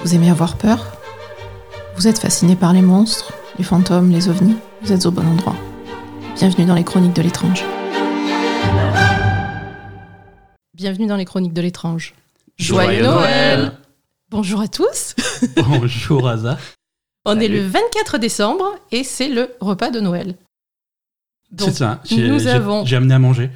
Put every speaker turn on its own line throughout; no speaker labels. Vous aimez avoir peur Vous êtes fasciné par les monstres, les fantômes, les ovnis Vous êtes au bon endroit. Bienvenue dans les chroniques de l'étrange. Bienvenue dans les chroniques de l'étrange.
Joyeux Noël
Bonjour à tous.
Bonjour Asa.
On est
Salut.
le 24 décembre et c'est le repas de Noël. Donc,
C'est ça, j'ai
nous
j'ai-
avons-
j'ai amené à manger.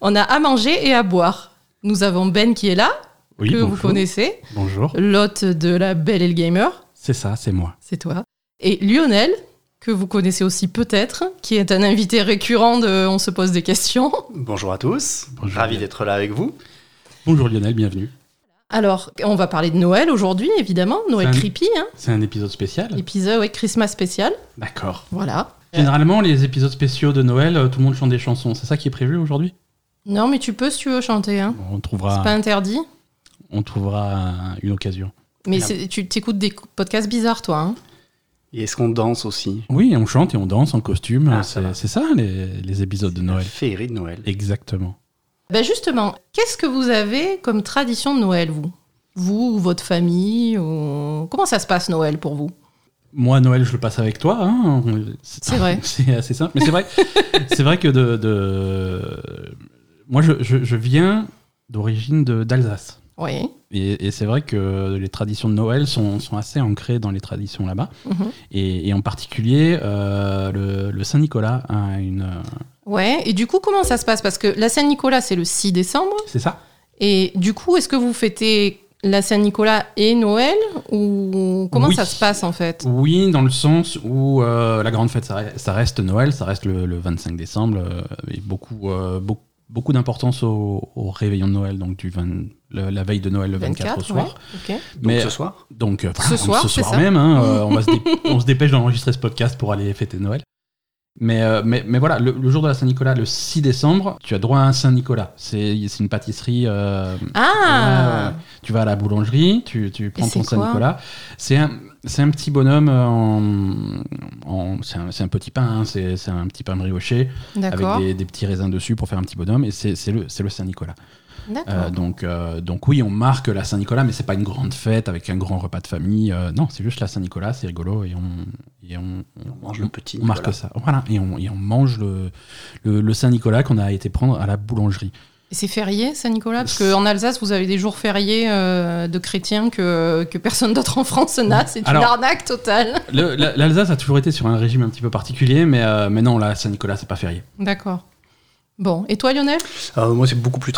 on a à manger et à boire. Nous avons Ben qui est là,
Oui,
que vous
bonjour.
connaissez,
Bonjour,
l'hôte de la Belle et le Gamer.
c'est ça, c'est moi.
c'est toi. Et Lionel, que vous connaissez aussi peut-être, qui est un invité récurrent de On se pose des questions.
Bonjour à tous,
Bonjour.
ravi d'être là avec vous.
Bonjour Lionel, bienvenue.
Alors, on va parler de Noël aujourd'hui, évidemment. Noël
Ça-
creepy, hein.
C'est un épisode spécial
épisode ouais, Christmas spécial.
D'accord.
Voilà.
Généralement, les épisodes spéciaux de Noël, euh, tout le monde chante des chansons. C'est ça qui est prévu aujourd'hui
Non, mais tu peux si tu veux chanter. Hein.
On
C'est pas
trouvera,
interdit.
on trouvera euh, une occasion.
Mais
Merde.
c'est- tu t'écoutes des podcasts bizarres, toi. hein.
Et est-ce qu'on danse aussi
Oui, on chante et on danse en costume.
Ah, ça
c'est
va.
c'est ça, les, les épisodes de
La
Noël.
Féerie de Noël.
Exactement.
Ben justement, qu'est-ce que vous avez comme tradition de Noël, vous Vous ou votre famille ou... Comment ça se passe Noël pour vous
Moi, Noël, je le passe avec toi. hein. On-
C'est vrai.
C'est assez simple. Mais c'est vrai, c'est vrai que de. de- Moi, je, je- je viens d'origine de- d'Alsace.
Oui.
Et, et c'est vrai que les traditions de Noël sont, sont assez ancrées dans les traditions là-bas.
Mhm.
Et, et en particulier, euh, le, le Saint-Nicolas a une. euh,
Ouais, et du coup, comment ça se passe Parce que la Saint-Nicolas, c'est le 6 décembre.
C'est ça
Et du coup, est-ce que vous fêtez la Saint-Nicolas et Noël ou comment
Oui.
ça se passe en fait
Oui, dans le sens où euh, la grande fête, ça, re- ça reste Noël, ça reste le, le 25 décembre, euh, et beaucoup, euh, beaucoup, beaucoup d'importance au, au réveillon de Noël, donc du 20 le- la veille de Noël, le 24, au soir.
ouais, ok.
Donc
Mais
ce soir
donc euh,
Ce soir, c'est ça.
même, hein, euh, on, va se dé- on se dépêche d'enregistrer ce podcast pour aller fêter Noël. Mais, euh, mais, mais voilà, le, le jour de la Saint-Nicolas, le 6 décembre, tu as droit à un Saint-Nicolas. C'est c'est une pâtisserie. euh,
Ah
Ouais, ouais. Tu vas à la boulangerie, tu, tu prends
Et c'est
ton
quoi
Saint-Nicolas. C'est un, c'est un petit bonhomme euh, en. en- c'est un, c'est un petit pain, hein, c'est c'est un petit pain brioché avec
D'accord.
des, des petits raisins dessus pour faire un petit bonhomme. Et c'est c'est le, c'est le Saint-Nicolas.
D'accord.
Euh, donc, euh, donc oui, on marque la Saint-Nicolas, mais c'est pas une grande fête avec un grand repas de famille. euh, non, c'est juste la Saint-Nicolas, c'est rigolo et on, et on,
On mange le petit.
on marque
Nicolas.
ça. Voilà, et on, et on mange le, le, le Saint-Nicolas qu'on a été prendre à la boulangerie.
Et C'est férié Saint-Nicolas Parce qu'en Alsace, vous avez des jours fériés euh, de chrétiens que, que personne d'autre en France n'a. C'est une
Alors-
arnaque totale.
Le- la- L'Alsace a toujours été sur un régime un petit peu particulier, mais, euh, mais non, là, Saint-Nicolas, c'est pas férié.
D'accord. Bon, et toi Lionel
Euh, moi, c'est beaucoup plus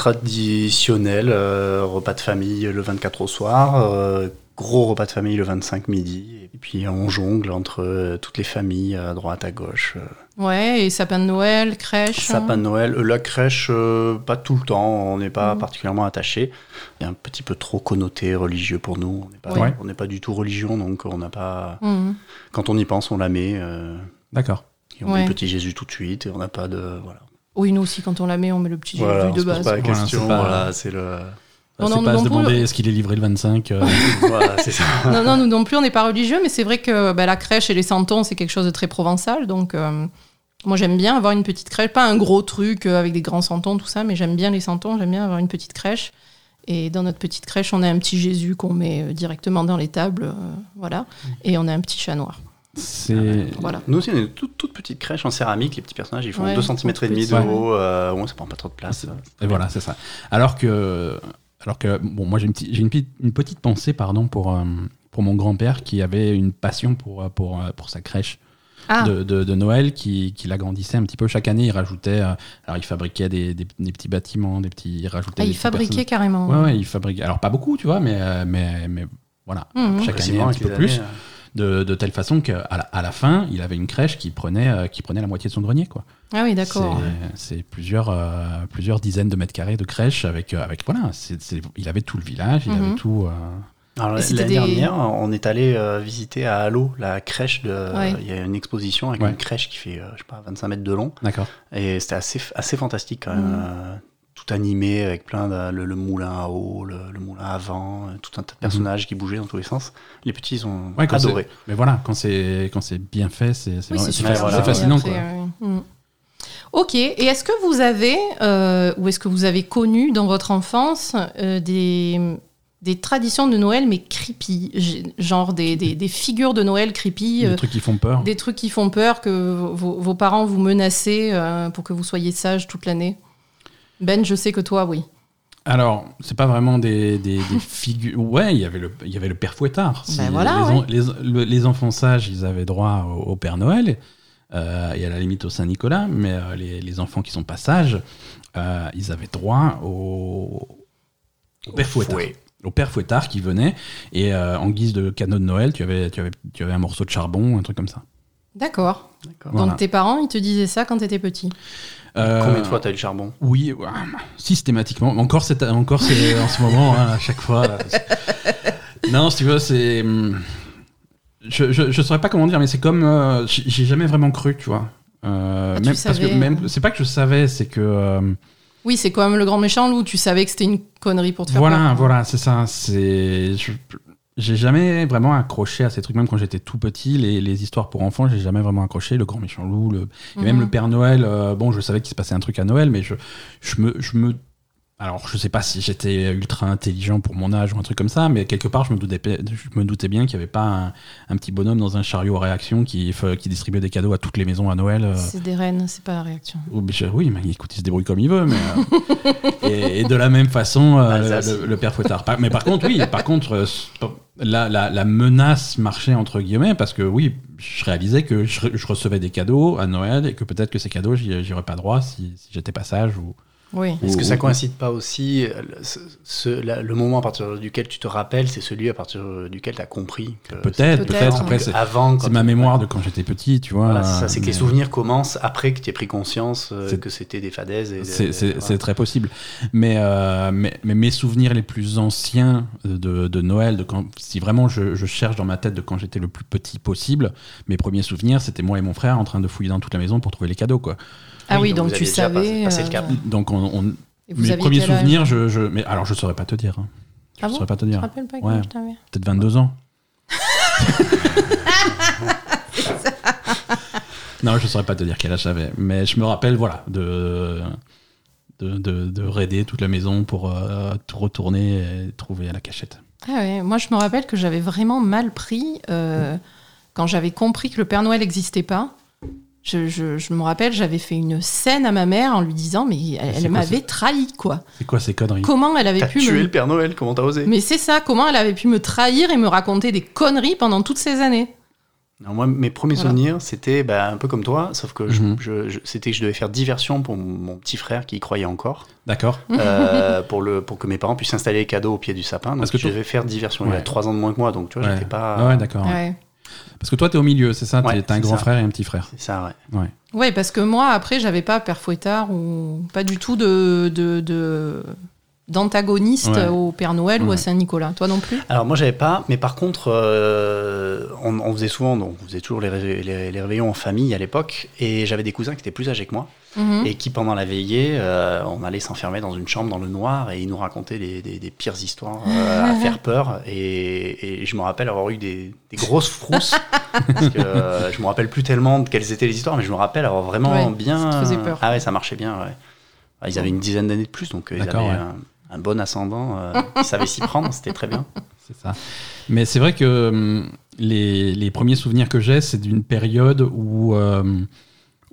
traditionnel. euh, repas de famille le 24 au soir, euh, gros repas de famille le 25 midi. Et puis on jongle entre euh, toutes les familles à droite, à gauche. euh,
Ouais, et sapin de Noël, crèche hein
Sapin de Noël, Euh, la crèche, euh, pas tout le temps, on n'est pas
Mhm.
particulièrement attaché. Il y a un petit peu trop connoté religieux pour nous. On n'est pas,
Ouais.
on n'est pas du tout religion, donc on n'a pas.
Mhm.
Quand on y pense, on la met. euh,
D'accord.
et on
Ouais.
met le petit Jésus tout de suite, et on n'a pas de. Voilà,
Oui, nous aussi, quand on la met, on met le petit Jésus
Voilà, on
de
se pose
base.
pas la
Voilà,
question.
c'est pas-
Voilà, c'est le.
Non,
c'est
non,
pas à
non
se
plus.
demander est-ce qu'il est livré le 25. euh,
voilà, c'est ça.
non, non, nous non plus, on n'est pas religieux, mais c'est vrai que bah, la crèche et les santons, c'est quelque chose de très provençal. Donc, euh, moi, j'aime bien avoir une petite crèche. Pas un gros truc euh, avec des grands santons, tout ça, mais j'aime bien les santons, j'aime bien avoir une petite crèche. Et dans notre petite crèche, on a un petit Jésus qu'on met euh, directement dans les tables. euh, voilà. Et on a un petit chat noir.
c'est.
Voilà.
Nous aussi, on est une toute, toute petite crèche en céramique. Les petits personnages, ils font
Ouais,
2
ils sont
cm et
tout
demi de
petits, ouais.
haut. euh, ouais, ça prend pas trop de place.
Et voilà, c'est ça. Alors que, alors que bon, moi j'ai une, petite- j'ai une, petite- une petite pensée pardon, pour, euh, pour mon grand-père qui avait une passion pour, euh, pour, euh, pour sa crèche
Ah,
de, de- de Noël qui, qui l'agrandissait un petit peu. Chaque année, il rajoutait. euh, alors il fabriquait des, des- des petits bâtiments, des petits. Il rajoutait.
ah,
des
il
petits
fabriquait carrément.
personnages. Ouais, ouais, il fabriquait. Alors pas beaucoup, tu vois, mais, euh, mais, mais voilà.
Mhm.
Chaque année,
Précisément,
un
avec
petit peu
les
plus.
années, euh,
de, de telle façon qu'à la, à la fin, il avait une crèche qui prenait, euh, qui prenait la moitié de son grenier. Quoi.
Ah oui, d'accord.
C'est c'est plusieurs, euh, plusieurs dizaines de mètres carrés de crèche avec, euh, avec voilà, c'est- c'est- il avait tout le village, il
Mhm.
avait tout. euh,
Alors,
Et
l'année
c'était des-
dernière, on est allé euh, visiter à Halo, la crèche de.
Ouais.
Il y a une exposition avec
Ouais.
une crèche qui fait, euh, je sais pas, 25 mètres de long.
D'accord.
Et c'était assez, assez fantastique quand même.
Mhm.
euh, tout animé avec plein de. Le, le moulin à eau, le, le moulin à vent, euh, tout un tas de personnages qui bougeaient dans tous les sens. Les petits, ils ont
Mm-hmm. Ouais, quand
adoré.
Mais voilà, quand c'est quand c'est bien fait, c'est c'est
Oui,
vraiment- c'est
c'est super
fa-
voilà.
c'est fascinant.
Après,
quoi.
euh, mm. Ok, et est-ce que vous avez, euh, ou est-ce que vous avez connu dans votre enfance euh, des, des traditions de Noël, mais creepy. J'ai- Genre des, des- des figures de Noël creepy. euh,
Des trucs qui font peur.
des trucs qui font peur, que vos, vos parents vous menacez euh, pour que vous soyez sage toute l'année. Ben, je sais que toi, oui.
Alors, c'est pas vraiment des, des- des figures. Ouais, il y avait le, il y avait le père Fouettard. Si
voilà,
les, en- les- le- les enfants sages, ils avaient droit au, au Père Noël euh, et à la limite au Saint Nicolas, mais euh, les, les enfants qui sont pas sages, euh, ils avaient droit au, au Père Fouettard.
Fouet.
Au Père Fouettard qui venait et euh, en guise de cadeau de Noël, tu avais, tu avais, tu avais un morceau de charbon, un truc comme ça.
D'accord.
D'accord.
Voilà.
Donc tes parents, ils te disaient ça quand t'étais petit.
Euh,
Combien de fois t'as eu le charbon
Oui, ouais, systématiquement. Encore, c'est, encore c'est en ce moment, hein, à chaque fois. là, parce que- non, si tu veux, c'est. hum, Je, je, je saurais pas comment dire, mais c'est comme. euh, j'ai j'ai jamais vraiment cru, tu vois. Euh,
Ah, tu
même, parce que
savais,
même,
euh.
c'est pas que je savais, c'est que euh,
Oui, c'est quand même le grand méchant loup. Tu savais que c'était une connerie pour te faire
euh, voilà,
peur.
voilà, c'est ça. C'est, je- j'ai jamais vraiment accroché à ces trucs, même quand j'étais tout petit. Les, les histoires pour enfants, j'ai jamais vraiment accroché. Le grand méchant loup, le, et
Mhm.
même le Père Noël. euh, bon, je savais qu'il se passait un truc à Noël, mais je, je me, je me, alors je sais pas si j'étais ultra intelligent pour mon âge ou un truc comme ça, mais quelque part, je me doutais, pa- je me doutais bien qu'il n'y avait pas un, un petit bonhomme dans un chariot à réaction qui, f- qui distribuait des cadeaux à toutes les maisons à Noël. euh,
C'est des reines, c'est pas la réaction.
Oh, mais je- oui, mais écoute, il se débrouille comme il veut. Mais, euh, et, et de la même façon, euh,
Alsace.
le, le père Fouettard. Par- mais par contre, oui, par contre, euh, la, la- la menace marchait entre guillemets parce que oui, je réalisais que je, re- je recevais des cadeaux à Noël et que peut-être que ces cadeaux, j'y j'y aurais pas droit si, si j'étais pas sage. Ou,
Oui.
Est-ce que
ou-
ça
ou-
coïncide pas aussi euh, le- ce- ce- la- le moment à partir duquel tu te rappelles, c'est celui à partir duquel tu as compris que
Peut-être, peut-être.
Peut-être.
Après, c'est
avant
c'est
Ah, quand
ma
tu-
mémoire de quand j'étais petit, tu vois.
Voilà, c'est ça, c'est que
mais-
les souvenirs commencent après que tu aies pris conscience euh,
Ah, C'est-
que c'était des fadaises. et des-
C'est- C'est
voilà.
c'est très possible. Mais, euh, mais, mais mes souvenirs les plus anciens de, de Noël, de quand, si vraiment je, je cherche dans ma tête de quand j'étais le plus petit possible, mes premiers souvenirs, c'était moi et mon frère en train de fouiller dans toute la maison pour trouver les cadeaux. Quoi.
Ah oui,
donc
donc,
vous
tu
aviez déjà
savais. euh,
passé- passé le cap.
Donc, on, on-
et vous
mes
aviez
premiers
quel âge
souvenirs, je, je- mais alors je saurais pas te dire. hein. Je
Ah bon
saurais pas te
Je me
dire.
rappelle pas
Ouais.
quand je t'avais.
Peut-être 22 ans. non, je saurais pas te dire quel âge j'avais, mais je me rappelle, voilà, de de, de, de raider toute la maison pour euh, tout retourner et trouver à la cachette.
Ah ouais, moi je me rappelle que j'avais vraiment mal pris euh, quand j'avais compris que le Père Noël n'existait pas. Je, je- je me rappelle, j'avais fait une scène à ma mère en lui disant, mais elle,
c'est
elle
quoi,
m'avait
c'est-
trahi quoi.
C'est quoi ces conneries
Comment elle avait
T'as
pu
tué
me...
le Père Noël, comment t'as osé
Mais c'est ça, comment elle avait pu me trahir et me raconter des conneries pendant toutes ces années
Non, moi, mes premiers
Voilà.
souvenirs, c'était bah, un peu comme toi, sauf que je-
Mhm.
je- je- c'était que je devais faire diversion pour mon, mon petit frère qui y croyait encore,
D'accord.
Mhm.
euh, pour, le, pour que mes parents puissent installer les cadeaux au pied du sapin. Donc
Parce que
je
toi-
devais faire diversion. Il
Ouais.
a trois ans de moins que moi, donc tu vois,
Ouais.
j'étais
Ah
pas.
ouais, d'accord. ouais.
Ouais.
Parce que toi, t'es au milieu, c'est ça
Ouais,
T'es- T'as un
c'est
grand
ça.
frère et un petit frère.
C'est ça, ouais.
Ouais.
Ouais, parce que moi, après, j'avais pas Père Fouettard ou pas du tout de... de, de- d'antagoniste
Ouais.
au Père Noël ou
Ouais.
à Saint-Nicolas. Toi non plus
Alors moi j'avais pas, mais par contre euh, on, on faisait souvent, donc on faisait toujours les, réve- les- les réveillons en famille à l'époque, et j'avais des cousins qui étaient plus âgés que moi,
Mhm.
et qui pendant la veillée, euh, on allait s'enfermer dans une chambre dans le noir, et ils nous racontaient des, des- des pires histoires euh, à faire peur, et, et je me rappelle avoir eu des, des grosses frousses, parce que euh, je me rappelle plus tellement de quelles étaient les histoires, mais je me rappelle avoir vraiment
Ouais,
bien...
ça te faisait peur.
Ah ouais, ça marchait bien, ouais. Ah, Ils avaient une dizaine d'années de plus, donc euh, ils avaient
D'accord, ouais.
un, un bon ascendant, euh, ils savaient s'y prendre, c'était très bien.
C'est ça. Mais c'est vrai que hum, les, les premiers souvenirs que j'ai, c'est d'une période où, euh,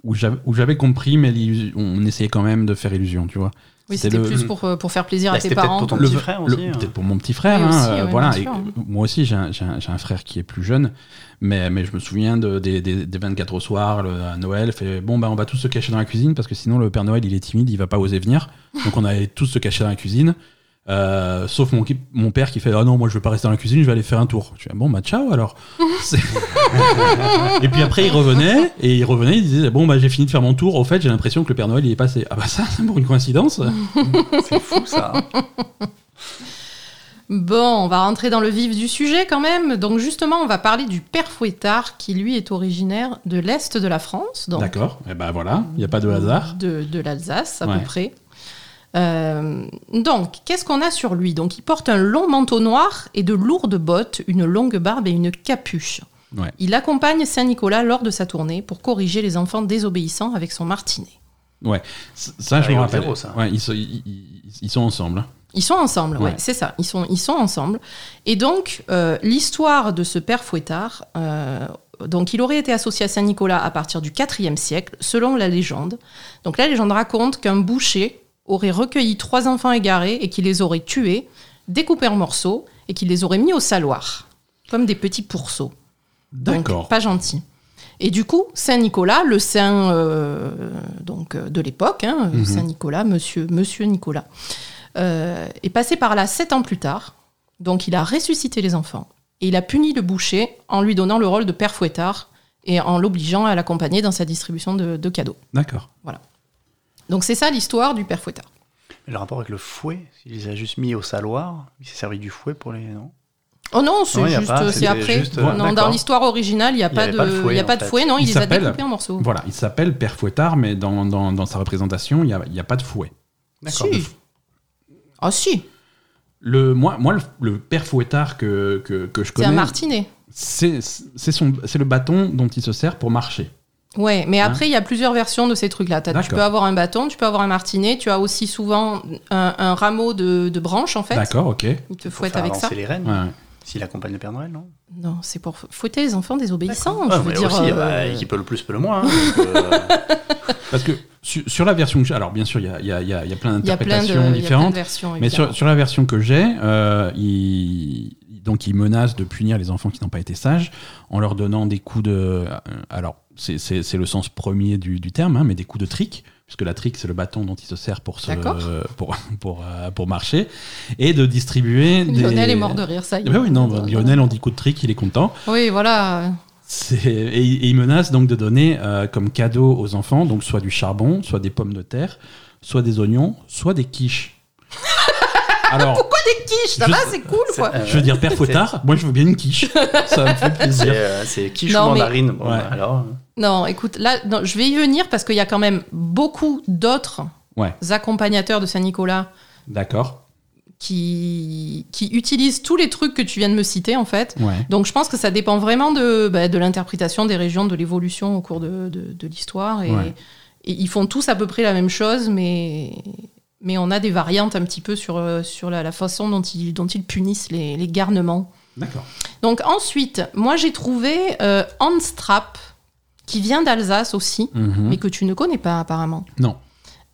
où j'avais où j'avais compris, mais l'illusion- on essayait quand même de faire illusion, tu vois.
Oui,
C'était
c'était
le-
plus pour, euh, pour faire plaisir
Bah,
à tes
c'était peut-être
parents.
pour ton
Le-
petit frère
le-
aussi. hein.
Peut-être pour mon petit frère.
Oui,
hein,
aussi,
euh,
ouais,
voilà.
bien sûr.
Et, euh, moi aussi, j'ai un, j'ai un- j'ai un frère qui est plus jeune, mais, mais je me souviens de- des, des- des 24 au soir, le- à Noël, fait bon, bah, on va tous se cacher dans la cuisine parce que sinon le Père Noël il est timide, il va pas oser venir. Donc on allait tous se cacher dans la cuisine. euh, sauf mon, qui- mon père qui fait ah non moi je vais pas rester dans la cuisine je vais aller faire un tour je fais Ah bon bah ciao alors C'est- et puis après il revenait et il revenait il disait bon bah j'ai fini de faire mon tour au fait j'ai l'impression que le Père Noël il est passé ah bah ça c'est pour une coïncidence
C'est fou ça.
Bon, on va rentrer dans le vif du sujet quand même. Donc justement, on va parler du père Fouettard qui lui est originaire de l'est de la France, donc
d'accord et bah voilà il y a pas de hasard
de, de l'Alsace à
Ouais.
peu près. Euh, donc, qu'est-ce qu'on a sur lui Donc, il porte un long manteau noir et de lourdes bottes, une longue barbe et une capuche.
Ouais.
Il accompagne Saint Nicolas lors de sa tournée pour corriger les enfants désobéissants avec son martinet.
Ouais, C- ça, je
Ah,
me
ils
rappelle.
ont zéro, ça.
Ouais, ils, sont- ils- ils- ils sont ensemble. hein.
Ils sont ensemble, ouais,
Ouais.
c'est ça. Ils sont, ils sont ensemble. Et donc, euh, l'histoire de ce père fouettard, euh, donc il aurait été associé à Saint-Nicolas à partir du IVe siècle, selon la légende. Donc la légende raconte qu'un boucher aurait recueilli trois enfants égarés et qu'il les aurait tués, découpés en morceaux et qu'il les aurait mis au saloir, comme des petits pourceaux. Donc,
D'accord.
Pas gentil. Et du coup, Saint Nicolas, le saint euh, donc euh, de l'époque, hein,
Mhm.
Saint Nicolas, Monsieur Monsieur Nicolas, euh, est passé par là sept ans plus tard. Donc, il a ressuscité les enfants et il a puni le boucher en lui donnant le rôle de père fouettard et en l'obligeant à l'accompagner dans sa distribution de, de cadeaux.
D'accord.
Donc, c'est ça l'histoire du père fouettard.
Mais Le rapport avec le fouet, il les a juste mis au saloir, il s'est servi du fouet pour les. Non
Oh non, c'est
Non, il y a
juste,
pas,
c'est
c'était
après.
juste, euh,
non, dans
d'accord.
l'histoire originale, il n'y a
Il y
pas
avait
de,
pas de fouet,
il y a
en
pas de
fait.
fouet. Non, il,
Il
les a
s'appelle-
découpés en morceaux.
Voilà, il s'appelle Père Fouettard, mais dans, dans- dans sa représentation, il n'y a, il y a pas de fouet.
D'accord.
Si. Ah si,
Le, moi, moi le, le Père Fouettard que, que, que je
c'est un
connais,
martinet.
c'est c'est son- c'est le bâton dont il se sert pour marcher.
Ouais, mais
Hein
après, il y a plusieurs versions de ces trucs-là. T'as- Tu
D'accord.
peux avoir un bâton, tu peux avoir un martinet, tu as aussi souvent un, un rameau de, de branches, en fait.
D'accord, ok. Ouais,
Il te
Faut
fouette
faire
avec
avancer
ça.
les rênes.
ouais.
S'il accompagne le Père Noël, non
Non, c'est pour fouetter les enfants désobéissants.
Ah,
je veux
mais
dire,
aussi,
euh,
bah, qui peut le plus, peut le moins. hein, donc, euh,
Parce que sur, sur la version que j'ai, alors bien sûr, il y a, il y a- il y a- il y a plein
il y a plein de, il y a
d'interprétations
plein de
différentes.
versions.
Mais
évidemment.
sur, sur la version que j'ai, euh, il, donc il menace de punir les enfants qui n'ont pas été sages en leur donnant des coups de. euh, Alors, c'est- c'est c'est le sens premier du, du terme, hein, mais des coups de trick, puisque la trick, c'est le bâton dont il se sert pour, se,
D'accord.
pour, pour, euh, pour marcher, et de distribuer. des-
Lionel est mort de rire, ça y
Eh
est.
ben oui, non, bah, Lionel, on dit coup de trick, il est content.
Oui, voilà.
C'est- Et, il- et il menace donc de donner euh, comme cadeau aux enfants, donc soit du charbon, soit des pommes de terre, soit des oignons, soit des quiches. Alors,
Pourquoi des quiches Ça
Je-
va, c'est cool, quoi.
euh,
je veux dire, père Fouettard, moi je veux bien une quiche. Ça me fait
c'est,
plaisir.
euh, c'est quiche
Non,
ou
mais-
mandarine. Bon,
Ouais.
bah, alors,
Non, écoute, là, non, je vais y venir parce qu'il y a quand même beaucoup d'autres
Ouais.
accompagnateurs de Saint-Nicolas
D'accord.
qui, qui utilisent tous les trucs que tu viens de me citer, en fait.
Ouais.
Donc je pense que ça dépend vraiment de, bah, de l'interprétation des régions, de l'évolution au cours de, de- de l'histoire. Et,
Ouais.
et ils font tous à peu près la même chose, mais, mais on a des variantes un petit peu sur, euh, sur la, la façon dont ils, dont ils punissent les, les garnements.
D'accord.
Donc ensuite, moi j'ai trouvé euh, Handstrap, qui vient d'Alsace aussi,
Mhm.
mais que tu ne connais pas apparemment.
Non.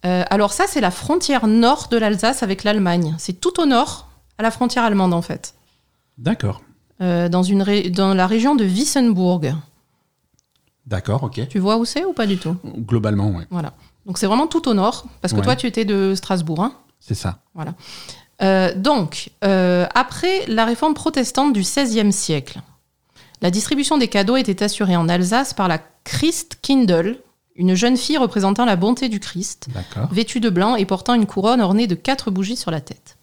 Euh, alors ça, c'est la frontière nord de l'Alsace avec l'Allemagne. C'est tout au nord, à la frontière allemande en fait.
D'accord.
Euh, dans, une ré- dans la région de Wissembourg.
D'accord, ok.
Tu vois où c'est ou pas du tout
Globalement, ouais.
Voilà. Donc c'est vraiment tout au nord, parce que
Ouais.
toi tu étais de Strasbourg. hein.
C'est ça.
Euh, donc, euh, après la réforme protestante du XVIe siècle, la distribution des cadeaux était assurée en Alsace par la Christkindl, une jeune fille représentant la bonté du Christ,
D'accord.
vêtue de blanc et portant une couronne ornée de quatre bougies sur la tête.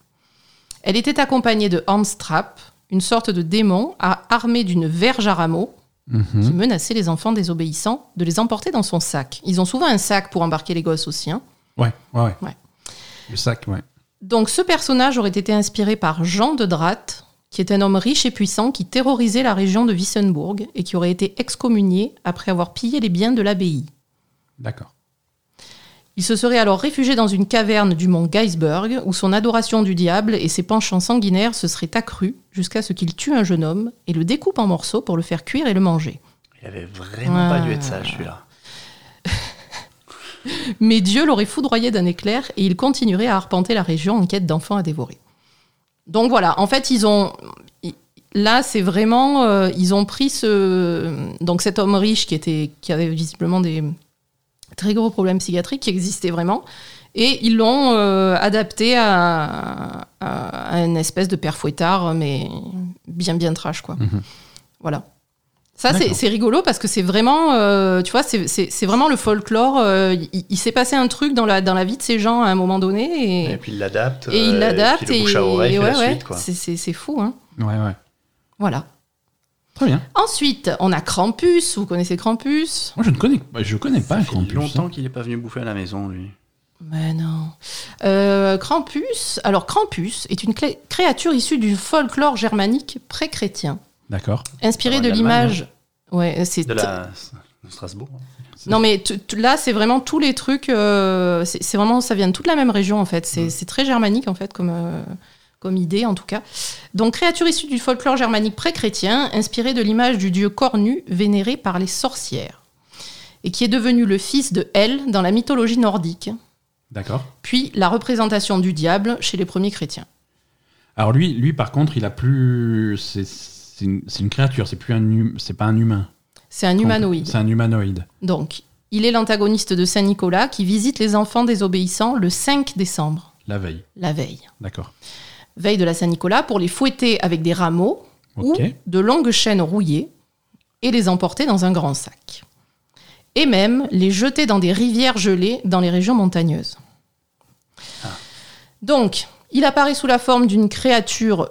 Elle était accompagnée de Handstrap, une sorte de démon à- armé d'une verge à rameaux, qui
Mhm.
menaçait les enfants désobéissants de les emporter dans son sac. Ils ont souvent un sac pour embarquer les gosses aussi. hein.
Ouais, ouais, ouais,
Ouais.
Le sac, ouais.
Donc ce personnage aurait été inspiré par Jean de Dratte, qui est un homme riche et puissant qui terrorisait la région de Wissembourg et qui aurait été excommunié après avoir pillé les biens de l'abbaye.
D'accord.
Il se serait alors réfugié dans une caverne du mont Geisberg, où son adoration du diable et ses penchants sanguinaires se seraient accrus jusqu'à ce qu'il tue un jeune homme et le découpe en morceaux pour le faire cuire et le manger.
il avait vraiment pas dû être sage, celui-là.
Mais Dieu l'aurait foudroyé d'un éclair et il continuerait à arpenter la région en quête d'enfants à dévorer. Donc voilà, en fait, ils ont. i- Là, c'est vraiment. euh, ils ont pris ce. Donc cet homme riche qui, était, qui avait visiblement des très gros problèmes psychiatriques qui existaient vraiment. Et ils l'ont euh, adapté à, à- à une espèce de père fouettard, mais bien, bien trash, quoi.
Mhm.
Voilà. Ça, c'est-
D'accord.
c'est rigolo parce que c'est vraiment, euh, tu vois, c'est- c'est c'est vraiment le folklore. euh, il il s'est passé un truc dans la, dans la vie de ces gens à un moment donné.
Eh
Et
Et,
puis il l'adapte.
et
euh,
il l'adapte.
puis le
Et,
bouche à oreille
et
fait
ouais,
la
ouais,
suite, quoi.
c'est- c'est c'est fou. Hein.
Ouais, ouais.
Voilà.
Très bien.
Ensuite, on a Krampus. Vous connaissez Krampus
Moi, je ne connais, bah, je connais pas
Ça fait
Krampus.
longtemps qu'il n'est pas venu bouffer à la maison, lui.
Mais non. Euh, Krampus. Alors, Krampus est une clé- créature issue du folklore germanique pré-chrétien,
D'accord.
inspirée
Ça
de
va, Ah, l'Allemagne, hein.
l'image. Ouais, c'est
De la de Strasbourg.
Non, mais tu- tu- là, c'est vraiment tous les trucs. euh, c'est c'est vraiment, ça vient de toute la même région en fait. C'est
Mm.
c'est très germanique en fait, comme euh, comme idée en tout cas. Donc, créature issue du folklore germanique pré-chrétien, inspirée de l'image du dieu cornu vénéré par les sorcières, et qui est devenu le fils de Hel dans la mythologie nordique,
D'accord.
puis la représentation du diable chez les premiers chrétiens.
Alors lui, lui par contre, il a plus. C'est c'est une, c'est une créature, c'est plus un hum- c'est pas un humain.
C'est un humanoïde.
C'est un humanoïde.
Donc, il est l'antagoniste de Saint Nicolas qui visite les enfants désobéissants le 5 décembre,
La veille.
la veille.
D'accord.
veille de la Saint-Nicolas pour les fouetter avec des rameaux
Ok.
ou de longues chaînes rouillées et les emporter dans un grand sac. Et même les jeter dans des rivières gelées dans les régions montagneuses. Donc, il apparaît sous la forme d'une créature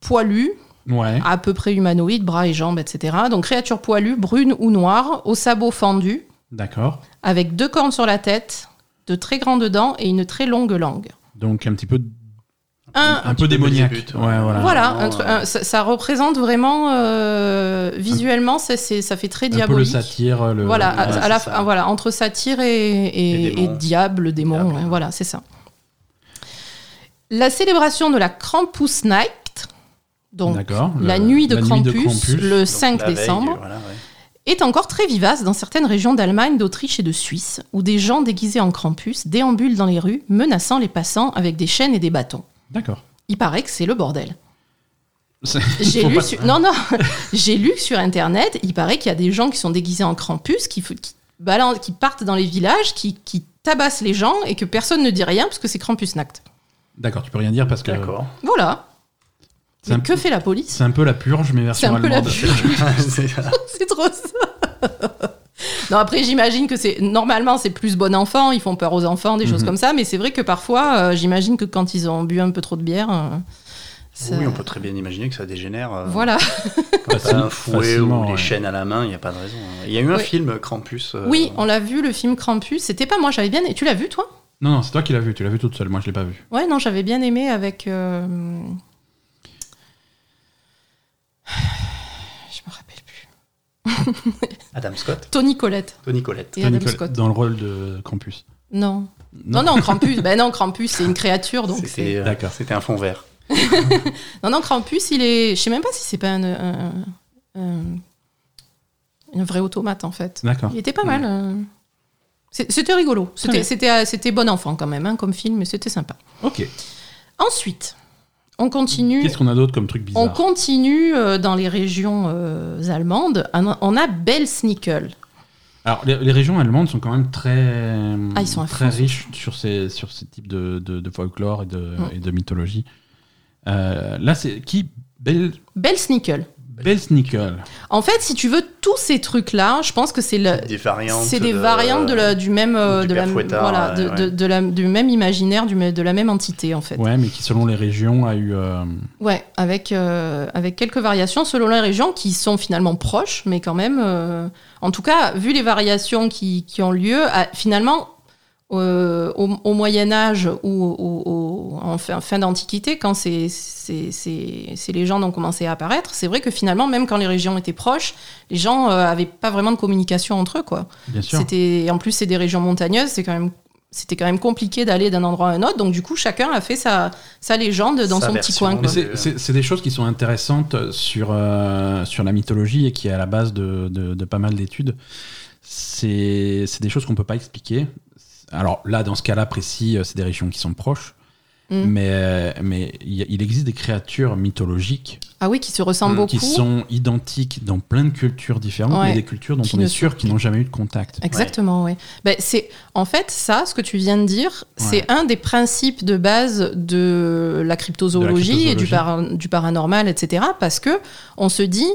poilue,
Ouais.
à peu près humanoïde, bras et jambes, etc. Donc, créature poilue, brune ou noire, aux sabots fendus,
D'accord.
avec deux cornes sur la tête, de très grandes dents et une très longue langue.
Donc un petit peu,
Un,
un peu
petit peu
démoniaque.
Belzébuth,
ouais,
ouais.
voilà.
Voilà,
non,
un tru-
euh,
un- ça, ça représente vraiment euh, visuellement, ça, c'est- ça fait très
Un peu le euh,
diabolique.
satire. Le...
voilà, à-
ouais,
à la
c'est
fin-
ça.
voilà, entre satire et, et-
Et démon.
et diable, démon,
Diable.
ouais, voilà, c'est ça. La célébration de la Krampusnacht, donc
D'accord.
la
le-
nuit de,
la
Krampus, le
Donc,
5
la veille,
décembre,
voilà, ouais.
est encore très vivace dans certaines régions d'Allemagne, d'Autriche et de Suisse, où des gens déguisés en Krampus déambulent dans les rues, menaçant les passants avec des chaînes et des bâtons.
D'accord.
Il paraît que c'est le bordel.
C'est-
J'ai
faut
lu,
pas-
sur... non, non. J'ai lu sur Internet, il paraît qu'il y a des gens qui sont déguisés en Krampus, qui, f- qui, balancent- qui partent dans les villages, qui, qui tabassent les gens et que personne ne dit rien parce que c'est Krampusnacht.
D'accord, tu peux rien dire parce que
D'accord.
Voilà.
C'est
Mais
un
que
peu-
fait la police
c'est un peu la purge, mais
C'est
version
un peu la
allemande.
purge.
C'est ça.
c'est trop ça. Non, après, j'imagine que c'est. Normalement, c'est plus bon enfant, ils font peur aux enfants, des choses
Mhm.
comme ça, mais c'est vrai que parfois, euh, j'imagine que quand ils ont bu un peu trop de bière. euh, ça-
Oui, on peut très bien imaginer que ça dégénère. euh,
Voilà.
quand t'as un
Facile-
fouet
facilement,
ou les
ouais.
chaînes à la main, il n'y a pas de raison. hein. Il y a eu un
Oui.
film, Krampus. euh,
Oui, on l'a vu, le film Krampus. C'était pas moi, j'avais bien. Tu l'as vu, toi
Non, non, c'est toi qui l'as vu. Tu l'as vu toute seule. Moi, je l'ai pas vu.
Ouais, non, j'avais bien aimé avec. euh, Je me rappelle plus.
Adam Scott,
Tony Collette
Tony Collette.
et
Tony
Adam
Collette,
Scott.
dans le rôle de Krampus.
Non. Non, non, Krampus. ben non, Krampus, c'est une créature. Donc
C'était
c'est...
euh,
D'accord.
c'était un fond vert.
Non, non, Krampus, il est. Je sais même pas si c'est pas un. un- un- un vrai automate, en fait.
D'accord.
Il était pas mal. euh. C'est- C'était rigolo.
bien.
C'était, c'était, euh, c'était bon enfant, quand même, hein, comme film, mais c'était sympa.
Ok.
Ensuite, on continue.
Qu'est-ce qu'on a d'autre comme truc
On
bizarre
continue euh, dans les régions euh, allemandes. Un- On a Belsnickel.
Alors, les, les régions allemandes sont quand même très,
Ah, ils sont à
très
fond.
riches sur ces, sur ces types de, de, de folklore et de,
Mm.
et de mythologie. Euh, là, c'est qui Bel,
Belsnickel.
Belznickel.
En fait, si tu veux, tous ces trucs-là, je pense que c'est le-
Des variantes.
Euh, C'est des
de-
variantes de la- du même, euh,
du
de la-
Père Fouettard,
voilà, de,
euh,
de-
ouais.
de la- du même imaginaire, du, me- de la même entité en fait. Ouais,
Ouais, mais qui, selon les régions, a eu. euh,
avec euh, avec quelques variations selon les régions qui sont finalement proches, mais quand même, euh, en tout cas, vu les variations qui, qui ont lieu, à- finalement, euh, au, au Moyen Âge ou au- au- en fin, fin d'Antiquité, quand ces, ces, ces- ces légendes ont commencé à apparaître, c'est vrai que finalement, même quand les régions étaient proches, les gens euh, avaient pas vraiment de communication entre eux, quoi.
bien sûr.
C'était et en plus c'est des régions montagneuses, c'est quand même c'était quand même compliqué d'aller d'un endroit à un autre. Donc du coup, chacun a fait sa, sa légende dans
Sa
son petit
version.
coin.
Mais
quoi.
c'est- c'est c'est des choses qui sont intéressantes sur, euh, sur la mythologie et qui est à la base de, de- de pas mal d'études. C'est c'est des choses qu'on ne peut pas expliquer. Alors là, dans ce cas-là précis, euh, c'est des régions qui sont proches.
Mm.
Mais, euh, mais il y a- il existe des créatures mythologiques
Ah oui, qui se ressemblent beaucoup.
Mmh, qui sont identiques dans plein de cultures différentes,
Ouais.
mais des cultures dont
Qui
on
ne
est sûr qu'ils n'ont jamais eu de contact.
Exactement, ouais. Ben, c'est en fait ça, ce que tu viens de dire, c'est un des principes de base de la cryptozoologie,
De la
et du,
cryptozoologie.
par- du paranormal, etc. Parce que on se dit,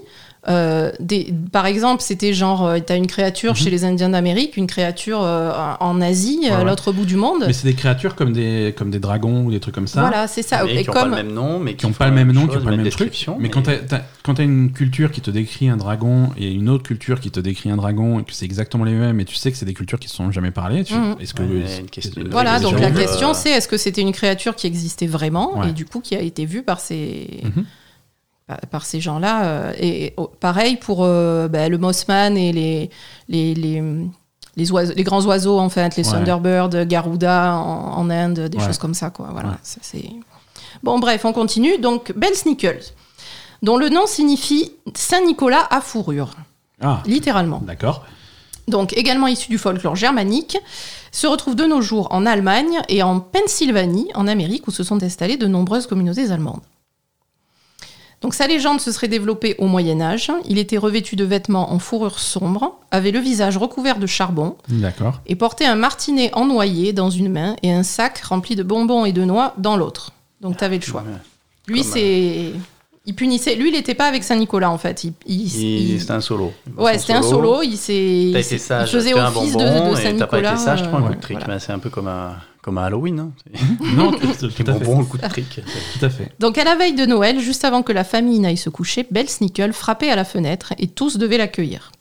euh, des, par exemple, c'était genre, euh, t'as une créature
Mhm.
chez les Indiens d'Amérique, une créature euh, en Asie,
Ouais,
à
ouais.
l'autre bout du monde.
Mais c'est des créatures comme des, comme des dragons ou des trucs comme ça.
voilà, c'est ça.
mais
Et
qui n'ont
Ah, comme
pas le même nom, mais
qui n'ont pas le même nom, qui n'ont pas le même truc.
description.
Mais, quand t'as- t'as- quand tu as une culture qui te décrit un dragon et une autre culture qui te décrit un dragon et que c'est exactement les mêmes et tu sais que c'est des cultures qui se sont jamais parlées, tu-
Mhm.
est-ce que.
Ouais,
est-ce-
une question
est-ce-
de-
Voilà,
est-ce que
donc
les
la
gens-
euh,
question c'est est-ce que c'était une créature qui existait vraiment
Ouais.
et du coup qui a été vue par ces
Mhm.
par ces gens-là. euh, Et oh, pareil pour euh, bah, le Mossman et les, les, les, les, oiseaux, les grands oiseaux, en fait, les
Ouais.
Thunderbirds, Garuda en, en Inde, des
Ouais.
choses comme ça, quoi. Voilà,
Ouais.
ça, c'est... Bon, bref, on continue. Donc, Belle Sneakles, dont le nom signifie Saint-Nicolas à fourrure,
Ah,
littéralement.
d'accord.
Donc, également issu du folklore germanique, se retrouve de nos jours en Allemagne et en Pennsylvanie, en Amérique, où se sont installées de nombreuses communautés allemandes. Donc, sa légende se serait développée au Moyen-Âge. Il était revêtu de vêtements en fourrure sombre, avait le visage recouvert de charbon
D'accord.
et portait un martinet en noyer dans une main et un sac rempli de bonbons et de noix dans l'autre. Donc, t'avais le
Ah,
choix. Lui,
Comme,
c'est. Il punissait. Lui, il n'était pas avec Saint-Nicolas, en fait. Il, il- il-
C'était un solo.
Ouais, c'était un solo, il s'est il
T'as
s'est-
été sage,
il faisait
t'as un
office de, de
bonbon, et t'as pas
Saint-Nicolas.
été sage, tu prends un
euh,
coup de trick.
voilà.
Ben, c'est un peu comme un, comme un Halloween. Hein. C'est-
Non, tout, tout
Les
à fait.
bonbons, le coup de trick.
Tout à fait.
Donc à la veille de Noël, juste avant que la famille n'aille se coucher, Belle Snickle frappait à la fenêtre et tous devaient l'accueillir.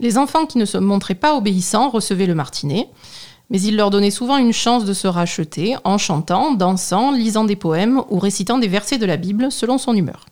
Les enfants qui ne se montraient pas obéissants recevaient le martinet, mais il leur donnait souvent une chance de se racheter en chantant, dansant, lisant des poèmes ou récitant des versets de la Bible selon son humeur.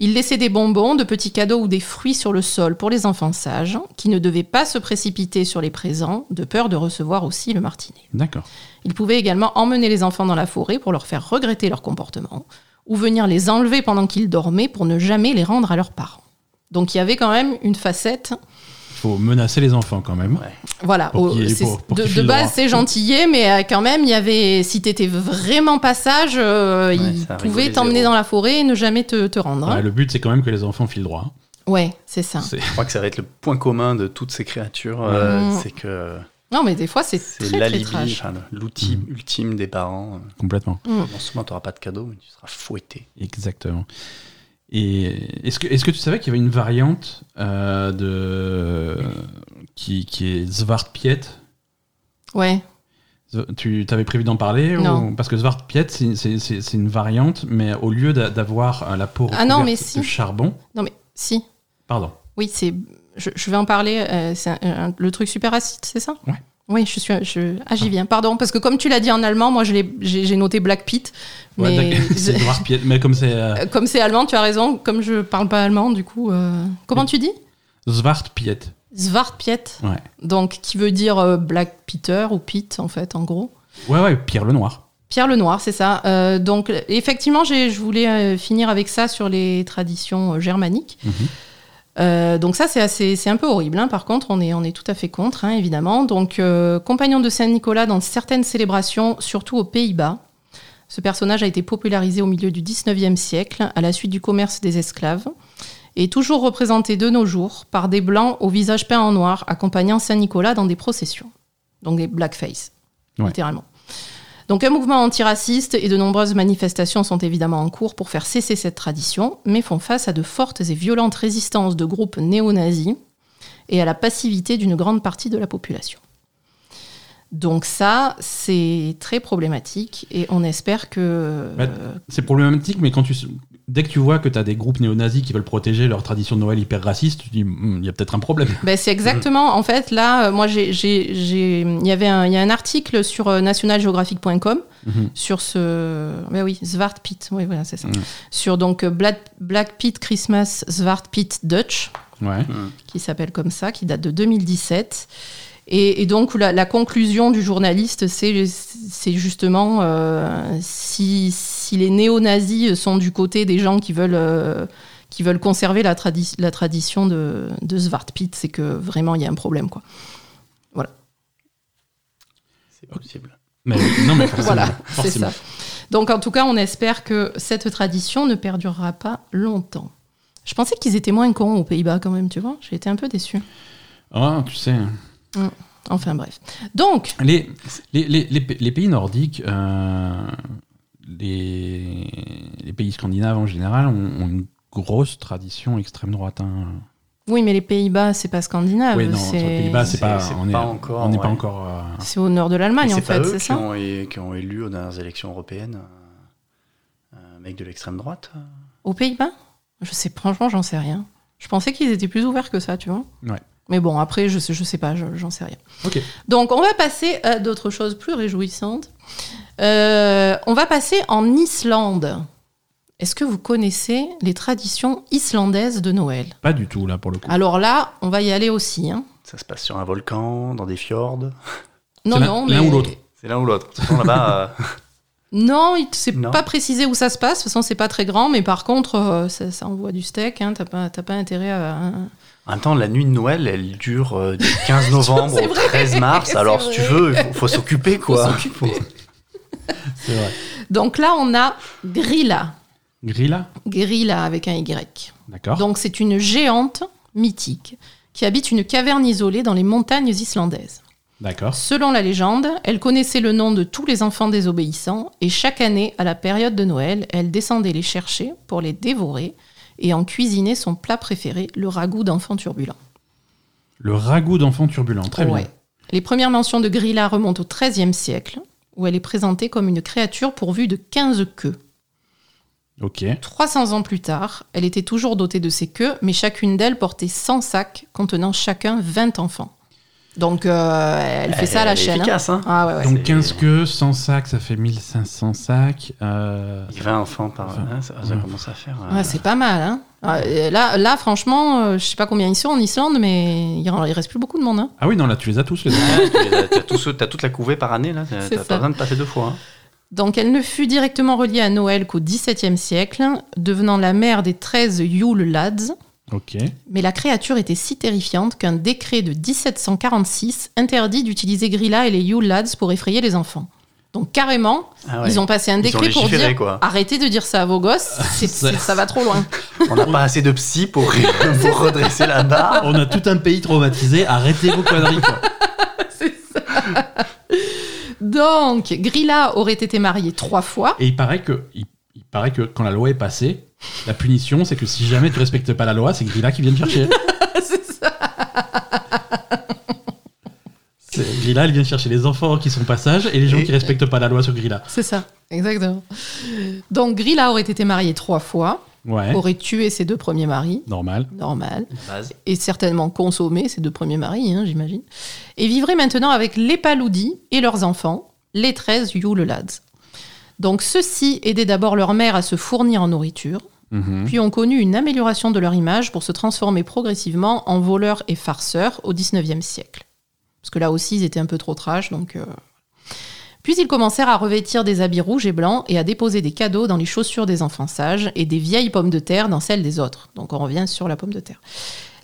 Il laissait des bonbons, de petits cadeaux ou des fruits sur le sol pour les enfants sages, qui ne devaient pas se précipiter sur les présents, de peur de recevoir aussi le martinet.
D'accord.
Il pouvait également emmener les enfants dans la forêt pour leur faire regretter leur comportement, ou venir les enlever pendant qu'ils dormaient pour ne jamais les rendre à leurs parents. Donc il y avait quand même une facette,
Il faut menacer les enfants quand même.
voilà,
Pour
au-
qu'il y ait-
c'est-
pour- pour
de,
qu'il
de
file droit.
base c'est gentillet, mais euh, quand même il y avait, si t'étais vraiment pas sage, euh, il
ça rigolait
pouvait t'emmener
zéro.
dans la forêt et ne jamais te, te rendre.
Ouais,
hein.
le but, c'est quand même que les enfants filent droit.
Ouais, c'est ça.
C'est-
Je crois que ça va être le point commun de toutes ces créatures. euh,
Mm.
C'est que
Non mais des fois c'est
c'est
très très
l'alibi,
trash.
enfin, le- l'outil
Mm.
ultime des parents. euh.
Complètement.
Non seulement tu n'auras pas de cadeau, mais tu seras fouetté.
Exactement. Et est-ce que, est-ce que tu savais qu'il y avait une variante euh, de qui, qui est Svartpiet
Ouais,
Z- Tu t'avais prévu d'en parler ou-
Non.
Parce que Svartpiet, c'est, c'est- c'est- c'est une variante, mais au lieu d'a- d'avoir euh, la peau
Ah non,
recouverte
mais si.
de charbon,
si.
pardon.
Oui, c'est. Je, je vais en parler. euh, c'est un- un- le truc super acide, c'est ça
Ouais.
Oui, je suis. Je, ah, j'y viens. Pardon, parce que comme tu l'as dit en allemand, moi je l'ai- j'ai j'ai noté Black Pit,
Ouais,
mais
d'accord. c'est Svartpiet, mais comme c'est euh,
Euh, comme c'est allemand, tu as raison. Comme je parle pas allemand, du coup, euh, comment tu dis
Svartpiet.
Svartpiet.
Ouais.
Donc, qui veut dire euh, Black Peter ou Pete en fait, en gros.
Ouais, ouais, Pierre le Noir.
Pierre le Noir, c'est ça. Euh, donc, effectivement, j'ai- je voulais euh, finir avec ça sur les traditions euh, germaniques.
Mhm.
Euh, donc ça, c'est assez- c'est un peu horrible. hein. Par contre, on est, on est tout à fait contre, hein, évidemment. Donc, euh, compagnon de Saint-Nicolas dans certaines célébrations, surtout aux Pays-Bas. Ce personnage a été popularisé au milieu du 19e siècle, à la suite du commerce des esclaves, et est toujours représenté de nos jours par des blancs au visage peint en noir, accompagnant Saint-Nicolas dans des processions. Donc des blackface,
Ouais.
littéralement. Donc un mouvement antiraciste et de nombreuses manifestations sont évidemment en cours pour faire cesser cette tradition, mais font face à de fortes et violentes résistances de groupes néo-nazis et à la passivité d'une grande partie de la population. Donc ça, c'est très problématique et on espère que... euh,
Ouais. C'est problématique, mais quand tu, dès que tu vois que tu as des groupes néo-nazis qui veulent protéger leur tradition de Noël hyper raciste, tu te dis, Hmm, il y a peut-être un problème.
Ben, c'est exactement, en fait, là, euh, moi, j'ai- j'ai- j'ai- il y avait un, il y a un article sur euh, nationalgeographic.com
Mhm.
sur ce, ben oui, Zwart Pit, oui, voilà, c'est ça.
Mhm.
Sur donc euh, Black, Black Pit Christmas Zwart Pit Dutch,
Ouais.
qui s'appelle comme ça, qui date de 2017. Et, et donc, la, la conclusion du journaliste, c'est c'est justement euh, si, si les néo-nazis sont du côté des gens qui veulent, euh, qui veulent conserver la, tradi- la tradition de, de Svartpit, c'est que vraiment, il y a un problème. Quoi.
C'est
Ah,
possible.
Mais, non, mais forcément.
Voilà, c'est
forcément.
ça. Donc, en tout cas, on espère que cette tradition ne perdurera pas longtemps. Je pensais qu'ils étaient moins cons aux Pays-Bas quand même, tu vois. J'ai été un peu déçue.
Ah, tu sais.
Enfin bref. Donc,
Les, les, les, les pa- les pays nordiques, euh, les, les pays scandinaves en général, ont, ont une grosse tradition extrême droite. hein.
oui, mais les Pays-Bas, c'est pas scandinave.
oui, non, sur les Pays-Bas, c'est
c'est-
pas,
c'est
on n'est
pas encore,
on n'est pas
ouais.
encore. euh,
C'est au nord de
Et
l'Allemagne, en
c'est pas
fait,
eux
c'est
qui
ça
ont, é- qui ont élu aux dernières élections européennes euh, un mec de l'extrême droite.
Aux Pays-Bas Je sais, franchement, j'en sais rien. Je pensais qu'ils étaient plus ouverts que ça, tu vois.
Ouais.
Mais bon, après, je sais, je sais pas, je- j'en sais rien.
Ok.
Donc, on va passer à d'autres choses plus réjouissantes. Euh, on va passer en Islande. Est-ce que vous connaissez les traditions islandaises de Noël
Pas du tout, là, pour le coup.
Alors là, on va y aller aussi. hein.
Ça se passe sur un volcan, dans des fjords.
Non,
C'est l'un-
non,
l'un
mais-
ou l'autre.
C'est l'un ou l'autre. De toute façon, là-bas, euh,
Non, il c'est
Non.
pas précisé où ça se passe. De toute façon, c'est pas très grand, mais par contre, euh, ça, ça envoie du steak. Hein, T'as pas, t'as pas intérêt à.
en même temps, la nuit de Noël, elle dure euh, du 15 novembre
C'est
au
vrai,
13 mars.
c'est
Alors, si tu
vrai.
veux, il faut, faut s'occuper, quoi.
s'occuper.
Faut-
C'est vrai.
Donc là, on a Grilla,
Grilla
Grilla avec un Y.
D'accord.
Donc c'est une géante mythique qui habite une caverne isolée dans les montagnes islandaises.
D'accord.
Selon la légende, elle connaissait le nom de tous les enfants désobéissants et chaque année, à la période de Noël, elle descendait les chercher pour les dévorer et en cuisiner son plat préféré, le ragoût d'enfants turbulents.
Le ragoût d'enfant turbulent. Très
Ouais.
bien.
Les premières mentions de Grilla remontent au XIIIe siècle, où elle est présentée comme une créature pourvue de 15 queues.
Ok.
300 ans plus tard, elle était toujours dotée de ces queues, mais chacune d'elles portait 100 sacs contenant chacun 20 enfants. Donc euh, elle fait ça à la
Elle est
chaîne. hein.
efficace, hein.
Ah ouais, ouais.
Donc
C'est-
15 queues, 100 sacs, ça fait 1500 sacs. euh,
20 enfants par.
Enfin,
hein, ça, ça
ouais.
commence à faire. euh,
Ouais, c'est pas mal. hein. Ah, et là, là, franchement, euh, je sais pas combien ils sont en Islande, mais il, en- il reste plus beaucoup de monde. hein.
Ah oui, non, là, tu les as tous, les enfants.
Ouais, tu les as- T'as tout ce- t'as toute la couvée par année, là. T'as
C'est
t'as
ça.
pas besoin de passer deux fois. hein.
Donc elle ne fut directement reliée à Noël qu'au XVIIe siècle, devenant la mère des 13 Yule Lads,
Ok.
Mais la créature était si terrifiante qu'un décret de 1746 interdit d'utiliser Grilla et les Yule Lads pour effrayer les enfants. Donc carrément,
Ah ouais.
ils ont passé un
Ils ont
décret pour
légiféré,
dire
quoi.
arrêtez de dire ça à vos gosses, c'est-
Ça-
c'est- ça va trop loin.
On n'a pas assez de psy pour, pour redresser la barre.
On a tout un pays traumatisé. Arrêtez vos conneries, quoi.
C'est ça. Donc Grilla aurait été mariée trois fois.
Et il paraît que, il, il paraît que quand la loi est passée, la punition, c'est que si jamais tu respectes pas la loi, c'est Grilla qui vient te chercher.
C'est ça.
C'est- Grilla, elle vient chercher les enfants qui sont passage et les gens
Et-
qui respectent pas la loi sur Grilla.
C'est ça, exactement. Donc Grilla aurait été mariée trois fois,
Ouais.
aurait tué ses deux premiers maris,
Normal.
normal.
Base.
et certainement consommé ses deux premiers maris, hein, j'imagine, et vivrait maintenant avec les Paloudis et leurs enfants, les 13 Yule Lads. Donc ceux-ci aidaient d'abord leur mère à se fournir en nourriture,
Mhm.
puis ont connu une amélioration de leur image pour se transformer progressivement en voleurs et farceurs au 19e siècle. Parce que là aussi, ils étaient un peu trop trash, donc... euh, Puis ils commencèrent à revêtir des habits rouges et blancs et à déposer des cadeaux dans les chaussures des enfants sages et des vieilles pommes de terre dans celles des autres. Donc on revient sur la pomme de terre.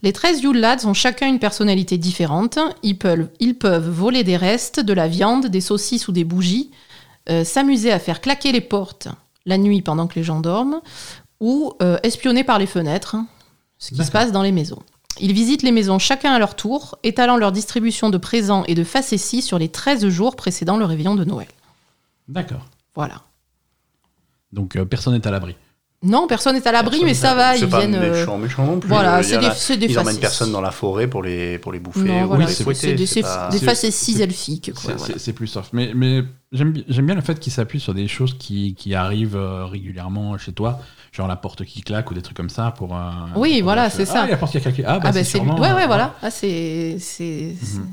Les 13 Yule Lads ont chacun une personnalité différente. Ils peuvent, ils peuvent voler des restes, de la viande, des saucisses ou des bougies, euh, s'amuser à faire claquer les portes la nuit pendant que les gens dorment, ou euh, espionner par les fenêtres, hein, ce qui se
D'accord.
passe dans les maisons. Ils visitent les maisons chacun à leur tour, étalant leur distribution de présents et de facéties sur les 13 jours précédant le réveillon de Noël.
D'accord.
Voilà.
Donc euh, personne n'est à l'abri.
Non, personne n'est à l'abri,
Personne
mais ça va,
C'est
ils
pas
viennent... euh,
méchant, méchant non plus.
voilà,
Il y
c'est
en
des,
a-
c'est des
Ils emmènent
facéties.
personne dans la forêt pour les, pour les bouffer
Non,
ou
voilà,
les
c'est-
fouetter.
c'est des,
c'est
c'est-
pas-
des
c'est-
facéties
c'est-
elfiques. quoi,
C'est
voilà.
c'est- c'est plus soft. Mais, mais j'aime bi- j'aime bien le fait qu'il s'appuie sur des choses qui, qui arrivent euh, régulièrement chez toi, genre la porte qui claque ou des trucs comme ça pour. euh,
Oui,
pour
voilà,
dire,
c'est ça.
Ah, la porte qui a claqué. Ah, bah,
Ah bah
c'est
c'est lui.
sûrement,
Ouais
euh,
hein.
ouais voilà. Ah c'est c'est. c'est-
Mhm.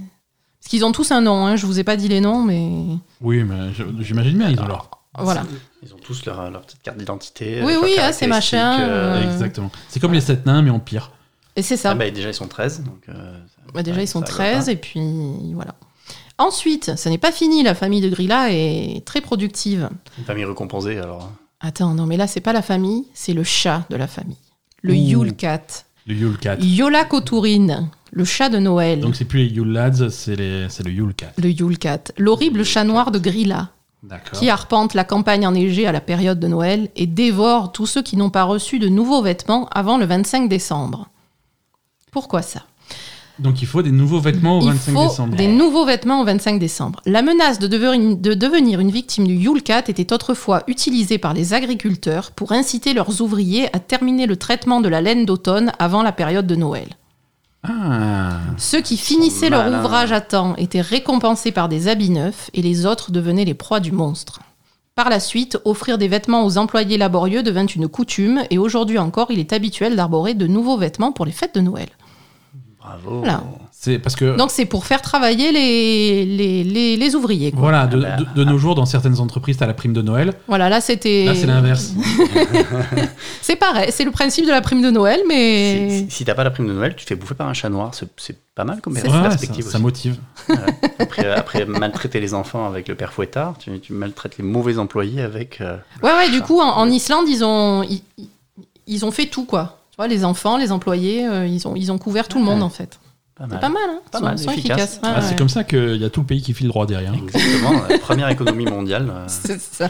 Parce qu'ils ont tous un nom. Hein. Je vous ai pas dit les noms mais
Oui, mais je- j'imagine bien, ils
Ah.
ont leur.
voilà.
Ils ont tous leur, leur petite carte d'identité.
Oui,
leurs
oui, ah, c'est
caractéristiques,
machin,
euh,
euh,
Exactement. C'est comme les sept nains, mais en pire.
Et c'est ça.
ah bah, déjà, ils sont 13. Donc, euh, ça-
Bah, déjà
ouais,
ils sont
ça va
13 et puis voilà. Ensuite, ça n'est pas fini. La famille de Grilla est très productive.
pas. Une famille récompensée, alors.
Attends non mais là c'est pas la famille, c'est le chat de la famille. Le
Ouh.
Yule Cat.
Le Yule Cat.
Yola Koturine, le chat de Noël.
Donc c'est plus les Yule Lads, c'est les- c'est le Yule Cat.
le Yule Cat, l'horrible chat noir de Grilla.
D'accord.
qui arpente la campagne enneigée à la période de Noël et dévore tous ceux qui n'ont pas reçu de nouveaux vêtements avant le 25 décembre. Pourquoi ça
Donc il faut des nouveaux vêtements au
Il
25
faut
décembre.
des nouveaux vêtements au 25 décembre. La menace de devenir, une, de devenir une victime du Yule Cat était autrefois utilisée par les agriculteurs pour inciter leurs ouvriers à terminer le traitement de la laine d'automne avant la période de Noël.
Ah.
Ceux qui
Ils sont
finissaient leur
malins.
ouvrage à temps étaient récompensés par des habits neufs et les autres devenaient les proies du monstre. Par la suite, offrir des vêtements aux employés laborieux devint une coutume et aujourd'hui encore, il est habituel d'arborer de nouveaux vêtements pour les fêtes de Noël.
Bravo.
Voilà.
C'est parce que
Donc c'est pour faire travailler les, les, les, les ouvriers. Quoi.
voilà, de,
Ah
de- de nos jours, dans certaines entreprises, t'as la prime de Noël.
Voilà, là c'était.
Là, c'est l'inverse.
C'est pareil, c'est le principe de la prime de Noël,
Si,
mais.
si- si t'as pas la prime de Noël, tu te fais bouffer par un chat noir. C'est- C'est pas mal comme
Ouais, ça,
perspective.
ça
aussi.
motive.
après, après maltraiter les enfants avec le père fouettard, tu, tu maltraites les mauvais employés avec. euh,
Ouais, ouais, du coup, en, en Islande, ils ont, ils, ils ont fait tout, quoi. Tu vois, les enfants, les employés, euh, ils, ont, ils ont couvert tout le monde,
Ouais.
en fait.
pas
C'est
mal.
pas mal, hein
Pas
Ils sont-
mal,
ils sont
efficace.
efficaces. Ouais,
Ah, C'est
ouais.
comme ça qu'il y a tout le pays qui file droit derrière.
Exactement, la première économie mondiale. euh,
C'est ça.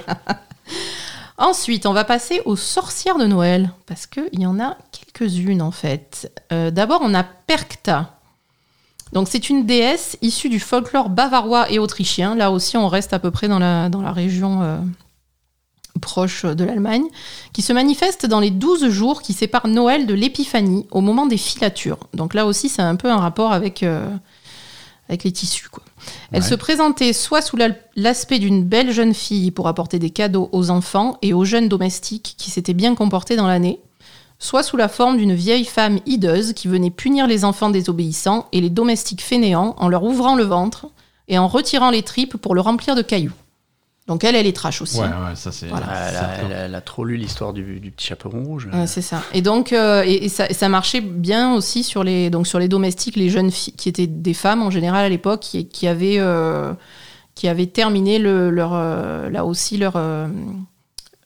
Ensuite, on va passer aux sorcières de Noël, parce qu'il y en a quelques-unes en fait. Euh, D'abord, on a Perkta. Donc, c'est une déesse issue du folklore bavarois et autrichien. Là aussi, on reste à peu près dans la, dans la région euh, proche de l'Allemagne, qui se manifeste dans les 12 jours qui séparent Noël de l'Épiphanie au moment des filatures. Donc, là aussi, c'est un peu un rapport avec, euh, avec les tissus. Quoi. Elle
Ouais.
se présentait soit sous l'al- l'aspect d'une belle jeune fille pour apporter des cadeaux aux enfants et aux jeunes domestiques qui s'étaient bien comportés dans l'année, soit sous la forme d'une vieille femme hideuse qui venait punir les enfants désobéissants et les domestiques fainéants en leur ouvrant le ventre et en retirant les tripes pour le remplir de cailloux. Donc elle, elle est trash aussi.
Ouais, ouais, ça c'est.
Voilà.
elle,
ça-
a, elle a- elle a trop lu l'histoire du, du petit chaperon rouge.
Ouais, c'est ça. Et donc, euh, et, et ça, et ça marchait bien aussi sur les, donc sur les domestiques, les jeunes filles qui étaient des femmes en général à l'époque, qui, qui avaient, euh, qui avaient terminé le, leur, euh, là aussi leur, euh,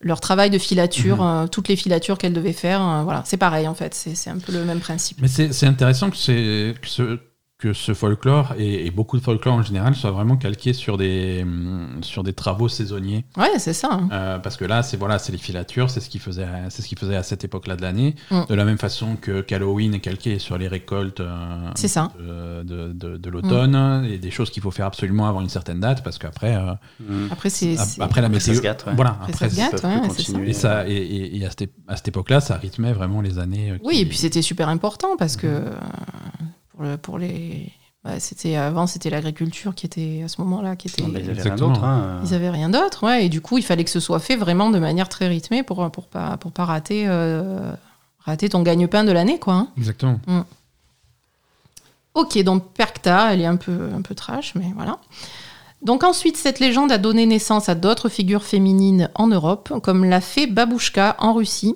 leur travail de filature,
Mhm.
euh, toutes les filatures qu'elles devaient faire. euh, voilà, c'est pareil en fait. C'est c'est un peu le même principe.
Mais c'est c'est intéressant que, c'est- que ce, que ce folklore et, et beaucoup de folklore en général soient vraiment calqués sur des, hum, sur des travaux saisonniers.
Ouais, c'est ça. hein.
Euh, parce que là, c'est voilà, c'est les filatures, c'est ce qu'ils faisaient, à- c'est ce qu'ils faisaient à cette époque-là de l'année.
Mm.
De la même façon que qu'Halloween est calqué sur les récoltes euh,
C'est ça. Mm.
de, de- de- de l'automne et des choses qu'il faut faire absolument avant une certaine date parce qu'après, euh,
Mmh.
Après, c'est.
ap-
c'est-
après la
après, ça
météo.
se gâte, ouais.
Ah, Voilà,
Après,
après,
ça se
c'est-
gâte.
Ils peuvent
ouais,
plus
c'est ça.
continuer.
Et, ça, et, et- et à cette, à cette époque-là, ça rythmait vraiment les années. euh,
Oui,
qui-
et puis c'était super important parce que euh, pour, le- pour les. bah, c'était avant, c'était l'agriculture qui était à ce moment-là qui était.
Non, mais ils avaient rien
Exactement.
d'autre. hein.
Ils avaient rien d'autre, ouais, et du coup, il fallait que ce soit fait vraiment de manière très rythmée pour pour pas pour pas rater euh, rater ton gagne-pain de l'année, quoi. hein.
Exactement.
Ok, donc Perkta, elle est un peu un peu trash, mais voilà. Donc ensuite, cette légende a donné naissance à d'autres figures féminines en Europe, comme la fée Babushka en Russie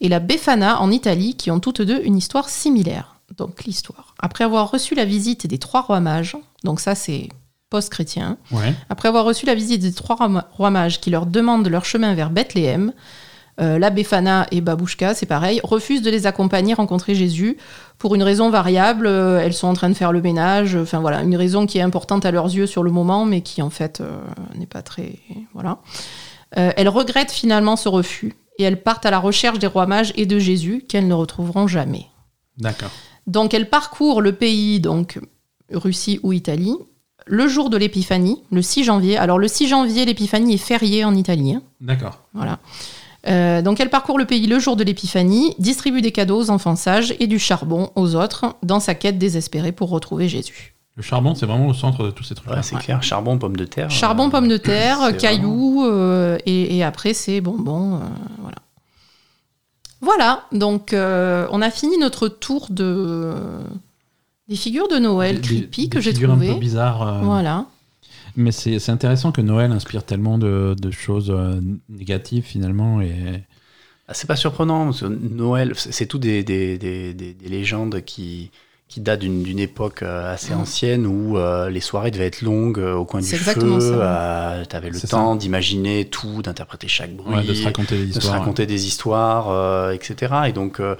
et la Befana en Italie, qui ont toutes deux une histoire similaire. Donc l'histoire. Après avoir reçu la visite des trois rois mages, donc ça c'est post-chrétien,
Ouais.
Après avoir reçu la visite des trois rois- rois mages qui leur demandent leur chemin vers Bethléem, euh, la Befana et Babouchka, c'est pareil, refusent de les accompagner rencontrer Jésus pour une raison variable. euh, elles sont en train de faire le ménage, euh, enfin voilà, une raison qui est importante à leurs yeux sur le moment, mais qui en fait euh, n'est pas très. Voilà. Euh, elles regrettent finalement ce refus et elles partent à la recherche des rois mages et de Jésus qu'elles ne retrouveront jamais.
D'accord.
Donc elle parcourt le pays, donc Russie ou Italie, le jour de l'Épiphanie, le 6 janvier. Alors le 6 janvier, l'Épiphanie est férié en Italie. hein,
D'accord.
voilà. Euh, donc elle parcourt le pays le jour de l'Épiphanie, distribue des cadeaux aux enfants sages et du charbon aux autres dans sa quête désespérée pour retrouver Jésus.
Le charbon, c'est vraiment au centre de tous ces trucs-là.
Ouais, c'est clair, charbon, pomme de
Ah,
terre.
Charbon,
euh,
pommes de terre,
c'est
cailloux, euh, et, et après c'est bonbons. euh, voilà. Voilà, donc euh, on a fini notre tour de des figures de Noël
Des- des-
creepy que
des
j'ai
figures
trouvées.
un peu euh, bizarre.
Voilà.
Mais c'est c'est intéressant que Noël inspire tellement de, de choses euh, négatives finalement. Et...
Ah, C'est pas surprenant, parce que Noël, c'est c'est tout des, des, des- des- des légendes qui, qui datent d'une d'une époque euh, assez
Mhm.
ancienne où euh, les soirées devaient être longues euh, au coin du
C'est exactement
feu.
ça, ouais.
euh, T'avais le
C'est
temps d'imaginer tout, d'interpréter chaque bruit,
Ouais, de se raconter des
de se
histoires.
raconter des histoires, euh, etc. Et donc, euh,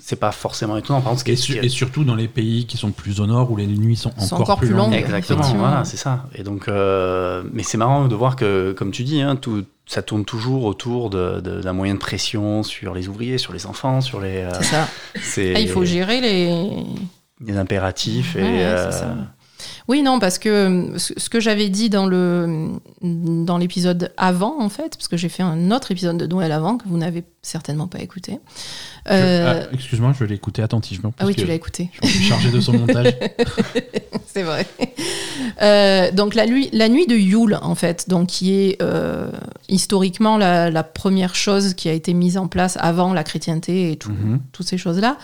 c'est pas forcément étonnant. Par contre, ce qui
Et,
est-
su- et surtout dans les pays qui sont plus au nord où les nuits sont encore,
Sont encore plus longues.
Exactement,
Effectivement.
voilà, c'est ça. Et donc, euh, mais c'est marrant de voir que, comme tu dis, hein, tout, ça tourne toujours autour de- de- d'un moyen de pression sur les ouvriers, sur les enfants, sur les, euh,
C'est ça.
c'est-
Ah, il faut gérer les.
les impératifs. Et,
Ouais, ouais,
euh,
c'est ça. Oui, non, parce que euh, ce ce que j'avais dit dans le dans l'épisode avant, en fait, parce que j'ai fait un autre épisode de Noël avant que vous n'avez certainement pas écouté.
Je-
Euh,
ah, Excuse-moi, je l'ai écouté attentivement.
ah
parce
oui,
que
tu l'as écouté.
Je suis chargé de son montage.
C'est vrai. Euh, donc la, lui- la nuit de Yule, en fait, donc qui est euh, historiquement la, la première chose qui a été mise en place avant la chrétienté et tout-
Mhm.
toutes ces choses-là.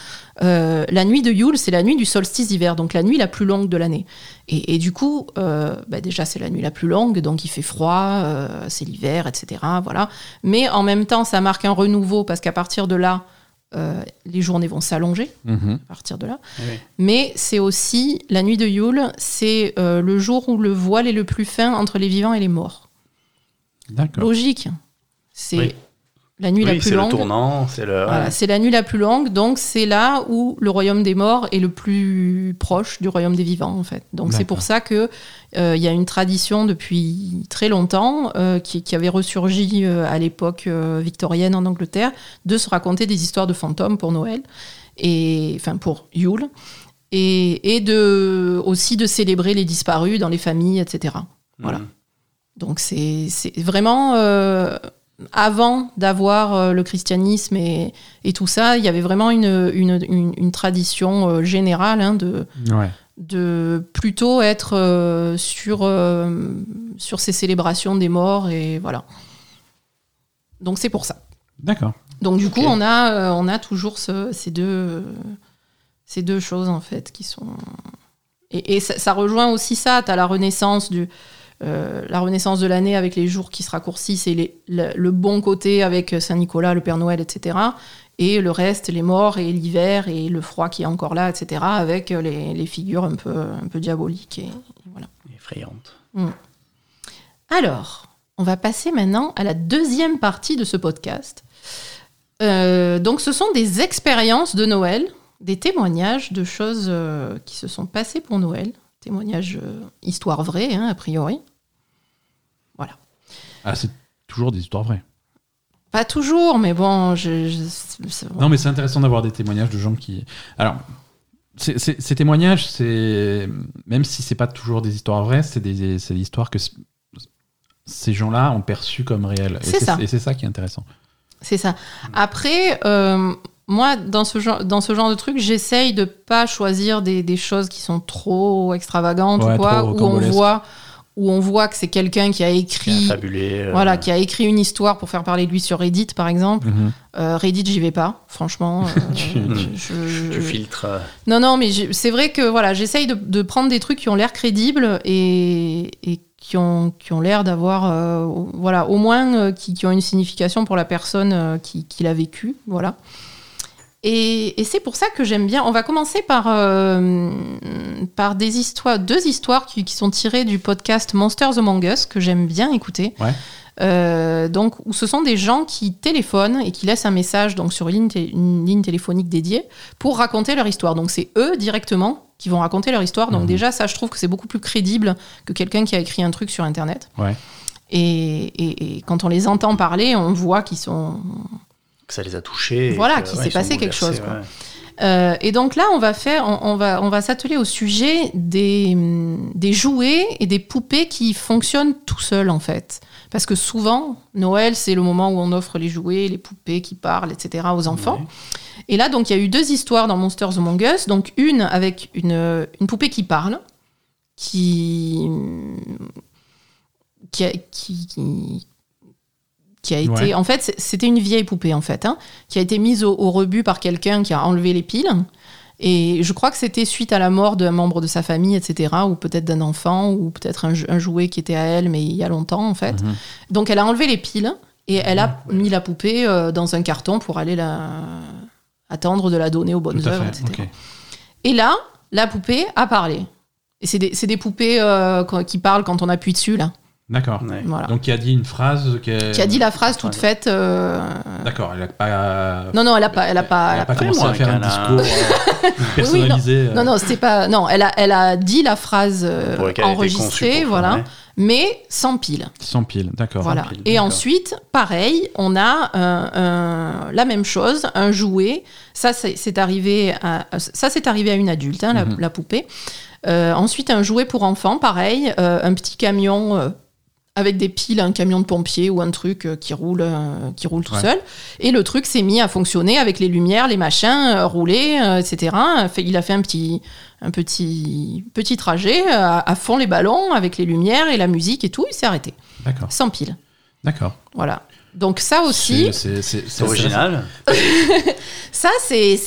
Euh, la nuit de Yule, c'est la nuit du solstice d'hiver, donc la nuit la plus longue de l'année. Et, et du coup, euh, bah déjà, c'est la nuit la plus longue, donc il fait froid, euh, c'est l'hiver, etc. Voilà. Mais en même temps, ça marque un renouveau parce qu'à partir de là, euh, les journées vont s'allonger
Mhm.
à partir de là.
Oui.
Mais c'est aussi la nuit de Yule, c'est euh, le jour où le voile est le plus fin entre les vivants et les morts.
D'accord.
Logique. C'est
Oui.
la nuit la
Oui,
plus
c'est le
longue.
tournant, c'est le.
Voilà, c'est la nuit la plus longue, donc c'est là où le royaume des morts est le plus proche du royaume des vivants, en fait. Donc c'est
D'accord.
pour ça que euh, il y a une tradition depuis très longtemps euh, qui, qui avait ressurgi euh, à l'époque euh, victorienne en Angleterre de se raconter des histoires de fantômes pour Noël et enfin pour Yule et, et de aussi de célébrer les disparus dans les familles, etc. voilà.
Mhm.
Donc c'est c'est vraiment euh, avant d'avoir euh, le christianisme et, et tout ça, il y avait vraiment une, une, une- une tradition euh, générale hein, de,
Ouais.
de plutôt être euh, sur, euh, sur ces célébrations des morts et voilà. Donc c'est pour ça.
D'accord.
Donc du coup,
Ok.
on a, euh, on a toujours ce- ces, deux, euh, ces deux choses en fait qui sont... Et, et ça, ça rejoint aussi ça, tu as la renaissance du... euh, la renaissance de l'année avec les jours qui se raccourcissent et les- le, le bon côté avec Saint-Nicolas, le Père Noël, etc. Et le reste, les morts et l'hiver et le froid qui est encore là, etc. Avec les, les figures un peu, un peu diaboliques. et-
Effrayante.
alors, on va passer maintenant à la deuxième partie de ce podcast. Euh, donc, ce sont des expériences de Noël, des témoignages de choses euh, qui se sont passées pour Noël, témoignages euh, histoire vraie, hein, a priori.
Ah, c'est toujours des histoires vraies.
Pas toujours, mais bon, je, je- c'est- c'est-
Non, mais c'est intéressant d'avoir des témoignages de gens qui. Alors, c'est- c'est- ces témoignages, c'est même si c'est pas toujours des histoires vraies, c'est des, c'est des histoires que c- ces gens-là ont perçues comme réelles. Et
C'est ça.
Et c'est ça qui est intéressant.
c'est ça. Après, euh, moi, dans ce genre, dans ce genre de truc, j'essaye de pas choisir des, des choses qui sont trop extravagantes
Ouais,
ou quoi,
trop
où on
rocambolesques.
voit où on voit que c'est quelqu'un qui a
Qui
écrit
a fabulé. euh,
Voilà, qui a écrit une histoire pour faire parler de lui sur Reddit, par exemple.
Mhm.
Euh, Reddit, j'y vais pas, franchement. euh,
Tu-
je-
Tu filtres. euh,
Non, non, mais j'ai- c'est vrai que voilà, j'essaye de, de prendre des trucs qui ont l'air crédibles et, et qui ont, qui ont l'air d'avoir, euh, voilà, au moins euh, qui, qui ont une signification pour la personne euh, qui, qui l'a vécu, voilà. Et, et c'est pour ça que j'aime bien. On va commencer par, euh, par des histoires, deux histoires qui, qui sont tirées du podcast Monsters Among Us que j'aime bien écouter.
Ouais.
Euh, donc, où ce sont des gens qui téléphonent et qui laissent un message donc sur une ligne té- une ligne téléphonique dédiée pour raconter leur histoire. Donc c'est eux directement qui vont raconter leur histoire. Donc
Mhm.
déjà, ça, je trouve que c'est beaucoup plus crédible que quelqu'un qui a écrit un truc sur Internet.
Ouais.
Et, et- et quand on les entend parler, on voit qu'ils sont...
Que ça les a touchés. et
Voilà,
que,
qu'il
ouais,
s'est
ils sont
passé quelque chose,
bouleversés,
quoi.
ouais.
Euh, et donc là, on va faire, on, on va, on va s'atteler au sujet des, hum, des jouets et des poupées qui fonctionnent tout seuls, en fait. Parce que souvent, Noël, c'est le moment où on offre les jouets, les poupées qui parlent, etc. aux enfants.
Ouais.
Et là, donc, il y a eu deux histoires dans Monsters Among Us. Donc, une avec une, une poupée qui parle, qui. qui a, qui, qui- qui a été.
Ouais.
En fait, c'est- c'était une vieille poupée, en fait, hein, qui a été mise au, au rebut par quelqu'un qui a enlevé les piles. Et je crois que c'était suite à la mort d'un membre de sa famille, etc., ou peut-être d'un enfant, ou peut-être un, jou- un jouet qui était à elle, mais il y a longtemps, en fait.
Mhm.
Donc elle a enlevé les piles et elle a mis la poupée euh, dans un carton pour aller la attendre de la donner aux bonnes
Tout à
œuvres,
fait.
etc.
ok.
Et là, la poupée a parlé. Et c'est des, c'est des poupées euh, qu- qui parlent quand on appuie dessus, là.
D'accord.
Ouais. Euh,
Voilà.
Donc, il a dit une phrase qui, est-
qui a dit la phrase toute
ouais.
faite. euh,
D'accord, elle a pas.
Non, non, elle a pas. Elle a pas,
elle a pas
Après,
commencé
moi,
à faire un
qu'elle a-
discours euh, personnalisé.
Non, non, c'était pas. Non, elle a, elle a dit la phrase euh,
Pour lesquels elle était conçue pour hein.
enregistrée,
faire,
voilà,
ouais.
mais sans pile.
Sans euh, pile, d'accord.
Voilà.
Rapide,
Et
d'accord.
ensuite, pareil, on a euh, un- la même chose, un jouet. Ça, c'est c'est arrivé à, ça, c'est arrivé à une adulte, hein, la,
Mhm.
la poupée. Euh, ensuite, un jouet pour enfant, pareil, euh, un petit camion euh, avec des piles, un camion de pompier ou un truc euh, qui roule, euh, qui roule tout
Ouais.
seul. Et le truc s'est mis à fonctionner avec les lumières, les machins, euh, rouler, euh, etc. Fait- Il a fait un petit, un petit, petit trajet euh, à, à fond les ballons avec les lumières et la musique et tout. Il s'est arrêté
D'accord.
sans pile.
D'accord.
Voilà. Donc ça aussi,
C'est- C'est
C'est original.
ça c'est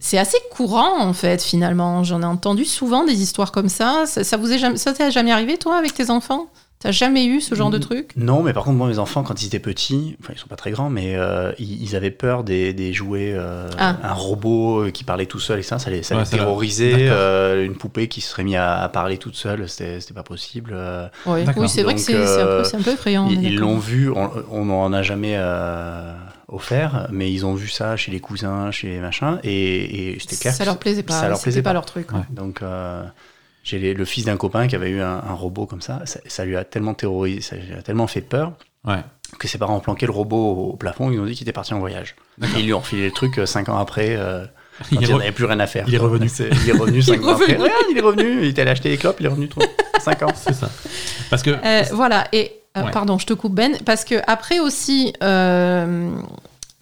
c'est assez courant en fait finalement. J'en ai entendu souvent des histoires comme ça. Ça, ça vous est jamais, ça t'est jamais arrivé toi avec tes enfants T'as jamais eu ce genre
Mm.
de truc
Non, mais par contre, moi, mes enfants, quand ils étaient petits, enfin, ils sont pas très grands, mais euh, ils, ils avaient peur des, des jouets, euh,
Ah.
un robot euh, qui parlait tout seul et ça, ça les, ça
Ouais,
les
ça va.
terrorisait.
D'accord.
euh, une poupée qui se serait mise à, à parler toute seule, c'était c'était pas possible. euh,
Oui,
D'accord.
Oui, c'est vrai que
Donc,
c'est c'est un, peu-
euh,
c'est un peu effrayant. on est
ils ils
d'accord.
l'ont vu, on- on n'en a jamais euh, offert, mais ils ont vu ça chez les cousins, chez les machins, et, et c'était clair.
Ça
que
leur plaisait pas.
Ça leur
c'était
plaisait
pas
pas.
leur truc. quoi.
Ouais.
Donc, euh, j'ai les- le fils d'un copain qui avait eu un, un robot comme ça, ça, ça lui a tellement terrorisé, ça lui a tellement fait peur
Ouais.
que ses parents ont planqué le robot au au plafond, ils ont dit qu'il était parti en voyage.
D'accord.
Et Ils lui ont refilé le truc euh, cinq ans après, euh, quand
Il est
il
re-
n'avait plus rien à faire.
il est revenu.
C'est- Il est revenu
Il est
cinq ans après.
revenu.
Regarde, il est revenu, il était allé acheter des clopes, il est revenu trois- cinq ans.
C'est ça. Parce que.
Euh, voilà, et euh,
Ouais.
pardon, je te coupe Ben, parce que après aussi, euh,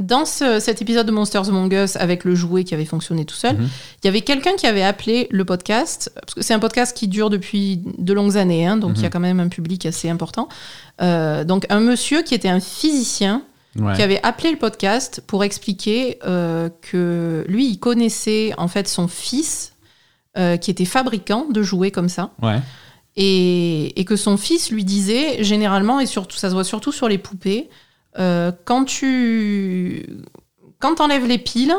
dans ce- cet épisode de Monsters Among Us avec le jouet qui avait fonctionné tout seul, il
Mhm.
y avait quelqu'un qui avait appelé le podcast, parce que c'est un podcast qui dure depuis de longues années, hein, donc il y a
Mhm.
quand même un public assez important. Euh, donc un monsieur qui était un physicien
ouais.
qui avait appelé le podcast pour expliquer euh, que lui, il connaissait en fait son fils euh, qui était fabricant de jouets comme ça
Ouais.
et, et que son fils lui disait généralement, et surtout, ça se voit surtout sur les poupées, euh, quand tu quand enlèves les piles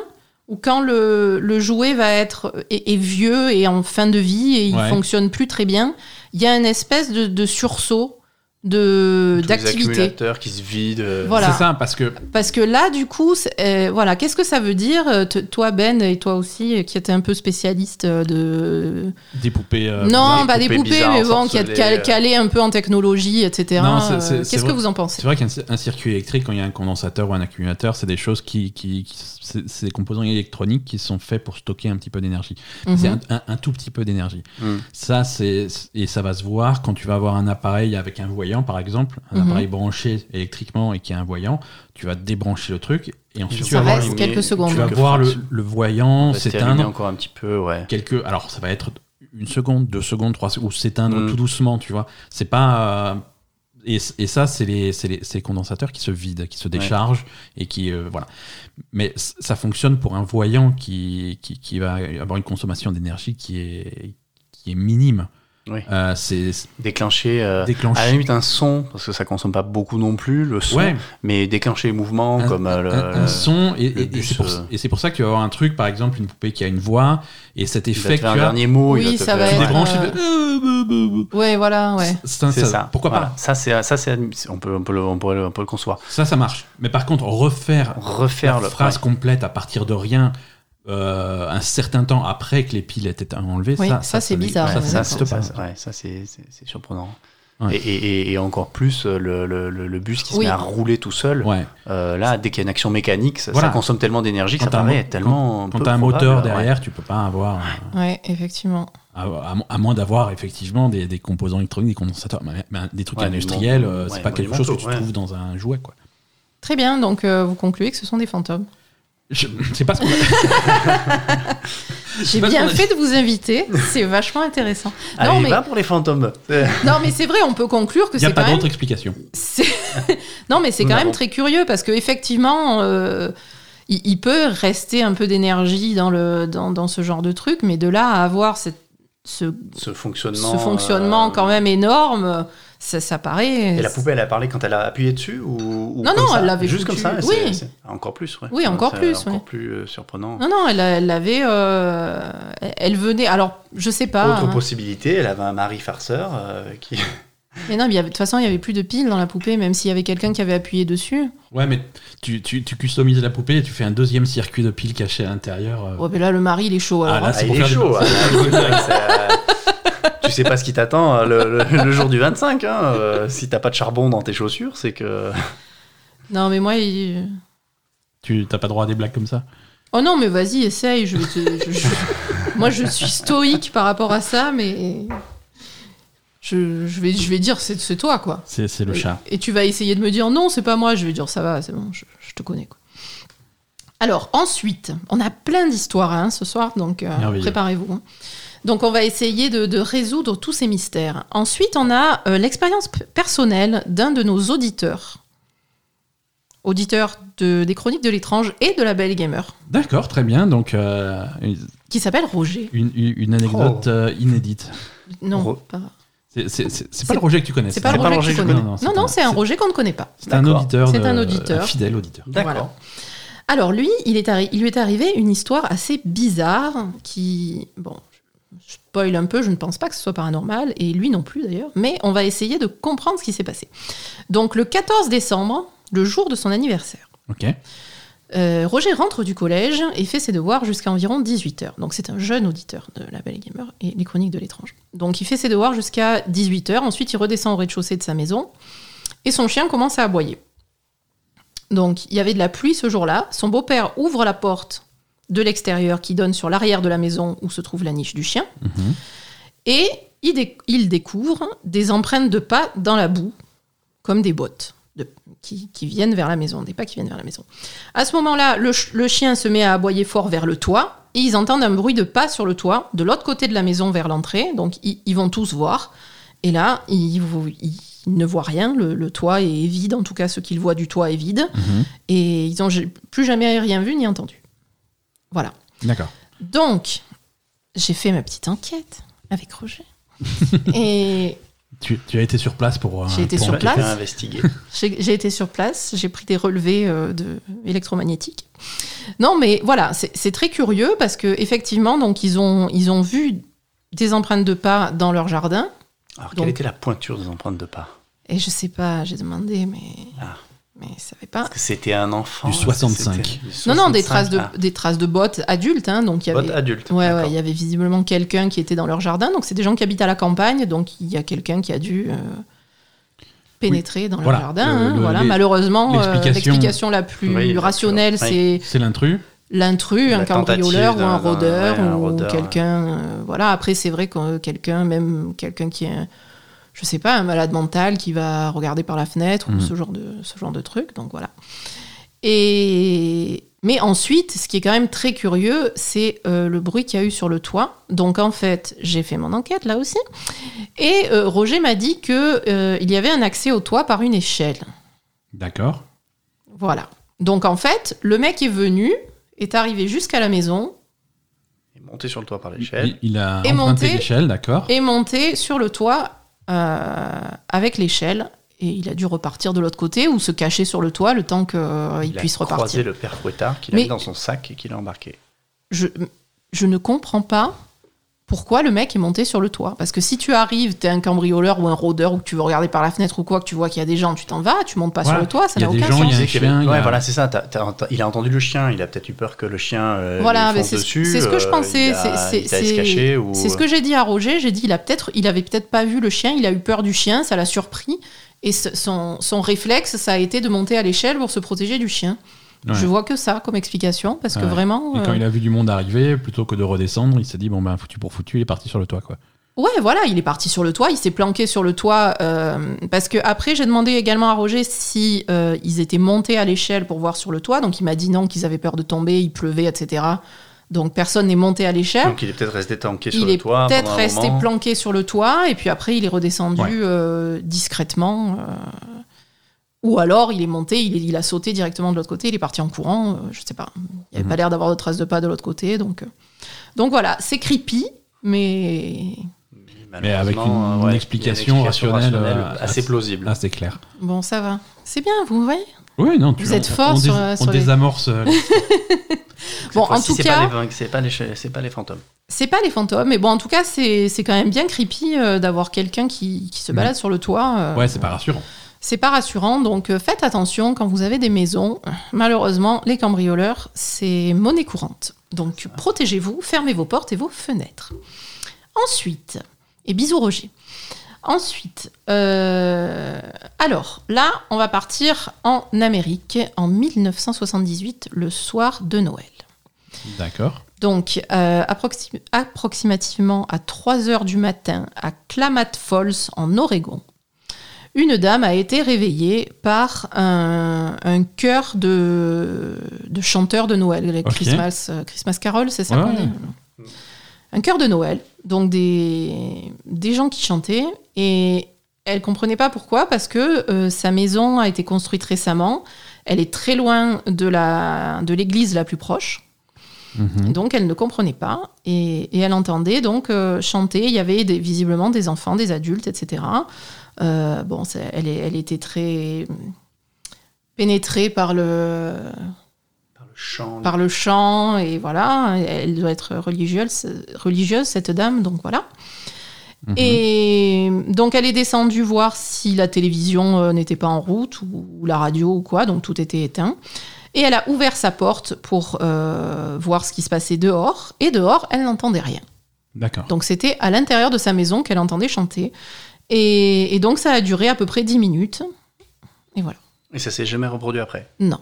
ou quand le, le jouet va être est, est vieux et en fin de vie et il
Ouais.
fonctionne plus très bien, il y a une espèce de, de sursaut de
Tous les
d'activité.
accumulateurs qui se vident. euh,
Voilà.
C'est ça, parce que.
Parce que là, du coup, c'est- euh, voilà, qu'est-ce que ça veut dire, euh, t- toi Ben et toi aussi, euh, qui étais un peu spécialiste euh, de
Des poupées. euh,
non,
bizarre,
pas
poupées
des poupées,
bizarres,
mais bon, qui est
ensorcelées,
cal-
euh.
calé un peu en technologie, etc.
Non, c'est-
Euh,
c'est- c'est
Qu'est-ce que
vrai.
vous en pensez
C'est vrai qu'un ci- un circuit électrique, quand il y a un condensateur ou un accumulateur, c'est des choses qui. qui, qui- c'est c'est des composants électroniques qui sont faits pour stocker un petit peu d'énergie. C'est
Mhm.
un, un- un tout petit peu d'énergie.
Mm.
Ça, c'est. Et ça va se voir quand tu vas avoir un appareil avec un voyant, par exemple, un
Mhm.
appareil branché électriquement et qui a un voyant, tu vas débrancher le truc et ensuite tu
Ça
vas voir,
reste
le-
les-
quelques secondes.
tu vas
quelques
voir le,
frappes.
le voyant
Ça s'est allumé
s'éteindre.
encore un petit peu, ouais.
quelques. Alors, ça va être une seconde, deux secondes, trois secondes, ou s'éteindre
Mm.
tout doucement, tu vois. C'est pas. euh, et, et ça, c'est les, c'est les, c'est les condensateurs qui se vident, qui se déchargent et qui. euh, voilà. Mais c- ça fonctionne pour un voyant qui, qui, qui va avoir une consommation d'énergie qui est, qui est minime.
Oui.
Euh, c'est c'est
Déclencher. euh,
déclenché.
à la limite un son, parce que ça consomme pas beaucoup non plus, le son,
Ouais,
mais déclencher les mouvements
Un-
comme euh, le,
un, un son, et,
le
et- et
bus,
c'est pour,
euh.
et c'est pour ça que tu vas avoir un truc, par exemple, une poupée qui a une voix, et cet
il va te
effet que tu
faire un
as,
dernier mot, il
Oui,
va te
ça va
faire-
tu
être,
Ouais.
débranches,
euh,
tu fais, euh, bou, bou, bou.
Ouais, voilà, ouais.
Ça,
C'est
ça-
ça.
Pourquoi pas
Voilà. Ça, c'est, ça, c'est, admiss- on peut, on peut le, on pourrait le- on peut le concevoir.
Ça, ça marche. Mais par contre, refaire
Refaire
la
le
phrase complète à partir de rien euh, un certain temps après que les piles étaient enlevées,
Oui,
ça,
ça, c'est
n'est-
bizarre,
ça
Ouais,
ouais,
ça,
n'existe
c'est,
pas.
ça, ouais, ça, c'est- c'est- c'est surprenant.
Ouais.
Et, et- et- et encore plus, euh, le, le- le- le bus qui
Oui.
se met à rouler tout seul,
Ouais.
euh, là, dès qu'il y a une action mécanique, ça,
Voilà.
ça consomme tellement d'énergie que
Quand
ça
t'as un
paraît
mo-
tellement.
Quand
peu
tu as un
probable,
moteur
ouais.
derrière, tu peux pas avoir. euh,
Ouais, effectivement.
à, à mo- à moins d'avoir effectivement des, des composants électroniques, des condensateurs, mais- mais des trucs
Ouais, des
industriels,
mon-
euh, c'est
ouais,
pas quelque chose
monumentaux,
que tu
ouais.
trouves dans un jouet. Quoi.
Très bien, donc euh, vous concluez que ce sont des fantômes.
Je, c'est pas ce qu'on a-
J'ai
pas ce
bien
qu'on a
fait de vous inviter, c'est vachement intéressant.
Allez,
non, mais,
va pour les fantômes.
non, mais c'est vrai, on peut conclure que
Il n'y a
c'est
pas
quand même
d'autre explication.
C'est- non, mais c'est quand
Non.
même très curieux parce que effectivement, euh, il, il peut rester un peu d'énergie dans le dans, dans ce genre de truc, mais de là à avoir cette- ce,
Ce fonctionnement.
ce fonctionnement
euh,
quand même énorme, ça, ça paraît.
Et la poupée, elle a parlé quand elle a appuyé dessus ou, ou
Non,
comme
non,
ça
elle l'avait
Juste comme
foutu.
ça
Oui.
c'est- c'est Encore plus, ouais.
Oui, encore
C'est
plus, ouais.
Encore plus euh, surprenant.
Non, non, elle, a- elle avait, euh, elle venait. Alors, je sais pas.
Autre
hein.
possibilité, elle avait un mari farceur euh, qui.
mais non, mais il y avait- de toute façon, il y avait plus de piles dans la poupée, même s'il y avait quelqu'un qui avait appuyé dessus.
Ouais, mais tu, tu, tu customises la poupée et tu fais un deuxième circuit de piles caché à l'intérieur. euh,
Ouais, mais là, le mari, il est chaud. Alors,
Ah, là,
hein.
c'est
Ah,
pour
il est
faire des-
chaud. hein. C'est, euh, tu sais pas ce qui t'attend euh, le, le- le jour du 25. Hein. euh, si t'as pas de charbon dans tes chaussures, c'est que.
Non, mais moi, il-
Tu t'as pas droit à des blagues comme ça
Oh non, mais vas-y, essaye. Je, vais te- je- je- moi, je suis stoïque par rapport à ça, mais je, je vais, je vais dire c'est c'est toi, quoi.
C'est c'est le
Et-
chat.
Et tu vas essayer de me dire non, c'est pas moi. Je vais dire ça va, c'est bon, je, je te connais, quoi. Alors ensuite, on a plein d'histoires hein, ce soir, donc euh,
Merveilleux.
préparez-vous. hein. Donc on va essayer de, de résoudre tous ces mystères. Ensuite, on a euh, l'expérience p- personnelle d'un de nos auditeurs auditeur de, des Chroniques de l'étrange et de la Belle Gamer,
D'accord, très bien. Donc, euh, une,
qui s'appelle Roger.
une- une
Oh.
anecdote euh, inédite.
Non,
Ro-
pas-
C'est- C'est c'est- c'est pas
C'est-
le Roger que tu connais.
c'est pas
ça. hein
le Roger que tu connais.
Non, non, c'est
Non,
un-
non, c'est un
c'est-
Roger qu'on ne connaît pas.
C'est un
D'accord.
auditeur.
C'est
de-
un auditeur.
un fidèle auditeur.
Voilà. Alors lui, il, est arri- il lui est arrivé une histoire assez bizarre qui, bon, je spoil un peu, je ne pense pas que ce soit paranormal, et lui non plus d'ailleurs, mais on va essayer de comprendre ce qui s'est passé. Donc le 14 décembre, le jour de son anniversaire,
Ok.
euh, Roger rentre du collège et fait ses devoirs jusqu'à environ 18h. Donc c'est un jeune auditeur de La Belle et Gamer et les chroniques de l'étrange. Donc il fait ses devoirs jusqu'à 18h, ensuite il redescend au rez-de-chaussée de sa maison et son chien commence à aboyer. Donc il y avait de la pluie ce jour-là, son beau-père ouvre la porte de l'extérieur qui donne sur l'arrière de la maison où se trouve la niche du chien
Mhm.
et il, déc- il découvre des empreintes de pas dans la boue, comme des bottes de- qui, qui viennent vers la maison, des pas qui viennent vers la maison. À ce moment-là, le, ch- le chien se met à aboyer fort vers le toit, et ils entendent un bruit de pas sur le toit, de l'autre côté de la maison vers l'entrée, donc ils, ils vont tous voir. Et là, ils, vo- ils ne voient rien, le, le toit est vide, en tout cas ce qu'ils voient du toit est vide,
Mhm.
et ils n'ont plus jamais rien vu ni entendu. Voilà.
D'accord.
Donc, j'ai fait ma petite enquête avec Roger. Et
Tu, tu as été sur place pour. euh,
J'ai été
pour
sur
enquêter.
place.
investiguer.
j'ai j'ai été sur place, j'ai pris des relevés euh, de, électromagnétiques. Non, mais voilà, c'est c'est très curieux parce que effectivement, donc ils ont, ils ont vu des empreintes de pas dans leur jardin.
Alors,
Donc-
quelle était la pointure des empreintes de pas
Et je sais pas, j'ai demandé, mais
Ah.
mais ils savaient pas.
Est-ce que c'était un enfant
Du
Est-ce que
65.
c'était- du
Non, non, des
65,
traces de,
ah.
des traces de bottes adultes, hein, donc il y avait.
Vote adulte.
Ouais, ouais,
d'accord.
il y avait visiblement quelqu'un qui était dans leur jardin. Donc, c'est des gens qui habitent à la campagne. Donc, il y a quelqu'un qui a dû euh, pénétrer dans leur
Voilà,
jardin.
le-
hein.
le-
voilà.
les-
Malheureusement, euh,
l'explication-
l'explication la plus
Oui, bien
rationnelle,
sûr, oui.
c'est
C'est l'intrus.
l'intrus,
La
un cambrioleur ou
tentative
un
d'un-
rôdeur
ouais, un
ou
rôdeur,
quelqu'un. euh, voilà. Après, c'est vrai que euh, quelqu'un, même quelqu'un qui est, un- je sais pas, un malade mental qui va regarder par la fenêtre ou
Mhm.
ce genre de ce genre de truc. Donc voilà. Et mais ensuite, ce qui est quand même très curieux, c'est euh, le bruit qu'il y a eu sur le toit. Donc en fait, j'ai fait mon enquête là aussi, et euh, Roger m'a dit que euh, il y avait un accès au toit par une échelle.
D'accord.
Voilà. Donc en fait, le mec est venu, est arrivé jusqu'à la maison,
Il est monté sur le toit par l'échelle.
Il, il a
Et
emprunté
monté.
l'échelle, d'accord.
est monté sur le toit euh, avec l'échelle. Et il a dû repartir de l'autre côté ou se cacher sur le toit le temps qu'il
a
puisse
croisé
repartir.
le père Fouettard qu'il a
Mais-
mis dans son sac et qu'il a embarqué.
Je, je ne comprends pas pourquoi le mec est monté sur le toit. Parce que si tu arrives, t'es un cambrioleur ou un rôdeur ou que tu veux regarder par la fenêtre ou quoi, que tu vois qu'il y a des gens, tu t'en vas, tu montes pas
Voilà.
sur le toit, ça
Il y a
n'a
des
aucun
gens, il y a
sens.
un
Tu sais qu'il y avait-
chien, il y
ouais,
a-
voilà, c'est ça. t'as- t'as ent- il a entendu le chien. Il a peut-être eu peur que le chien euh,
Voilà,
lui
mais
fonce
c'est-
dessus.
c'est ce que je
euh,
pensais,
il a- il
c'est-
allait
c'est-
se cacher ou...
C'est ce
euh,
que j'ai dit à Roger. J'ai dit, il a peut-être, il avait peut-être pas vu le chien, il a eu peur du chien, ça l'a surpris. Et ce- son, son réflexe, ça a été de monter à l'échelle pour se protéger du chien.
Ouais.
Je vois que ça comme explication, parce que
Ouais.
vraiment.
Et quand
euh,
il a vu du monde arriver, plutôt que de redescendre, il s'est dit bon ben foutu pour foutu, il est parti sur le toit quoi.
Ouais, voilà, il est parti sur le toit, il s'est planqué sur le toit. euh, parce que après, j'ai demandé également à Roger si euh, ils étaient montés à l'échelle pour voir sur le toit. Donc il m'a dit non, qu'ils avaient peur de tomber, il pleuvait, etc. Donc personne n'est monté à l'échelle.
euh, Donc il est peut-être resté tanké sur
Il
le
est
toit.
peut-être
pendant un
resté
moment.
planqué sur le toit et puis après il est redescendu
Ouais.
euh, discrètement. euh, ou alors il est monté, il, est- il a sauté directement de l'autre côté, il est parti en courant, euh, je sais pas. Il n'y avait
Mhm.
pas l'air d'avoir de traces de pas de l'autre côté. Donc, euh. donc voilà, c'est creepy, mais
Mais avec
Malheureusement,
une-
ouais,
une
il y a
explication rationnelle, euh,
assez plausible.
Là c'est clair.
bon, ça va. C'est bien, vous voyez
Oui non. Tu
Vous êtes
on-
fort
on,
sur,
dés-
euh,
on
sur les-
désamorce. euh, les-
Bon,
Cette fois-ci,
en tout
c'est
cas-
pas les- c'est pas les che- c'est pas les fantômes.
C'est pas les fantômes, mais bon, en tout cas, c'est c'est quand même bien creepy euh, d'avoir quelqu'un qui, qui se
Mhm.
balade sur le toit. euh,
ouais c'est pas rassurant.
C'est pas rassurant, donc euh, faites attention quand vous avez des maisons. Malheureusement, les cambrioleurs, c'est monnaie courante. Donc protégez-vous, fermez vos portes et vos fenêtres. Ensuite, et bisous Roger. Ensuite, euh, alors là, on va partir en Amérique en 1978, le soir de Noël.
D'accord.
Donc, euh, approxi- approximativement à 3 heures du matin, à Klamath Falls, en Oregon, une dame a été réveillée par un, un chœur de, de chanteurs de Noël, les
Ok.
Christmas, euh, Christmas Carol, c'est ça
Ouais,
qu'on
ouais.
dit Un chœur de Noël, donc des, des gens qui chantaient, et elle comprenait pas pourquoi, parce que euh, sa maison a été construite récemment, Elle est très loin de la de l'église la plus proche.
Mhm.
Donc elle ne comprenait pas et, et elle entendait donc euh, chanter. Il y avait des- visiblement des enfants, des adultes, etc. Euh, bon, c'est- elle, est- elle était très pénétrée par le,
Par le chant.
par le chant et voilà. Elle doit être religieuse, religieuse cette dame, donc voilà.
Mhm.
Et donc elle est descendue voir si la télévision euh, n'était pas en route ou, ou la radio ou quoi, donc tout était éteint. Et elle a ouvert sa porte pour euh, voir ce qui se passait dehors. Et dehors, elle n'entendait rien.
D'accord.
Donc c'était à l'intérieur de sa maison qu'elle entendait chanter. Et, et donc ça a duré à peu près 10 minutes. Et voilà.
Et ça s'est jamais reproduit après.
Non.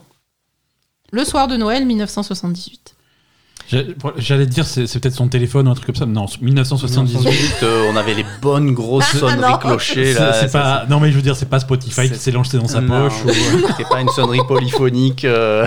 Le soir de Noël 1978.
J'ai- J'allais te dire, c'est c'est peut-être son téléphone ou un truc comme ça. mais Non, 1978.
78, euh, on avait les bonnes grosses
Ah,
sonneries
non.
clochers.
C'est
là.
c'est
Ça,
pas. Non, mais je veux dire, c'est pas Spotify qui
C'est-
s'est lancé dans sa
Non,
poche. ou- euh.
C'était pas une sonnerie polyphonique. euh,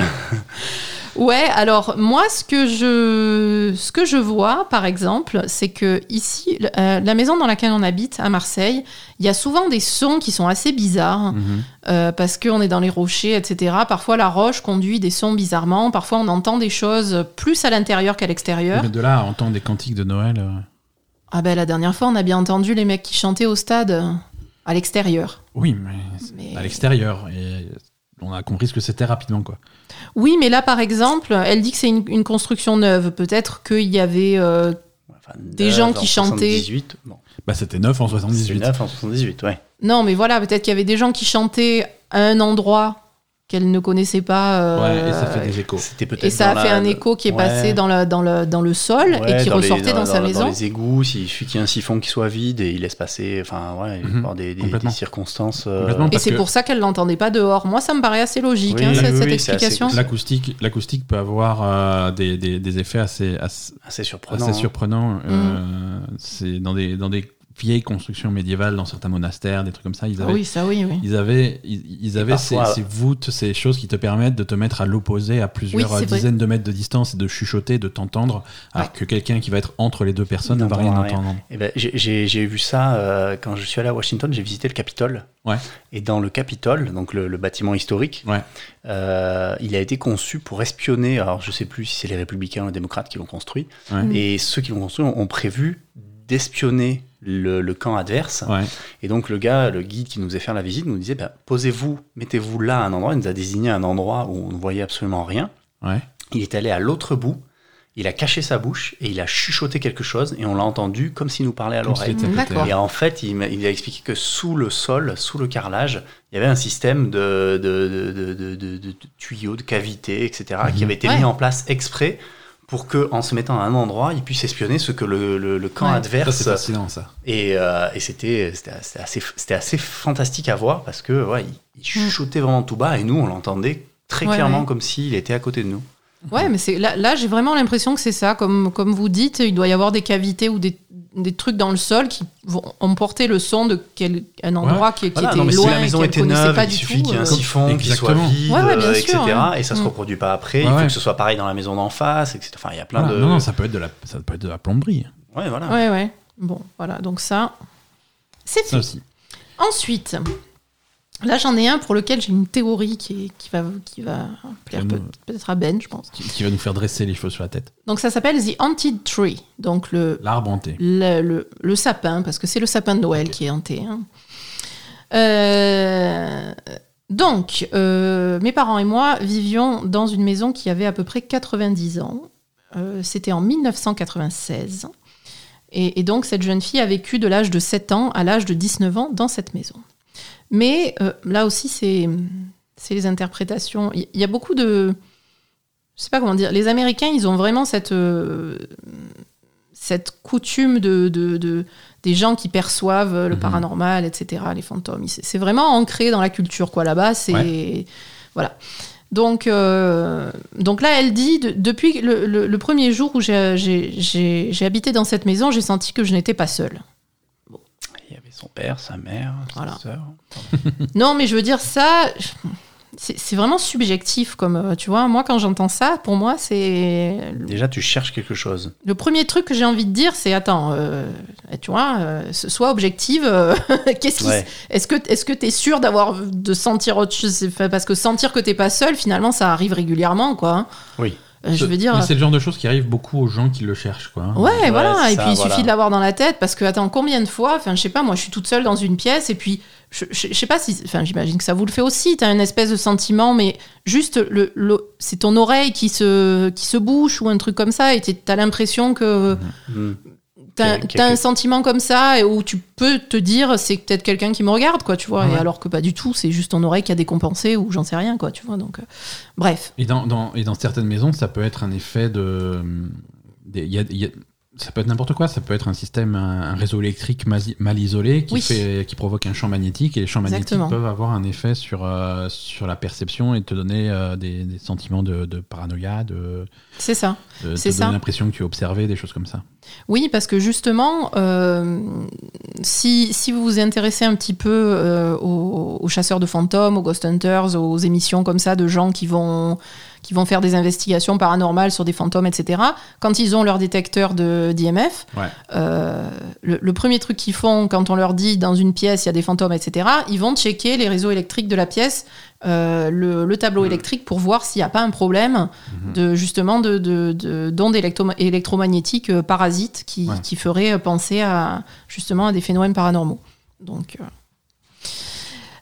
Ouais, alors moi, ce que je, ce que je vois, par exemple, c'est que ici, le- euh, la maison dans laquelle on habite, à Marseille, il y a souvent des sons qui sont assez bizarres,
Mhm.
euh, parce qu'on est dans les rochers, etc. Parfois, la roche conduit des sons bizarrement, parfois, on entend des choses plus à l'intérieur qu'à l'extérieur.
Mais De là, à entendre des cantiques de Noël. euh,
Ah ben, la dernière fois, on a bien entendu les mecs qui chantaient au stade, euh, à l'extérieur.
Oui, mais c'est
Mais-
à l'extérieur. Et on a compris ce que c'était rapidement, quoi.
Oui, mais là, par exemple, elle dit que c'est une, une construction neuve. Peut-être qu'il y avait euh,
enfin,
Des
neuf
gens
en
qui chantaient.
78, bon,
Bah, c'était 9 en
c'est
78.
9 en 78, ouais.
Non, mais voilà, peut-être qu'il y avait des gens qui chantaient à un endroit qu'elle ne connaissait pas. euh,
Ouais, et ça fait des échos.
C'était peut-être
et ça a
dans
fait
la-
un écho qui est
Ouais.
passé dans, la- dans, le, dans le sol
Ouais,
et qui
dans les-
ressortait dans, sa maison.
Dans les égouts, s'il suffit qu'il y ait un siphon qui soit vide et il laisse passer, enfin, ouais, il peut y
Mhm.
avoir des, des-
Complètement.
des circonstances. euh,
Complètement.
Et
Parce
c'est
que-
pour ça qu'elle l'entendait pas dehors. Moi, ça me paraît assez logique,
Oui,
hein,
oui,
cette,
oui,
cette
c'est assez
explication.
cool.
L'acoustique, l'acoustique peut avoir euh, des, des- des effets assez, assez,
assez hein. surprenant.
assez
hein.
surprenants. euh,
Mm.
c'est dans des, dans des vieilles constructions médiévales, dans certains monastères, des trucs comme ça. Ils
Ah
avaient,
oui, ça oui, oui.
ils avaient, ils, ils avaient
parfois-
ces, ces voûtes, ces choses qui te permettent de te mettre à l'opposé à plusieurs
Oui, c'est vrai.
dizaines de mètres de distance et de chuchoter, de t'entendre, alors
Ouais.
que quelqu'un qui va être entre les deux personnes ne va rien
N'entendra rien.
entendre.
Eh ben, j'ai- j'ai j'ai vu ça euh, quand je suis allé à Washington, j'ai visité le Capitole.
Ouais.
Et dans le Capitole, donc le, le bâtiment historique,
Ouais.
euh, il a été conçu pour espionner. Alors je sais plus si c'est les républicains ou les démocrates qui l'ont construit.
Ouais.
Mm.
Et ceux qui l'ont construit ont, ont prévu d'espionner le, le camp adverse.
Ouais.
Et donc le gars, le guide qui nous faisait faire la visite, nous disait ben, posez-vous, mettez-vous là à un endroit. Il nous a désigné un endroit où on ne voyait absolument rien.
Ouais.
Il est allé à l'autre bout. Il a caché sa bouche et il a chuchoté quelque chose et on l'a entendu comme s'il nous parlait à
Comme s'il
l'oreille.
était à côté.
D'accord.
Et en fait, il, m'a- il a expliqué que sous le sol, sous le carrelage, il y avait un système de, de, de- de- de- de- de tuyaux, de cavités, etc., qui avait été
Mhm. Ouais.
mis en place exprès pour que, en se mettant à un endroit, il puisse espionner ce que le, le- le camp
Ouais.
Ça,
adverse.
c'est fascinant, ça.
et euh, et c'était c'était assez- assez, c'était assez fantastique à voir parce que ouais, il, il chuchotait vraiment tout bas et nous, on l'entendait très
Mhm. Ouais,
clairement
ouais.
comme s'il était à côté de nous.
Ouais, mais c'est là, là j'ai vraiment l'impression que c'est ça. Comme, comme vous dites, il doit y avoir des cavités ou des, des trucs dans le sol qui vont emporter le son de quel, un endroit qui, qui
Voilà,
était
Ah non, mais si
loin
la maison
et
était
qu'elle connaissait
neuve,
pas
il
du
suffit
tout.
qu'il y ait un
euh,
siphon qui soit
Exactement.
vide,
Ouais, ouais, bien
euh,
sûr,
etc.
hein.
Et ça se
Mm.
reproduit pas après.
Ouais,
il faut
ouais.
que ce soit pareil dans la maison d'en face, etc. Enfin, il y a plein
Voilà.
de.
Non, non, ça peut être de la, ça peut être de la plomberie. hein.
Ouais, voilà.
Ouais, ouais. Bon, voilà, donc ça, c'est
Ça
fait.
aussi.
Ensuite, là j'en ai un pour lequel j'ai une théorie qui, est- qui va, qui va plaire peut-
Donne-nous.
peut-être à Ben, je pense.
Qui, qui va nous faire dresser les cheveux sur la tête.
Donc ça s'appelle The Haunted Tree, donc le,
L'arbre hanté.
le, le- le sapin, parce que c'est le sapin de Noël qui est hanté. hein. Euh, donc, euh, mes parents et moi vivions dans une maison qui avait à peu près 90 ans. Euh, C'était en 1996. Et, et donc, cette jeune fille a vécu de l'âge de 7 ans à l'âge de 19 ans dans cette maison. Mais euh, là aussi, c'est c'est les interprétations. Il y- il y a beaucoup de... Je sais pas comment dire. Les Américains, ils ont vraiment cette... euh, cette coutume de, de- de- des gens qui perçoivent le
Mhm.
paranormal, etc., les fantômes. Il- C'est c'est vraiment ancré dans la culture, quoi, là-bas. C'est. Voilà. Donc, euh, donc là, elle dit de- depuis le, le- le premier jour où j'ai- j'ai j'ai- j'ai habité dans cette maison, j'ai senti que je n'étais pas seule.
Il y avait son père, sa mère,
Voilà.
sa sœur.
Non, mais je veux dire, ça, c'est c'est vraiment subjectif comme euh, tu vois moi quand j'entends ça pour moi c'est
Déjà, tu cherches quelque chose.
le premier truc que j'ai envie de dire c'est attends euh, tu vois euh, sois objective euh, qu'est-ce qui
Ouais.
Est-ce que est-ce que t'es sûr d'avoir de sentir autre chose Enfin, Parce que sentir que t'es pas seul, finalement, ça arrive régulièrement, quoi. hein.
Oui.
Euh, Je veux dire. euh,
Mais c'est le genre de choses qui arrive beaucoup aux gens qui le cherchent, quoi. hein.
Ouais,
Ouais,
voilà.
c'est
Et
ça,
puis il
voilà.
suffit de l'avoir dans la tête parce que attends, combien de fois Enfin, je sais pas. Moi, je suis toute seule dans une pièce et puis je, je- je sais pas si. Enfin, j'imagine que ça vous le fait aussi. T'as une espèce de sentiment, mais juste le, le- c'est ton oreille qui se qui se bouche ou un truc comme ça et t'es- t'as l'impression que
Hmm.
t'as
Quel-
t'as un
quel-
sentiment comme ça et où tu peux te dire c'est peut-être quelqu'un qui me regarde quoi tu vois
Ouais.
et alors que pas du tout c'est juste ton oreille qui a décompensé ou j'en sais rien quoi tu vois donc euh, bref
Et dans, dans- et dans certaines maisons, ça peut être un effet de. des- il y a- il y a- ça peut être n'importe quoi. Ça peut être un système, un, un réseau électrique masi- mal isolé qui,
Oui.
fait, qui provoque un champ magnétique. Et les champs
Exactement.
magnétiques peuvent avoir un effet sur, euh, sur la perception et te donner euh, des, des sentiments de, de paranoïa, de,
c'est ça
de te
C'est ça.
donner l'impression que tu es observé, des choses comme ça.
oui parce que justement euh, si, si vous vous intéressez un petit peu euh, aux, aux chasseurs de fantômes aux ghost hunters aux émissions comme ça de gens qui vont qui vont faire des investigations paranormales sur des fantômes etc quand ils ont leur détecteur de d'IMF
Ouais.
Euh, le, le premier truc qu'ils font quand on leur dit dans une pièce il y a des fantômes, etc., ils vont checker les réseaux électriques de la pièce, euh, le, le tableau électrique pour voir s'il n'y a pas un problème
Mhm.
de justement de, de- de- d'ondes électro- électromagnétiques euh, parasites qui,
Ouais.
qui feraient euh, penser à justement à des phénomènes paranormaux. Donc euh,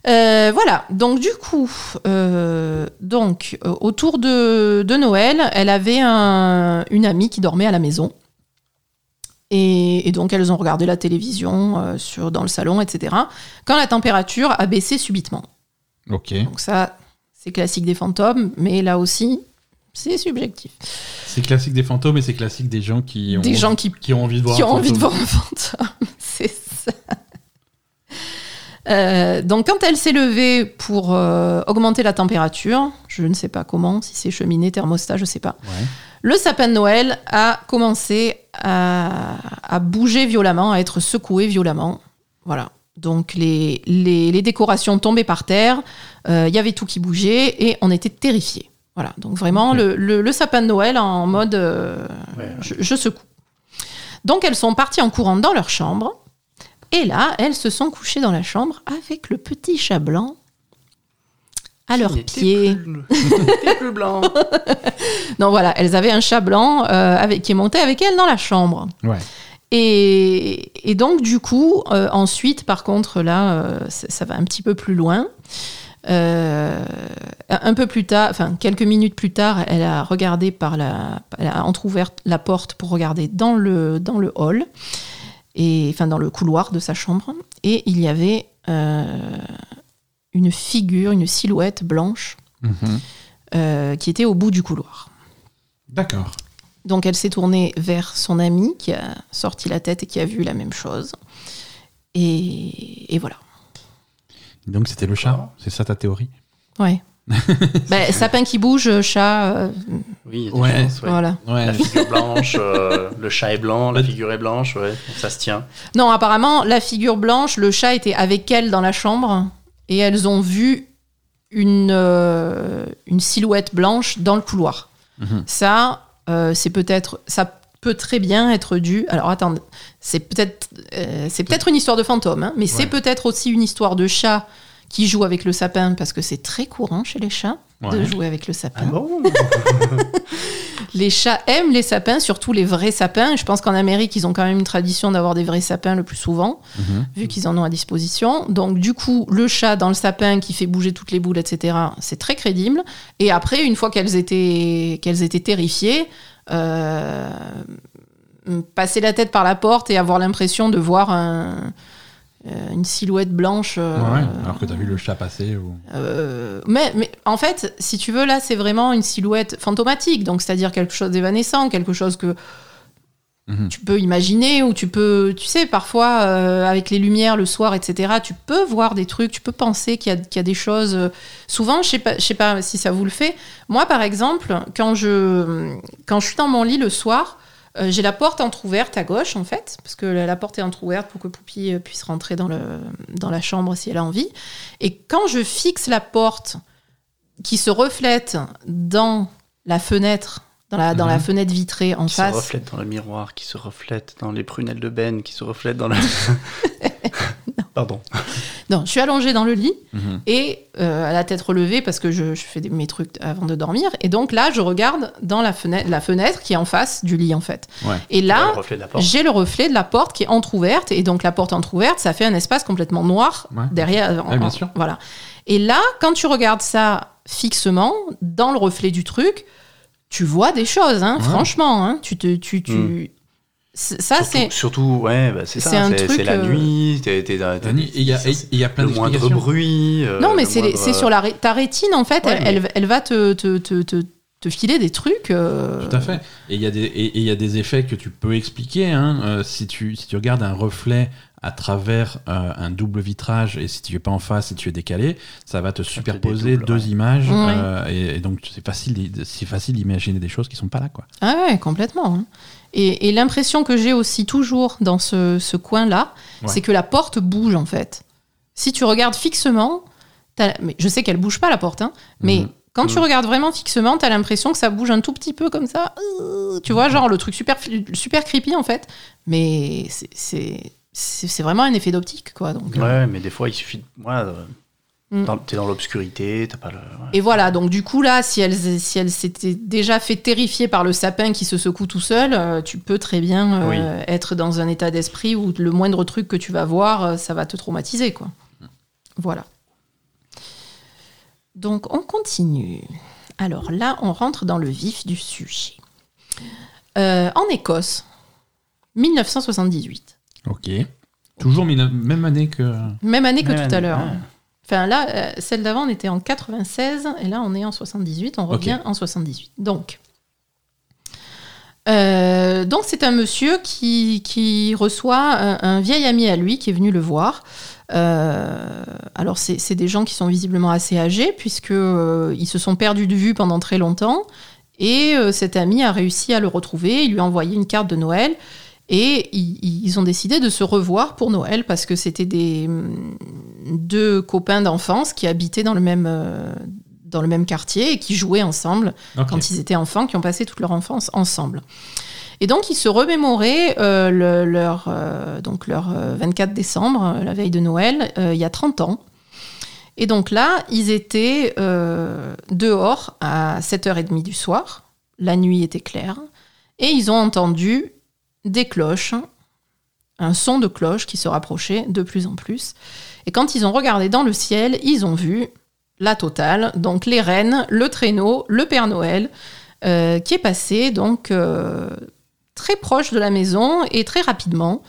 euh, voilà, donc du coup, euh, donc euh, autour de, de Noël, elle avait un- une amie qui dormait à la maison. Et, et donc elles ont regardé la télévision euh, sur, dans le salon, etc. Quand la température a baissé subitement.
Ok.
Donc ça, c'est classique des fantômes, mais là aussi, c'est subjectif.
C'est classique des fantômes et c'est classique des gens qui ont,
Des gens qui
qui ont envie de voir.
qui
un
ont envie de
fantôme.
voir un fantôme. C'est ça. Euh, donc quand elle s'est levée pour euh, augmenter la température, je ne sais pas comment, si c'est cheminée, thermostat, je sais pas,
Ouais.
le sapin de Noël a commencé à, à bouger violemment, à être secoué violemment. Voilà. Donc les, les, les décorations tombaient par terre, euh, il y avait tout qui bougeait et on était terrifiés. Voilà, donc vraiment
Ok.
le, le- le sapin de Noël en mode euh,
Ouais.
je, je secoue. Donc elles sont parties en courant dans leur chambre et là elles se sont couchées dans la chambre avec le petit chat blanc à leurs
Il était
pieds.
plus- il était plus blanc.
Non, voilà, elles avaient un chat blanc euh, avec, qui est monté avec elles dans la chambre.
Ouais.
Et, et donc, du coup, euh, ensuite, par contre, là, euh, ça, ça va un petit peu plus loin. Euh, un peu plus tard, enfin quelques minutes plus tard, elle a regardé par la, elle a entrouvert la porte pour regarder dans le dans le hall et enfin dans le couloir de sa chambre et il y avait euh, une figure, une silhouette blanche
Mhm.
euh, qui était au bout du couloir.
D'accord.
Donc elle s'est tournée vers son amie qui a sorti la tête et qui a vu la même chose. Et, et voilà.
Donc c'était le chat. C'est ça ta théorie
Ouais. Bah, sapin qui bouge, chat, euh,
Oui, il y a des
Ouais.
chances, ouais.
voilà.
Ouais.
La figure blanche, euh, le chat est blanc, la figure est blanche, ouais, ça se tient.
Non, apparemment, la figure blanche, le chat était avec elle dans la chambre et elles ont vu une, euh, une silhouette blanche dans le couloir.
Mhm.
Ça, euh, c'est peut-être. Ça peut très bien être dû. Alors attendez, c'est peut-être euh, c'est peut-être une histoire de fantôme, hein, mais c'est
Ouais.
peut-être aussi une histoire de chat qui joue avec le sapin parce que c'est très courant chez les chats de
Ouais.
jouer avec le sapin.
Ah bon
Les chats aiment les sapins, surtout les vrais sapins. Je pense qu'en Amérique, ils ont quand même une tradition d'avoir des vrais sapins le plus souvent,
Mhm.
vu qu'ils en ont à disposition. Donc, du coup, le chat dans le sapin qui fait bouger toutes les boules, etc., c'est très crédible. Et après, une fois qu'elles étaient, qu'elles étaient terrifiées, euh, passer la tête par la porte et avoir l'impression de voir un- euh, une silhouette blanche. euh,
Ouais, ouais, alors que t'as vu le chat passer ou...
euh, mais, mais en fait, si tu veux, là, c'est vraiment une silhouette fantomatique, donc c'est-à-dire quelque chose d'évanescent, quelque chose que
Mhm.
tu peux imaginer ou tu peux, tu sais, parfois euh, avec les lumières le soir, etc. Tu peux voir des trucs, tu peux penser qu'il y a, qu'il y a des choses. euh, Souvent, je sais pas, je sais pas si ça vous le fait. Moi, par exemple, quand je quand je suis dans mon lit le soir. euh, J'ai la porte entrouverte à gauche, en fait, parce que la, la porte est entrouverte pour que Poupie euh, puisse rentrer dans, le, dans la chambre si elle a envie. Et quand je fixe la porte qui se reflète dans la fenêtre, dans la, dans
Mhm.
la fenêtre vitrée en
Qui se
face.
reflète dans le miroir, qui se reflète dans les prunelles de Ben, qui se reflète dans la. Pardon.
Non, je suis allongée dans le lit
Mhm.
et euh, à la tête relevée parce que je, je fais des- mes trucs avant de dormir. Et donc là, je regarde dans la fenêtre, la fenêtre qui est en face du lit en fait.
Ouais.
Et
Dans
là,
le reflet de la porte.
j'ai le reflet de la porte qui est entrouverte. Et donc la porte entrouverte, ça fait un espace complètement noir
Ouais.
derrière.
Ouais, bien sûr.
Voilà. Et là, quand tu regardes ça fixement, dans le reflet du truc, tu vois des choses, hein,
Ouais. Mm.
franchement. hein. tu te, tu, tu... C'est- Ça, Ah, c'est...
Surtout, surtout, ouais, bah, c'est ça.
c'est un
C'est
truc,
c'est la
euh,
nuit, t'es- t'es dans-
La nuit, Il y a,
c'est-
il y a plein
le moindre
d'explications.
bruit. euh,
Non, mais
le
c'est
moindre-
c'est sur la ré- ta rétine, en fait,
Ouais,
elle,
mais-
elle, elle va te, te, te, te, te filer des trucs. euh,
Tout à fait. Et il y, a des- et- et il y a des effets que tu peux expliquer. hein. Euh, si, tu, si tu regardes un reflet à travers euh, un double vitrage et si tu es pas en face, si tu es décalé, ça va te superposer
dédouble,
deux
ouais.
images.
Ouais.
euh, et, et donc, c'est facile d'y- c'est facile d'imaginer des choses qui sont pas là. Quoi.
Ah ouais, complètement. hein. Et, et l'impression que j'ai aussi toujours dans ce, ce coin-là,
Ouais.
c'est que la porte bouge en fait. Si tu regardes fixement, t'as- mais je sais qu'elle bouge pas la porte, hein, mais
Mhm.
quand tu
Mhm.
regardes vraiment fixement, t'as l'impression que ça bouge un tout petit peu comme ça. Euh, Tu vois, genre le truc super, super creepy en fait. Mais c'est- c'est c'est- c'est vraiment un effet d'optique quoi. Donc, euh,
Ouais, mais des fois, il suffit. de- Voilà, euh,
Mm.
dans- t'es dans l'obscurité, t'as pas le. ouais.
Et voilà, donc du coup là, si elle, si elle s'était déjà fait terrifier par le sapin qui se secoue tout seul, euh, tu peux très bien euh,
Oui.
être dans un état d'esprit où le moindre truc que tu vas voir, euh, ça va te traumatiser, quoi. Voilà. Donc on continue. Alors là, on rentre dans le vif du sujet. Euh, en Écosse, 1978,
Ok. Toujours mille- même année que.
même année que
Ouais,
tout à
ouais.
l'heure. hein. Enfin là, euh, celle d'avant, on était en 96 et là, on est en 78. On revient en 78. Donc, euh, donc c'est un monsieur qui, qui reçoit un, un vieil ami à lui qui est venu le voir. Euh, alors c'est c'est des gens qui sont visiblement assez âgés puisque euh, ils se sont perdus de vue pendant très longtemps et euh, cet ami a réussi à le retrouver. Il lui a envoyé une carte de Noël et i- i- ils ont décidé de se revoir pour Noël parce que c'était des hum, deux copains d'enfance qui habitaient dans le même euh, dans le même quartier et qui jouaient ensemble
Ok.
quand ils étaient enfants, qui ont passé toute leur enfance ensemble. Et donc, ils se remémoraient euh, le- leur, euh, donc leur euh, 24 décembre, euh, la veille de Noël, euh, il y a 30 ans. Et donc là, ils étaient euh, dehors à 7h30 du soir. La nuit était claire. Et ils ont entendu des cloches, un son de cloche qui se rapprochait de plus en plus. Et quand ils ont regardé dans le ciel, ils ont vu la totale, donc les rennes, le traîneau, le Père Noël, euh, qui est passé donc euh, très proche de la maison et très rapidement.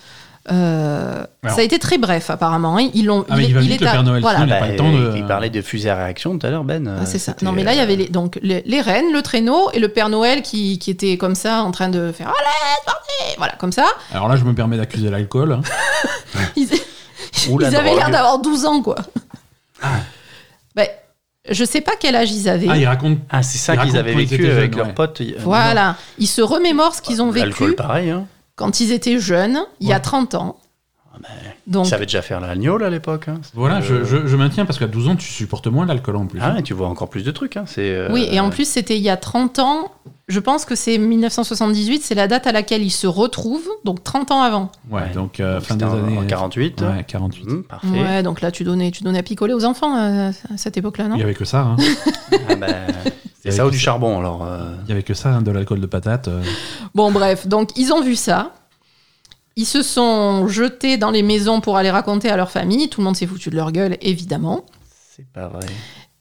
Euh,
Alors-
ça a été très bref apparemment. hein. Ils l'ont.
Ah, mais il va vite, le
à-
Père Noël,
voilà.
sinon, il a pas le temps de-
Ah, Bah, Il parlait de fusée à réaction tout à l'heure, Ben.
Ah, c'est ça.
C'était,
Non, mais là, il y avait
euh,
les, donc les, les rennes, le traîneau et le Père Noël qui, qui était comme ça en train de faire Allez, c'est parti Voilà, comme ça.
Alors là, je me permets d'accuser l'alcool. hein.
Ils,
Ou la
ils avaient
drogue.
l'air d'avoir 12 ans, quoi. Ben, je sais pas quel âge ils avaient.
Ah, il raconte.
Ah, c'est ça
Ils
qu'ils
racontent
avaient
quand ils
vécu
étaient jeunes,
avec
ouais.
leurs potes. il- euh,
voilà. Ils se remémorent ce qu'ils ont
non. L'alcool,
vécu
pareil. Hein.
quand ils étaient jeunes, il y a
Ouais.
30 ans. Donc,
Ils savaient déjà faire l'agneau, là, à l'époque. hein.
Voilà, je,
Euh,
je- je maintiens parce qu'à 12 ans, tu supportes moins l'alcool en plus.
Ah, et tu vois encore plus de trucs. Hein. C'est, euh,
Oui, et en plus, c'était il y a 30 ans. Je pense que c'est 1978, c'est la date à laquelle ils se retrouvent, donc 30 ans avant.
ouais,
ouais.
donc euh, fin
c'était
des
en-
années.
En 48.
Ouais, 48.
Hum, parfait.
Ouais, donc là, tu donnais, tu donnais à picoler aux enfants euh, à cette époque-là, non
Il y avait que ça. hein.
Ah, ben, c'est ça ou du charbon, alors. euh,
Il y avait que ça, hein, de l'alcool de patate. euh.
Bon, bref, donc ils ont vu ça. Ils se sont jetés dans les maisons pour aller raconter à leur famille. Tout le monde s'est foutu de leur gueule, évidemment.
C'est pas vrai.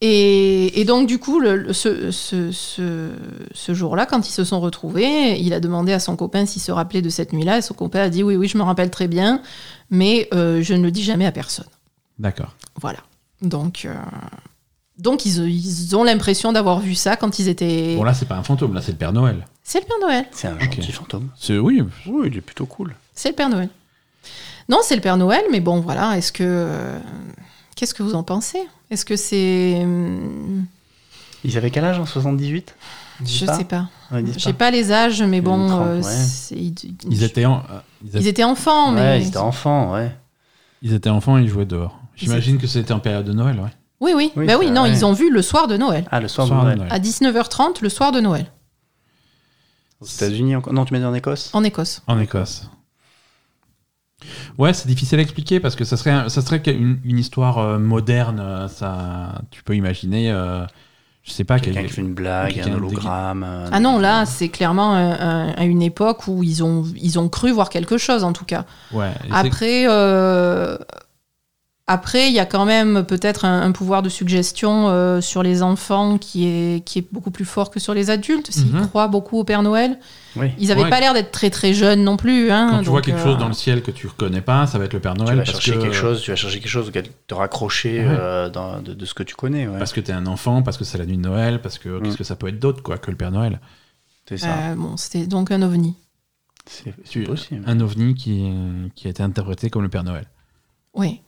Et, et donc, du coup, le- le- ce, ce- ce- ce jour-là, quand ils se sont retrouvés, il a demandé à son copain s'il se rappelait de cette nuit-là. Et son copain a dit Oui, oui, je me rappelle très bien, mais euh, je ne le dis jamais à personne.
D'accord.
Voilà. Donc, euh, donc ils, ils ont l'impression d'avoir vu ça quand ils étaient.
Bon, là, c'est pas un fantôme, là, c'est le Père Noël.
C'est le Père Noël.
C'est un
Ok.
gentil fantôme.
C'est oui.
Oui, il est plutôt cool.
C'est le Père Noël. Non, c'est le Père Noël, mais bon, voilà. Est-ce que. euh, Qu'est-ce que vous en pensez Est-ce que c'est. hum,
Ils avaient quel âge en 78
Je sais pas.
Ouais, ils disent
J'ai pas les âges, mais bon.
Une trente,
euh,
ouais.
c'est- ils,
Ils étaient, en- euh, ils, a-
ils étaient enfants, mais.
Ouais, ils étaient enfants, ouais.
ils étaient enfants et ils jouaient dehors.
Ils
J'imagine que c'était en période de Noël, ouais.
Oui, oui.
Oui,
bah oui,
ça,
non,
ouais.
ils ont vu le soir de Noël.
Ah, le soir,
Soir
de
de
Noël.
Noël.
À 19h30, le soir de Noël,
Aux États-Unis encore Non, tu m'as dit en Écosse
en Écosse.
En Écosse. Ouais, c'est difficile à expliquer parce que ça serait, un- ça serait une, une histoire euh, moderne. euh, Ça, tu peux imaginer, euh, je sais pas,
Quelqu'un
quel-
qui fait une blague, un
quelqu'un de-
hologramme. euh, un-
Ah non, là, c'est clairement un- un- à une époque où ils ont, ils ont cru voir quelque chose, en tout cas.
ouais, et c'est-
Après, euh, après, il y a quand même peut-être un, un pouvoir de suggestion euh, sur les enfants qui est, qui est beaucoup plus fort que sur les adultes. S'ils
Mhm.
croient beaucoup au Père Noël,
Oui.
ils n'avaient
Ouais.
pas l'air d'être très très jeunes non plus. Hein,
quand tu vois
donc,
quelque
euh,
chose dans le ciel que tu reconnais pas, ça va être le Père
Tu
Noël
vas
parce
chercher
que
quelque chose, tu vas chercher quelque chose auquel te raccrocher
Ouais.
euh, dans- de, de ce que tu connais. ouais.
parce que t'es un enfant, parce que c'est la nuit de Noël, parce
Mm.
que qu'est-ce que ça peut être d'autre quoi que le Père Noël.
C'est ça.
euh, bon, c'était donc un ovni.
C'est c'est
Tu-
possible.
Un ovni qui, qui a été interprété comme le Père Noël.
Oui.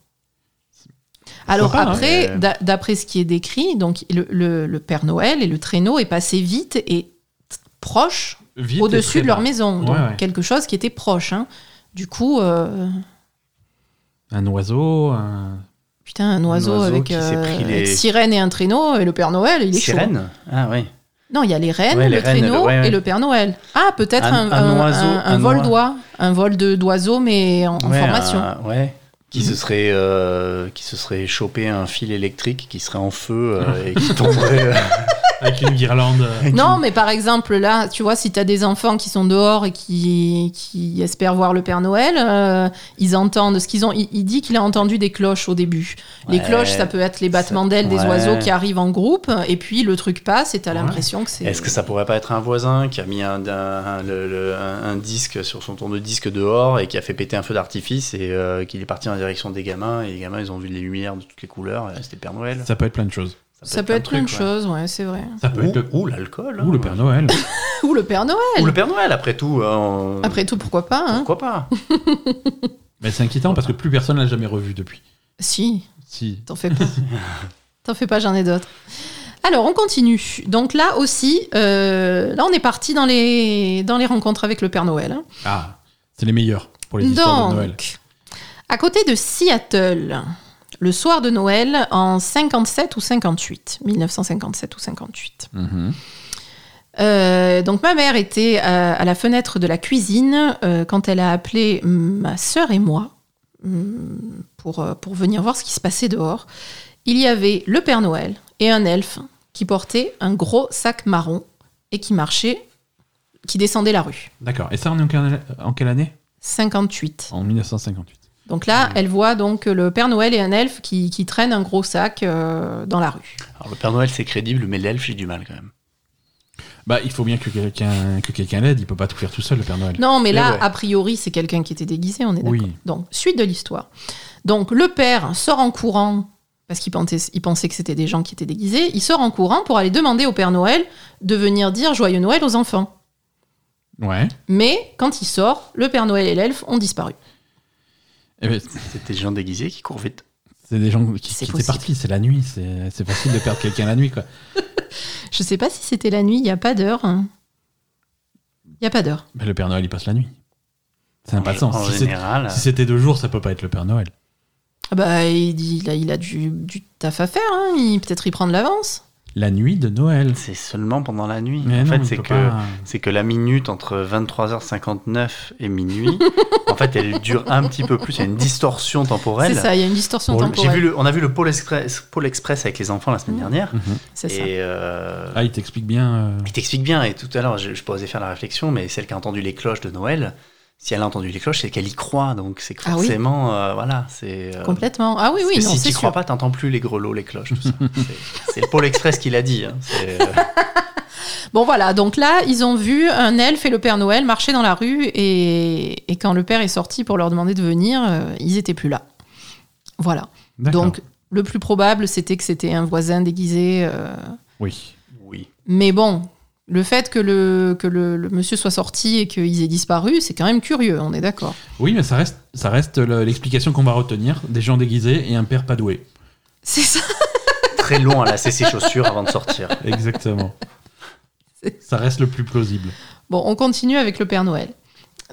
Alors
pas, hein,
après,
mais-
d'a- d'après ce qui est décrit, donc le, le- le Père Noël et le traîneau est passé vite et t- proche
Vite et
au-dessus
très
de leur
bas.
maison.
Ouais,
donc
ouais.
quelque chose qui était proche. hein. Du coup, euh,
Un oiseau. un-
putain, un oiseau,
oiseau
avec, euh,
qui s'est pris les-
avec sirène et un traîneau et le Père Noël, il est chaud.
Sirène Ah oui.
Non, il y a les rennes,
Ouais, les
le
rennes et le-
traîneau
ouais, ouais.
et le Père Noël. Ah, peut-être
Un-
un,
un
un-
oiseau,
un- un
un
vol
oie-
d'oie, un vol de- d'oiseau, mais en, en
Ouais,
formation.
un- ouais. Qui
Mhm.
se serait euh, qui se serait chopé un fil électrique qui serait en feu euh, et qui tomberait. euh,
Avec une guirlande. euh,
Non, mais par exemple, là, tu vois, si tu as des enfants qui sont dehors et qui, qui espèrent voir le Père Noël, euh, ils entendent ce qu'ils ont. Il, il dit qu'il a entendu des cloches au début. Les
Ouais.
cloches, ça peut être les battements d'ailes des
ouais.
oiseaux qui arrivent en groupe, et puis le truc passe et tu as
Ouais.
l'impression que c'est.
Est-ce que ça pourrait pas être un voisin qui a mis un, un- le- le- un- un disque sur son tour de disque dehors et qui a fait péter un feu d'artifice et euh, qu'il est parti en direction des gamins et les gamins ils ont vu les lumières de toutes les couleurs et c'était le Père Noël.
Ça peut être plein de choses.
Ça peut être
plein
une
de trucs, ouais.
chose, ouais, c'est vrai.
Ça peut être le-
Ou, ou l'alcool.
ou
hein.
le Père Noël.
Ou le Père Noël.
Ou le Père Noël après tout. hein, on-
Après tout, pourquoi pas hein
Pourquoi pas
Mais c'est inquiétant parce que plus personne l'a jamais revu depuis.
Si,
Si.
T'en fais pas. T'en fais pas, j'en ai d'autres. Alors, on continue. Donc là aussi, euh, là on est parti dans les, dans les rencontres avec le Père Noël. hein.
Ah, c'est les meilleurs pour les histoires de Noël.
Donc, à côté de Seattle, le soir de Noël en 57 ou 58, 1957 ou 58.
Mhm.
Euh, donc ma mère était euh, à, à la fenêtre de la cuisine euh, quand elle a appelé ma sœur et moi hum, pour, euh, pour venir voir ce qui se passait dehors. Il y avait le Père Noël et un elfe qui portait un gros sac marron et qui marchait, qui descendait la rue.
D'accord. Et ça, on est en, quelle- en quelle année
58.
En 1958.
Donc
Hmm.
là, elle voit donc le Père Noël et un elfe qui, qui traînent un gros sac euh, dans la rue.
Alors le Père Noël c'est crédible mais l'elfe j'ai du mal quand même.
Bah, il faut bien que quelqu'un que quelqu'un l'aide. Il peut pas tout faire tout seul, le Père Noël.
Non, mais
Eh
là,
ouais.
a priori, c'est quelqu'un qui était déguisé, on est d'accord.
Oui.
Donc, suite de l'histoire. Donc, le père sort en courant, parce qu'il pensait, il pensait que c'était des gens qui étaient déguisés, il sort en courant pour aller demander au Père Noël de venir dire Joyeux Noël aux enfants.
Ouais.
Mais quand il sort, le Père Noël et l'elfe ont disparu.
Eh ben,
C'était des gens déguisés qui courent vite.
c'est des gens qui, qui
C'est
étaient
possible.
partis. C'est la nuit. C'est c'est facile de perdre quelqu'un la nuit, quoi.
Je sais pas si c'était la nuit, il n'y a pas d'heure. hein. Il n'y a pas d'heure.
Mais le Père Noël, il passe la nuit. Ça n'a pas de
En-
sens.
En
Si c'est-
général.
si c'était deux jours, ça peut pas être le Père Noël.
Ah Bah, il, dit- il a, il a du, du taf à faire, hein. il peut-être y prendre l'avance.
La nuit de Noël.
C'est seulement pendant la nuit.
Mais
en
non,
fait,
il
c'est
peut
que
pas.
c'est que la minute entre 23h59 et minuit, en fait, elle dure un petit peu plus. Il y a une distorsion temporelle.
C'est ça, il y a une distorsion
Pour le- J'ai
temporelle. Ah,
vu le- on a vu le Pôle Express, Pôle Express avec les enfants la semaine dernière.
Mhm.
C'est ça.
Et euh,
Ah, il t'explique bien. euh,
il t'explique bien. Et tout à l'heure, je, je posais faire la réflexion, mais celle qui a entendu les cloches de Noël, si elle a entendu les cloches, c'est qu'elle y croit. Donc c'est que
Ah oui.
forcément, euh, voilà, c'est. euh,
Complètement. Ah oui,
parce
oui,
que
non,
si
c'est
tu crois
sûr.
pas, t'entends plus les grelots, les cloches, tout ça. C'est- C'est le Pôle Express qui l'a dit. hein. C'est, euh,
Bon voilà, donc là, ils ont vu un elfe et le Père Noël marcher dans la rue et, et quand le père est sorti pour leur demander de venir, euh, ils étaient plus là. Voilà.
d'accord.
Donc le plus probable, c'était que c'était un voisin déguisé. euh,
Oui.
oui.
Mais bon, le fait que le, que le, le monsieur soit sorti et qu'ils aient disparu, c'est quand même curieux, on est d'accord.
Oui, mais ça reste, ça reste le- l'explication qu'on va retenir des gens déguisés et un père pas doué.
C'est ça.
Très long à lasser ses chaussures avant de sortir.
Exactement.
C'est-
ça reste le plus plausible.
Bon, on continue avec le Père Noël.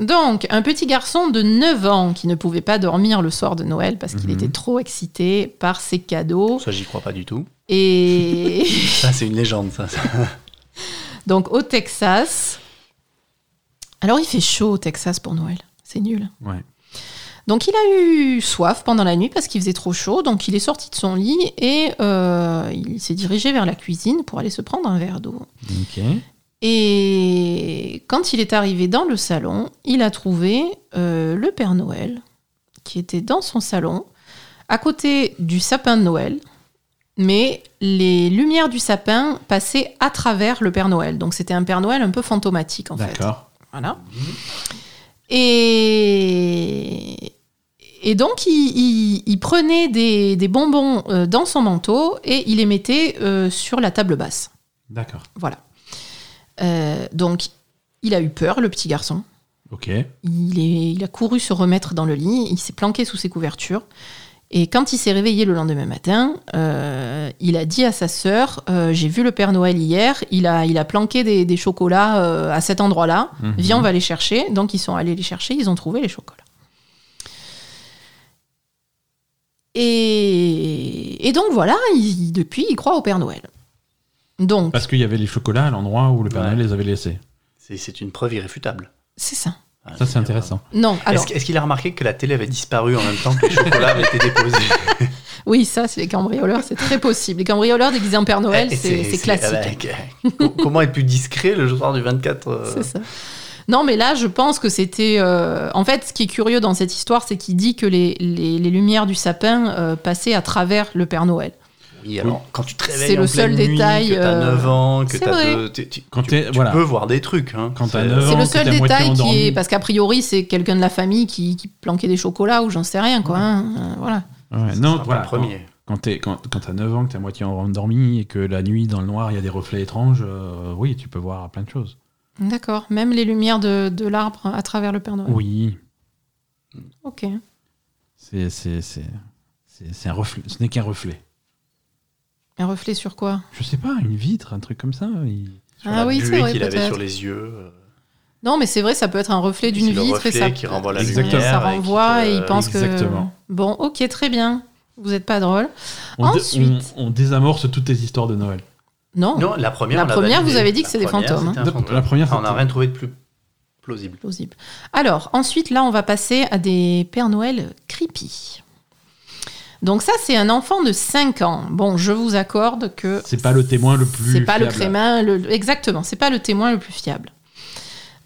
Donc, un petit garçon de 9 ans qui ne pouvait pas dormir le soir de Noël parce qu'il
Mhm.
était trop excité par ses cadeaux.
Ça, j'y crois pas du tout.
Et
Ça, c'est une légende, ça.
donc, au Texas. Alors, il fait chaud au Texas pour Noël. C'est nul.
Ouais.
Donc il a eu soif pendant la nuit parce qu'il faisait trop chaud, donc il est sorti de son lit et euh, il s'est dirigé vers la cuisine pour aller se prendre un verre d'eau.
Ok.
Et quand il est arrivé dans le salon, il a trouvé euh, le Père Noël qui était dans son salon, à côté du sapin de Noël, mais les lumières du sapin passaient à travers le Père Noël. Donc c'était un Père Noël un peu fantomatique en fait.
D'accord.
Voilà. Et, et donc, il, il- il prenait des, des bonbons euh, dans son manteau et il les mettait euh, sur la table basse.
D'accord.
Voilà. Euh, donc, il a eu peur, le petit garçon.
Ok.
Il, est- il a couru se remettre dans le lit, il s'est planqué sous ses couvertures. Et quand il s'est réveillé le lendemain matin, euh, il a dit à sa sœur euh, J'ai vu le Père Noël hier, il a, il a planqué des, des chocolats euh, à cet endroit-là.
Mhm.
Viens, on va les chercher. Donc, ils sont allés les chercher, ils ont trouvé les chocolats. Et, et donc, voilà, il- depuis, il croit au Père Noël. Donc,
Parce qu'il y avait les chocolats à l'endroit où le Père
Ouais.
Noël les avait laissés.
C'est- C'est une preuve irréfutable.
c'est ça.
Ah,
Ça, c'est intéressant.
Non, alors,
Est-ce que- est-ce qu'il a remarqué que la télé avait disparu en même temps que les chocolats avaient été déposés
oui, ça, c'est les cambrioleurs, c'est très possible. Les cambrioleurs déguisés en Père Noël,
Et
c'est c'est
Eh,
classique.
ah bah, co- comment être plus discret le soir du 24 euh,
C'est ça. Non, mais là, je pense que c'était. euh, En fait, ce qui est curieux dans cette histoire, c'est qu'il dit que les, les- les lumières du sapin euh, passaient à travers le Père Noël.
Oui, alors quand tu te réveilles,
C'est
en
le
pleine
seul
nuit,
détail,
Que t'as
euh,
9 ans, que
c'est
t'as
vrai.
deux- tu- tu-
Quand
tu-
t'es-
tu
voilà.
peux voir des trucs. Hein.
Quand t'as
C'est-
9 ans,
C'est le
que
seul
t'es à moitié
détail qui
endormi.
est. Parce qu'a priori, c'est quelqu'un de la famille qui, qui planquait des chocolats ou j'en sais rien, quoi. hein, euh, Voilà.
Ouais,
ce sera
non,
pas
voilà.
le premier.
Quand, t'es- quand, quand t'as 9 ans, que t'es à moitié endormi et que la nuit, dans le noir, il y a des reflets étranges, euh, oui, tu peux voir plein de choses.
D'accord. Même les lumières de, de l'arbre à travers le Père Noël.
Oui.
Ok.
C'est, c'est, c'est, c'est, c'est un reflet. Ce n'est qu'un reflet.
Un reflet sur quoi
Je sais pas, une vitre, un truc comme ça. il-
Sur
Ah
la
oui, c'est
buée
vrai,
qu'il avait
peut-être.
sur les yeux. euh,
Non, mais c'est vrai, ça peut être un reflet d'une
C'est le
vitre.
reflet
et ça,
qui renvoie la
Exactement.
Ça
lumière et qui
renvoie
te- euh,
et, il pense
Ah, euh, Exactement.
que. Bon, ok, très bien. Vous n'êtes pas drôle.
On, dé-
Ensuite-
on, on désamorce toutes tes histoires de Noël.
Non.
Non, la première.
La
on l'a
première,
validé.
vous avez dit que
La
c'est des
première,
fantômes,
c'était un
hein.
fantôme.
La première,
Ah,
Enfin, on n'a
c'était-
rien trouvé de plus plausible.
plausible. Alors, ensuite, là, on va passer à des Pères Noël creepy. Donc ça, c'est un enfant de 5 ans. Bon, je vous accorde que...
C'est pas le témoin le plus
C'est pas le
fiable.
crémin, le- exactement, c'est pas le témoin le plus fiable.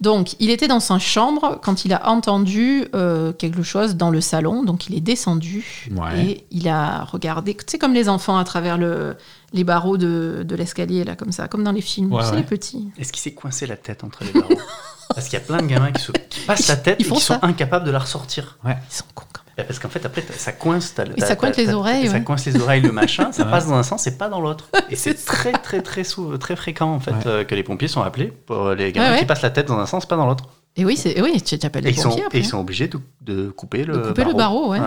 Donc, il était dans sa chambre quand il a entendu euh, quelque chose dans le salon, donc il est descendu
Ouais.
et il a regardé, tu sais, comme les enfants à travers le, les barreaux de, de l'escalier, là, comme ça, comme dans les films,
Ouais,
tu sais,
ouais.
les petits.
Est-ce qu'il s'est coincé la tête entre les barreaux Parce qu'il y a plein de gamins qui, se... qui passent la tête
Ils
et
font
qui sont
ça.
incapables de la ressortir.
Ils sont cons quand même.
Bah, Parce qu'en fait, après, t'as- ça coince. t'as-
Et ça
t'as-
coince
t'as-
les
t'as-
oreilles,
et Ça
ouais.
coince les oreilles, le machin. Ça
Ouais.
passe dans un sens et pas dans l'autre. Et c'est
C'est ça.
très, très, très, sou- très fréquent, en fait,
Ouais.
euh, que les pompiers sont appelés pour euh, les gamins
Ouais, ouais.
qui passent la tête dans un sens, pas dans l'autre.
Et oui, c'est- et oui tu tu appelles
Et
les
ils, sont,
pompiers
et
après.
ils sont obligés de, de couper le
De couper
barreau.
le barreau, ouais.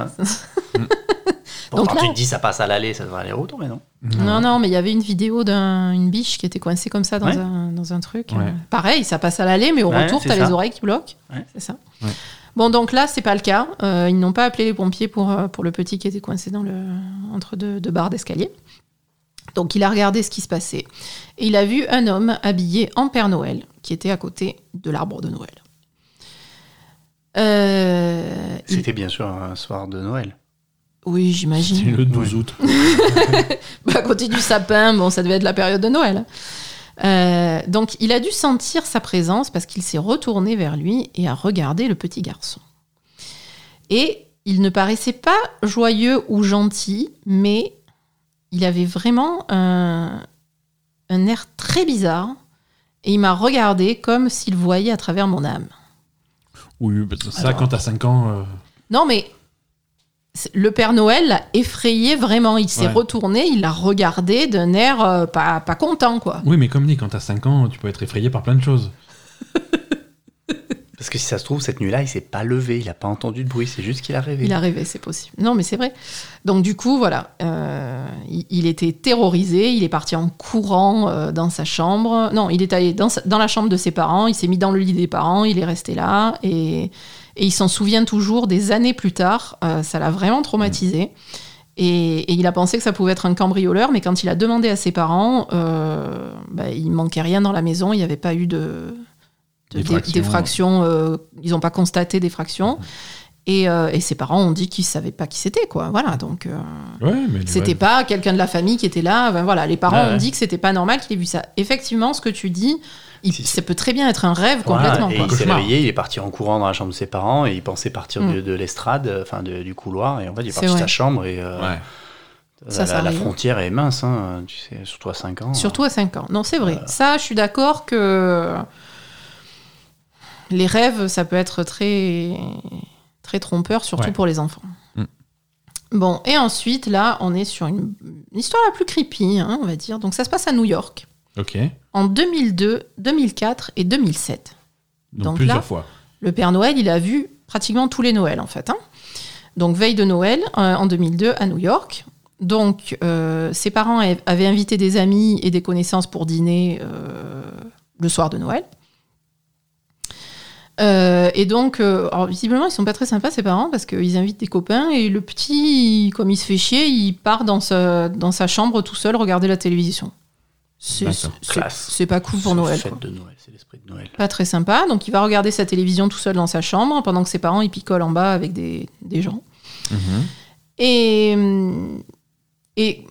Pourtant,
Donc là-
tu te dis, ça passe à l'aller, ça devrait aller au retour, mais non.
Non, non, mais il y avait une vidéo d'une biche qui était coincée comme ça dans,
Ouais.
un, dans un truc.
Ouais.
Euh, Pareil, ça passe à l'aller, mais au
Ouais,
retour,
c'est
t'as
ça.
les oreilles qui bloquent.
Ouais.
C'est ça.
Ouais.
Bon, donc là, c'est pas le cas. Euh, ils n'ont pas appelé les pompiers pour, euh, pour le petit qui était coincé dans le, entre deux, deux barres d'escalier. Donc il a regardé ce qui se passait. Et il a vu un homme habillé en Père Noël qui était à côté de l'arbre de Noël. Euh, il-
C'était bien sûr un soir de Noël.
Oui,
C'est
j'imagine.
le 12 août.
Bah, à côté du sapin, bon, ça devait être la période de Noël. Euh, donc, il a dû sentir sa présence parce qu'il s'est retourné vers lui et a regardé le petit garçon. Et il ne paraissait pas joyeux ou gentil, mais il avait vraiment un, un air très bizarre. Et il m'a regardé comme s'il voyait à travers mon âme.
Oui, bah, ça,
Alors.
quand t'as 5 ans. euh,
Non, mais c'est- le Père Noël l'a effrayé vraiment. Il s'est
Ouais.
retourné, il l'a regardé d'un air euh, pas, pas content, quoi.
Oui, mais comme dit, quand t'as 5 ans, tu peux être effrayé par plein de choses.
Parce que si ça se trouve, cette nuit-là, il s'est pas levé, il n'a pas entendu de bruit, c'est juste qu'il a rêvé.
Il a rêvé, c'est possible. Non, mais c'est vrai. Donc du coup, voilà, euh, il, il était terrorisé, il est parti en courant euh, dans sa chambre. Non, il est allé dans, sa- dans la chambre de ses parents, il s'est mis dans le lit des parents, il est resté là, et, et il s'en souvient toujours des années plus tard. Euh, ça l'a vraiment traumatisé. Et, et il a pensé que ça pouvait être un cambrioleur, mais quand il a demandé à ses parents, euh, bah, il manquait rien dans la maison, il n'y avait pas eu de, de
D'effraction.
dé- d'effraction, euh, ils n'ont pas constaté d'effraction. Et, euh, et ses parents ont dit qu'ils ne savaient pas qui c'était, quoi. Voilà, donc euh,
Ouais, mais les
c'était
rêves-
pas quelqu'un de la famille qui était là. Enfin, voilà, les parents
Ouais, ouais.
ont dit que c'était pas normal qu'il ait vu ça. Effectivement, ce que tu dis, il-
Si, si.
ça peut très bien être un rêve
Voilà,
complètement.
et
quoi.
il s'est
Cauchemar.
réveillé, il est parti en courant dans la chambre de ses parents et il pensait partir
Mm.
de, de l'estrade, euh, enfin de- du couloir, et en fait il est
C'est
parti de
vrai.
sa chambre et euh,
Ouais.
la-
Ça, ça
la, la
arrive.
frontière est mince, hein, tu sais, surtout à 5 ans.
Surtout à 5 ans. Non, c'est vrai. Ça, je suis d'accord que les rêves, ça peut être très, très trompeur, surtout
Ouais.
pour les enfants.
Mm.
Bon, et ensuite, là, on est sur une, une histoire la plus creepy, hein, on va dire. Donc, ça se passe à New York
Ok.
en 2002, 2004 et 2007.
Donc,
Donc
plusieurs
là-
fois.
Le Père Noël, il a vu pratiquement tous les Noëls, en fait. hein. Donc, veille de Noël, euh, en 2002, à New York. Donc, euh, ses parents av- avaient invité des amis et des connaissances pour dîner euh, le soir de Noël. Euh, et donc, euh, alors, visiblement, ils sont pas très sympas, ses parents, parce qu'ils invitent des copains. Et le petit, il- comme il se fait chier, il part dans sa, dans sa chambre tout seul regarder la télévision. C'est
D'accord.
c'est-
Classe.
c'est pas cool pour
C'est
Noël.
fête
quoi.
de Noël, c'est l'esprit de Noël.
Pas très sympa. Donc il va regarder sa télévision tout seul dans sa chambre pendant que ses parents ils picolent en bas avec des, des gens.
Mhm.
Et. hum, et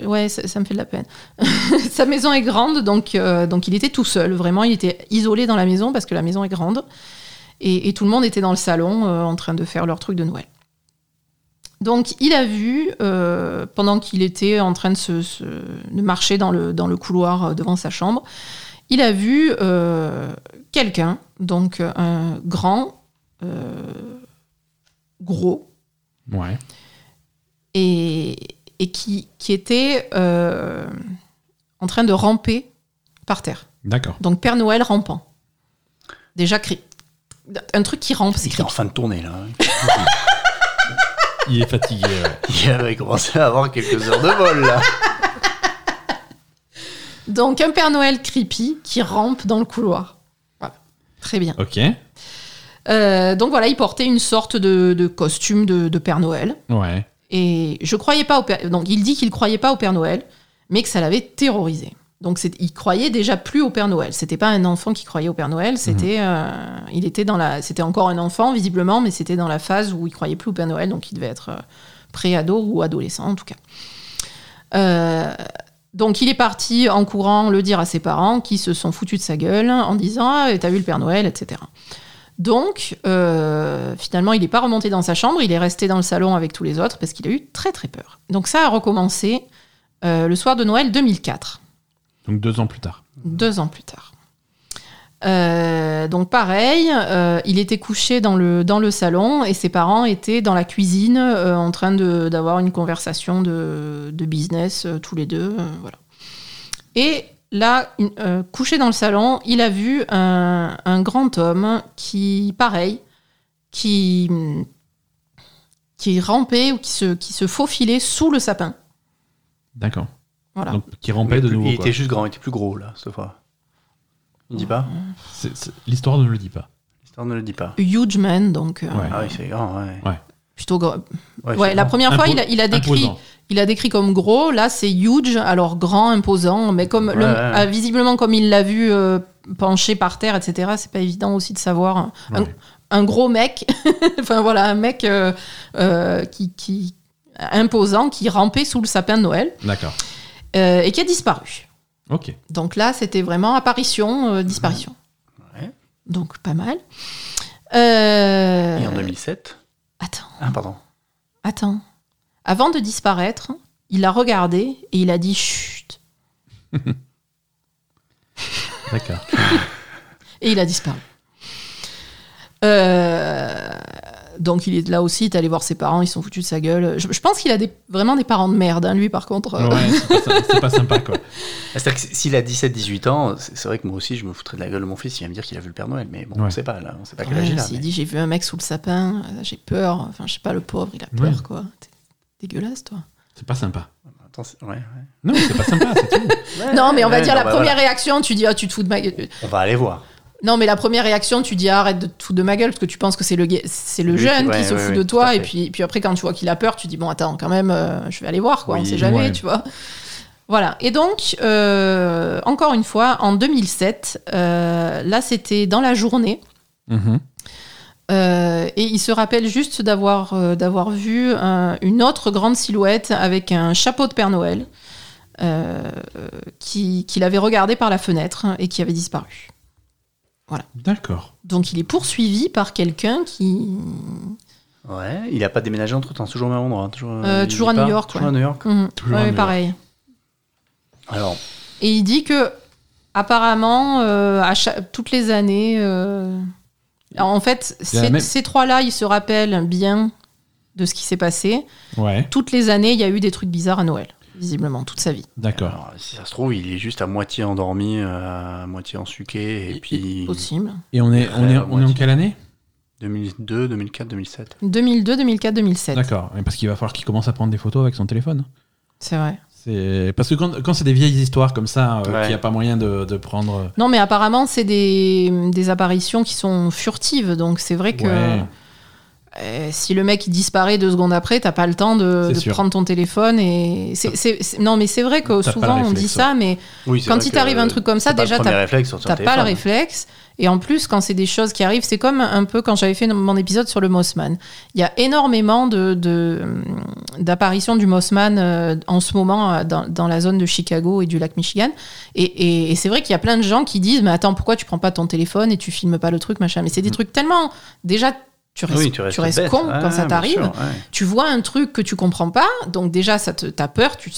euh, ouais, ça, ça me fait de la peine. sa maison est grande, donc, euh, donc il était tout seul. Vraiment, il était isolé dans la maison parce que la maison est grande. Et, et tout le monde était dans le salon euh, en train de faire leur truc de Noël. Donc il a vu, euh, pendant qu'il était en train de, se, se- de marcher dans le, dans le couloir euh, devant sa chambre, il a vu euh, quelqu'un, donc euh, un grand, euh, gros,
Ouais.
et, et qui, qui était euh, en train de ramper par terre.
D'accord.
Donc Père Noël rampant. Déjà, cri- un truc qui rampe, c'est
Il est en
creepy.
fin de tournée là. hein.
Il est fatigué. euh, ouais.
Il avait commencé à avoir quelques heures de vol là.
Donc un Père Noël creepy qui rampe dans le couloir. Voilà. Très bien.
Ok.
Euh, donc voilà, il portait une sorte de, de costume de, de Père Noël.
Ouais.
Et je croyais pas au Père... Donc il dit qu'il croyait pas au Père Noël, mais que ça l'avait terrorisé. Donc c'est- il croyait déjà plus au Père Noël. C'était pas un enfant qui croyait au Père Noël. C'était, euh, il était dans la, c'était encore un enfant visiblement, mais c'était dans la phase où il croyait plus au Père Noël, donc il devait être euh, pré-ado ou adolescent en tout cas. Euh, donc il est parti en courant le dire à ses parents qui se sont foutus de sa gueule en disant ah, t'as vu le Père Noël etc. Donc euh, finalement il n'est pas remonté dans sa chambre, il est resté dans le salon avec tous les autres parce qu'il a eu très très peur. Donc ça a recommencé euh, le soir de Noël 2004,
Donc deux ans plus tard.
deux ans plus tard. Euh, donc pareil, euh, il était couché dans le, dans le salon et ses parents étaient dans la cuisine euh, en train de- d'avoir une conversation de, de business euh, tous les deux. euh, voilà. Et là, une- euh, couché dans le salon, il a vu un, un grand homme qui, pareil, qui, qui rampait ou qui se, qui se faufilait sous le sapin.
D'accord.
Voilà.
Donc qui rampait de
il
nouveau. quoi.
était juste grand, il était plus gros là cette fois. Il dit
Mm.
pas
C'est- c'est- L'histoire ne le dit pas.
L'histoire ne le dit pas.
A Huge man, donc euh,
Ouais. Bah,
Ah oui, c'est grand, ouais.
plutôt gros.
Ouais,
Ouais,
c'est
la
grand.
première fois,
Impo-
il a, il a décrit,
Imposant.
il a décrit comme gros. Là, c'est huge, alors grand, imposant. Mais comme le-
Ouais, ouais.
ah, visiblement, comme il l'a vu euh, penché par terre, etc. C'est pas évident aussi de savoir un,
Ouais.
un gros mec. enfin voilà, un mec euh, euh, qui, qui imposant, qui rampait sous le sapin de Noël
D'accord.
euh, et qui a disparu.
Ok.
Donc là, c'était vraiment apparition, euh, disparition.
Ouais.
Donc pas mal. Euh,
Et en 2007
Attends.
Ah pardon.
Attends. Avant de disparaître, il a regardé et il a dit chut.
D'accord.
Et il a disparu. Euh, Donc il est là aussi, t'es allé voir ses parents, ils sont foutus de sa gueule. Je, je pense qu'il a des, vraiment des parents de merde, hein, lui par contre. euh.
Ouais, c'est pas, sy- c'est pas sympa, quoi.
Ah, C'est-à-dire que s'il a 17-18 ans, c'est c'est vrai que moi aussi, je me foutrais de la gueule de mon fils, il va me dire qu'il a vu le Père Noël, mais bon, on
Ouais.
sait pas, là, on sait pas quel âge
Ouais,
il a.
S'il
mais-
dit j'ai vu un mec sous le sapin, euh, j'ai peur. Enfin, je sais pas, le pauvre, il a
Ouais.
peur quoi. T'es dégueulasse toi.
C'est pas sympa.
Attends, c'est- ouais, ouais.
Non, c'est pas sympa, c'est tout.
non, mais on va
Ouais,
dire
non,
la
bah
première
voilà.
réaction, tu dis ah tu te fous de ma gueule.
On va aller voir.
Non, mais la première réaction, tu dis arrête de te foutre de ma gueule parce que tu penses que c'est le gue- c'est le
Lui qui-
jeune
ouais,
qui se
ouais,
fout
ouais,
de
tout
toi
à
et
fait.
puis puis après quand tu vois qu'il a peur, tu dis bon attends quand même euh, je vais aller voir quoi, on
Oui,
sait jamais
ouais.
tu vois. Voilà. Et donc euh, encore une fois en 2007, euh, là c'était dans la journée.
Mhm.
Euh, et il se rappelle juste d'avoir euh, d'avoir vu un- une autre grande silhouette avec un chapeau de Père Noël euh, euh, qui- qu'il avait regardé par la fenêtre et qui avait disparu.
D'accord.
Donc il est poursuivi par quelqu'un qui...
Ouais, il a pas déménagé entre temps, toujours au même endroit. hein, Toujours,
Euh,
il
toujours à
est
New
pas-
York,
Toujours
ouais.
à New York.
Mhm.
Toujours
Ouais,
un mur.
pareil.
Alors,
Et il dit que apparemment, euh, à cha- toutes les années, euh, en fait,
y a la
ces,
même-
ces trois-là, ils se rappellent bien de ce qui s'est passé.
Ouais,
Toutes les années, il y a eu des trucs bizarres à Noël, visiblement, toute sa vie.
d'accord.
alors, si ça se trouve, il est juste à moitié endormi, euh, à moitié ensuqué, et puis
Possible.
Et on est, on est, on est en quelle année
2002, 2004, 2007.
2002, 2004, 2007.
D'accord. Mais Parce qu'il va falloir qu'il commence à prendre des photos avec son téléphone.
C'est vrai.
C'est parce que quand, quand c'est des vieilles histoires comme ça, euh,
Ouais.
qu'il n'y a pas moyen de, de prendre. euh,
Non, mais apparemment, c'est des, des apparitions qui sont furtives. Donc, c'est vrai que
Ouais.
euh, si le mec il disparaît deux secondes après, t'as pas le temps de,
C'est
de
sûr.
prendre ton téléphone. Et c'est- c'est- c'est- non, mais c'est vrai que
T'as pas le
souvent, on
réflexe,
dit ça, mais
Oui, c'est
quand
vrai
il
que,
t'arrive un truc comme ça,
c'est pas le
déjà, t'as
premier réflexe sur son
T'as pas le
téléphone.
réflexe. Et en plus, quand c'est des choses qui arrivent, c'est comme un peu quand j'avais fait mon épisode sur le Mossman. Il y a énormément de, de, hum, d'apparitions du Mossman euh, en ce moment euh, dans, dans la zone de Chicago et du lac Michigan. Et, et- et c'est vrai qu'il y a plein de gens qui disent Mais attends, pourquoi tu prends pas ton téléphone et tu filmes pas le truc, machin Mais
Mm.
c'est des
Mhm.
trucs tellement. Déjà, tu restes,
Ah Oui,
tu
tu restes,
restes
bête.
con quand
Ah,
ça
bien
t'arrive
sûr, ouais.
tu vois un truc que tu comprends pas, donc déjà ça te t'as peur, tu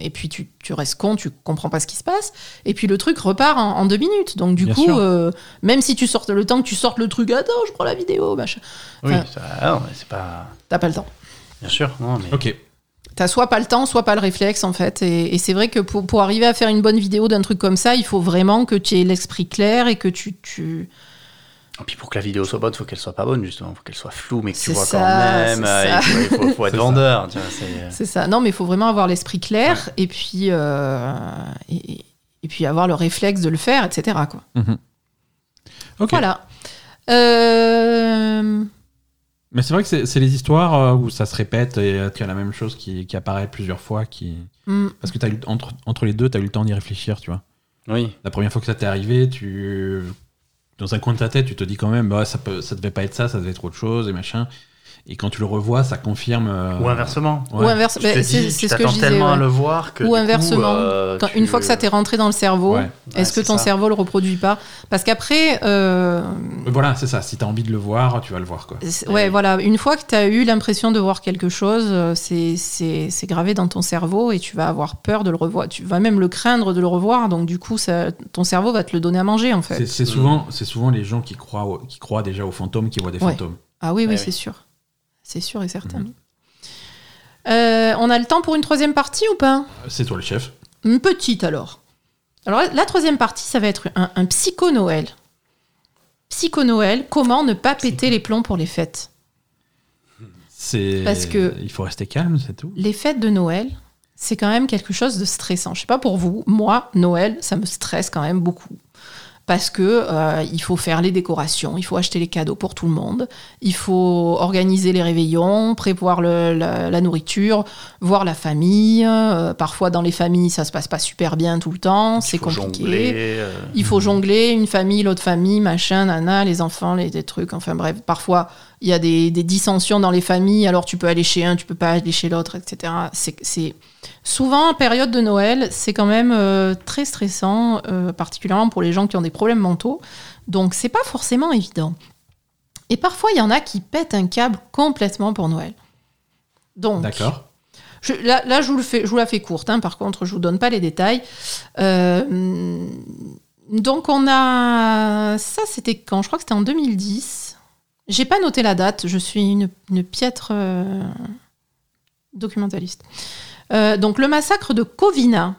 et puis tu, tu restes con, tu comprends pas ce qui se passe, et puis le truc repart en, en deux minutes. Donc du
Bien
coup,
sûr.
euh, même si tu sortes le temps que tu sortes le truc, attends, je prends la vidéo, machin,
Oui,
Enfin-
ça- ah non, mais c'est pas.
t'as pas le temps.
Bien sûr, non, mais.
Ok.
T'as soit pas le temps, soit pas le réflexe en fait. Et, et c'est vrai que pour, pour arriver à faire une bonne vidéo d'un truc comme ça, il faut vraiment que tu aies l'esprit clair et que tu, tu...
Et puis pour que la vidéo soit bonne, faut qu'elle soit pas bonne, justement. Faut qu'elle soit floue, mais que
C'est
tu vois
ça,
quand même.
c'est
euh,
ça.
Il faut, il faut- faut être
C'est ça.
vendeur. tu vois, c'est- euh,
C'est ça. Non, mais il faut vraiment avoir l'esprit clair et puis euh, et, et- et puis avoir le réflexe de le faire, etc. Quoi.
Mhm.
Ok.
Voilà. Euh,
Mais c'est vrai que c'est c'est les histoires euh, où ça se répète et euh, tu as la même chose qui, qui apparaît plusieurs fois. Qui...
hmm,
Parce que t'as eu- entre, entre les deux, tu as eu le temps d'y réfléchir, tu vois.
Oui.
La première fois que ça t'est arrivé, tu dans un coin de ta tête, tu te dis quand même, bah, ça, peut, ça devait pas être ça, ça devait être autre chose et machin. Et quand tu le revois, ça confirme. euh,
Ou inversement.
ouais.
Ou inverse,
Tu
ben,
te
c'est
dis,
c'est
tu
ce que je
t'attends
disais.
tellement à
ouais.
le voir que.
Ou
du coup,
inversement,
euh,
Quand-
tu-
une fois que ça t'est rentré dans le cerveau,
Ouais.
Ouais,
est-ce que
c'est
ton
ça.
cerveau le reproduit pas Parce qu'après, euh,
Mais Voilà, c'est ça. Si t'as envie de le voir, tu vas le voir, quoi.
c'est- ouais, voilà, une fois que tu as eu l'impression de voir quelque chose, euh, c'est- c'est c'est gravé dans ton cerveau et tu vas avoir peur de le revoir. Tu vas même le craindre de le revoir, donc du coup, ça, ton cerveau va te le donner à manger en fait.
C'est c'est
Mm.
souvent, c'est souvent les gens qui croient, au- qui croient déjà aux fantômes, qui voient des
Ouais.
fantômes.
Ah oui,
Ah
oui, Mhm.
oui.
c'est sûr. C'est sûr et certain. Euh, on a le temps pour une troisième partie ou pas
C'est toi le chef.
Une petite alors. Alors la troisième partie, ça va être un, un psycho-Noël. Psycho-Noël, comment ne pas péter les plombs pour les fêtes
C'est
Parce que-
il faut rester calme, c'est tout.
Les fêtes de Noël, c'est quand même quelque chose de stressant. Je sais pas pour vous, moi, Noël, ça me stresse quand même beaucoup. Parce que euh, il faut faire les décorations, il faut acheter les cadeaux pour tout le monde, il faut organiser les réveillons, prévoir le- la, la nourriture, voir la famille. Euh, parfois, dans les familles, ça se passe pas super bien tout le temps,
Il
c'est
faut
compliqué.
jongler, euh,
Il faut jongler une famille, l'autre famille, machin, nana, les enfants, les, des trucs. Enfin bref, parfois il y a des, des dissensions dans les familles. Alors tu peux aller chez un, tu peux pas aller chez l'autre, etc. C'est- C'est souvent en période de Noël, c'est quand même euh, très stressant, euh, particulièrement pour les gens qui ont des problèmes mentaux. Donc c'est pas forcément évident. Et parfois il y en a qui pètent un câble complètement pour Noël. Donc
D'accord.
je- là, là, je, vous le fais, je vous la fais courte, hein, par contre, je vous donne pas les détails. Euh, donc, on a. Ça, c'était quand Je crois que c'était en 2010. J'ai pas noté la date, je suis une, une piètre euh, documentaliste. Euh, donc le massacre de Covina,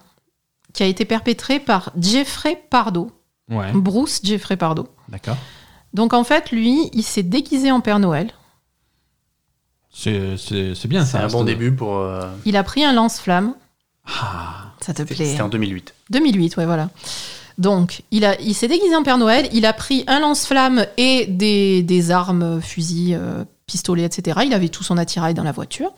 qui a été perpétré par Jeffrey Pardo,
Ouais,
Bruce Jeffrey Pardo.
d'accord.
Donc en fait, lui, il s'est déguisé en Père Noël.
C'est- C'est c'est bien
C'est
ça.
un
ça
bon
doit-
début pour. euh,
Il a pris un lance-flamme.
Ah,
Ça te
c'était-
plaît hein?
C'était en 2008.
2008, ouais, voilà. Donc, il, a, il s'est déguisé en Père Noël, il a pris un lance-flamme et des, des armes, euh, fusils, euh, pistolets, etc. Il avait tout son attirail dans la voiture.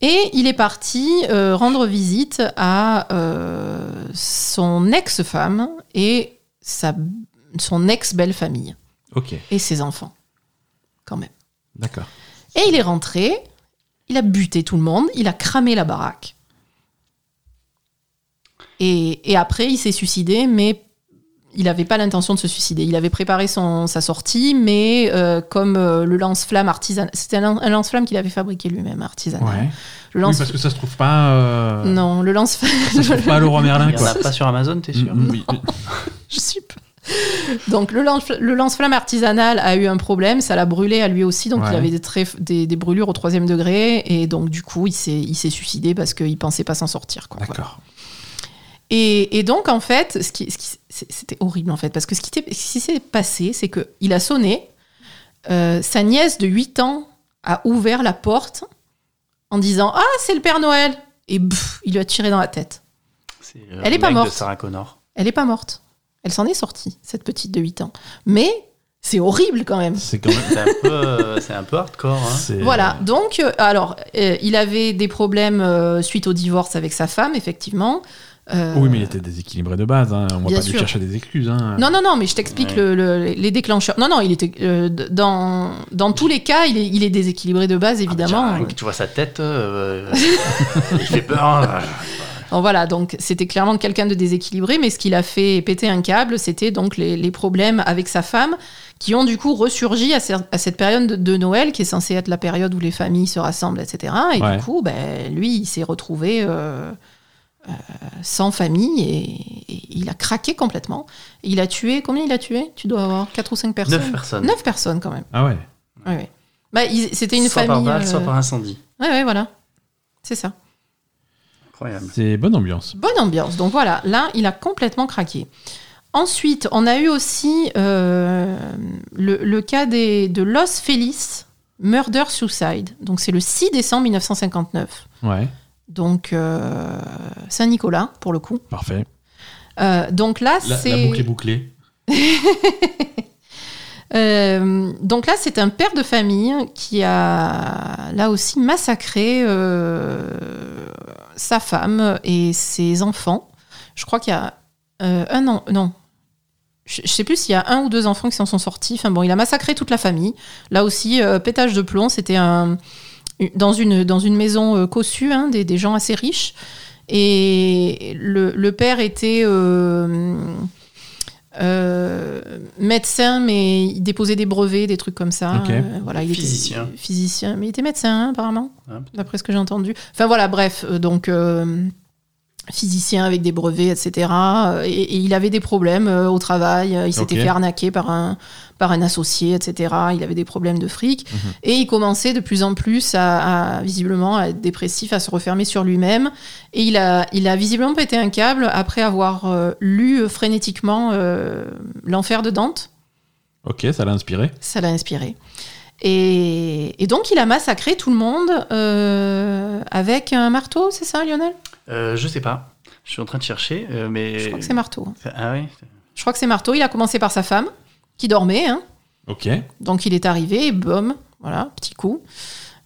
Et il est parti euh, rendre visite à euh, son ex-femme et sa, son ex-belle-famille
ok,
et ses enfants, quand même.
d'accord.
Et il est rentré, il a buté tout le monde, il a cramé la baraque. Et, et après, il s'est suicidé, mais il n'avait pas l'intention de se suicider. Il avait préparé son, sa sortie, mais euh, comme euh, le lance-flamme artisanal. C'était un, un lance-flamme qu'il avait fabriqué lui-même, artisanal.
Ouais.
Le
Oui,
lance
parce que ça se trouve pas. euh,
Non, le lance-flamme.
Ça se trouve pas à Leroy Merlin,
Il n'y en
Ah, quoi.
a pas sur Amazon, t'es sûr
Mm, mm, oui.
Je suis pas- Donc le lance- le lance-flamme artisanal a eu un problème, ça l'a brûlé à lui aussi, donc
Ouais.
il avait des, traits- des, des brûlures au troisième degré, et donc du coup il s'est il s'est suicidé parce qu'il pensait pas s'en sortir. quoi. Voilà.
D'accord.
Et, et donc en fait, ce qui, ce qui- c'est- c'était horrible en fait, parce que ce qui, t'est- ce qui s'est passé, c'est que il a sonné, euh, sa nièce de 8 ans a ouvert la porte en disant Ah c'est le Père Noël Et pff, il lui a tiré dans la tête.
C'est le
Elle est pas
mec
morte.
De Sarah Connor.
Elle n'est pas morte. Elle s'en est sortie, cette petite de 8 ans. Mais c'est horrible quand même.
C'est quand même.
C'est un peu, euh, c'est un peu hardcore. hein.
c'est-
Voilà, donc, euh, alors, euh, il avait des problèmes euh, suite au divorce avec sa femme, effectivement. Euh,
Oui, mais il était déséquilibré de base. hein. On va
Bien
pas lui
sûr.
chercher des excuses. hein.
Non, non, non, mais je t'explique
Ouais.
le- le- les déclencheurs. Non, non, il était. euh, d- dans, dans tous les cas, il est, il est déséquilibré de base,
Ah, mais
évidemment.
tiens, tu vois sa tête, euh, il fait peur. hein.
Alors voilà, donc c'était clairement quelqu'un de déséquilibré, mais ce qu'il a fait péter un câble, c'était donc les, les problèmes avec sa femme, qui ont du coup ressurgi à, cer- à cette période de, de Noël, qui est censée être la période où les familles se rassemblent, etc. Et
Ouais.
du coup, ben, lui, il s'est retrouvé euh, euh, sans famille et, et il a craqué complètement. Il a tué, combien il a tué Tu dois avoir 4 ou 5 personnes
Neuf personnes.
9 personnes quand même.
Ah ouais.
Ouais, ouais. Bah, il- c'était une
soit
famille.
par balle, soit
euh,
par incendie.
Ouais, ouais, voilà. C'est ça.
Incroyable.
C'est bonne ambiance.
Bonne ambiance. Donc voilà, là, il a complètement craqué. Ensuite, on a eu aussi euh, le, le cas des, de Los Feliz Murder Suicide. Donc c'est le 6 décembre 1959.
Ouais,
Donc euh, Saint-Nicolas, pour le coup.
parfait.
Euh, donc là,
La,
c'est.
la boucle est bouclée.
Euh, donc là, c'est un père de famille qui a là aussi massacré euh, sa femme et ses enfants. Je crois qu'il y a euh, un an, non. Je je sais plus s'il y a un ou deux enfants qui s'en sont sortis. Enfin bon, il a massacré toute la famille. Là aussi, euh, pétage de plomb. C'était un, dans, une, dans une maison euh, cossue, hein, des, des gens assez riches. Et le, le père était euh, euh, médecin, mais il déposait des brevets, des trucs comme ça.
Ok.
Euh, voilà, il était-
Physicien.
physicien, mais il était médecin hein, apparemment,
Ah, peut-être.
d'après ce que j'ai entendu. Enfin voilà, bref, euh, donc euh, physicien avec des brevets, etc. euh, Et, et il avait des problèmes euh, au travail, euh, il s'était
Ok.
fait arnaquer par un, par un associé, etc. Il avait des problèmes de fric.
Mhm.
Et il commençait de plus en plus à, à, visiblement à être dépressif, à se refermer sur lui-même. Et il a, il a visiblement pété un câble après avoir euh, lu frénétiquement euh, L'Enfer de Dante.
Ok, ça l'a inspiré.
Ça l'a inspiré. Et, et donc, il a massacré tout le monde euh, avec un marteau, c'est ça, Lionel
Euh, je sais pas. Je suis en train de chercher, euh, mais.
Je crois que c'est marteau. hein.
Ah oui.
Je crois que c'est marteau. Il a commencé par sa femme, qui dormait. hein.
Ok, ouais.
Donc, il est arrivé, et bum, voilà, petit coup.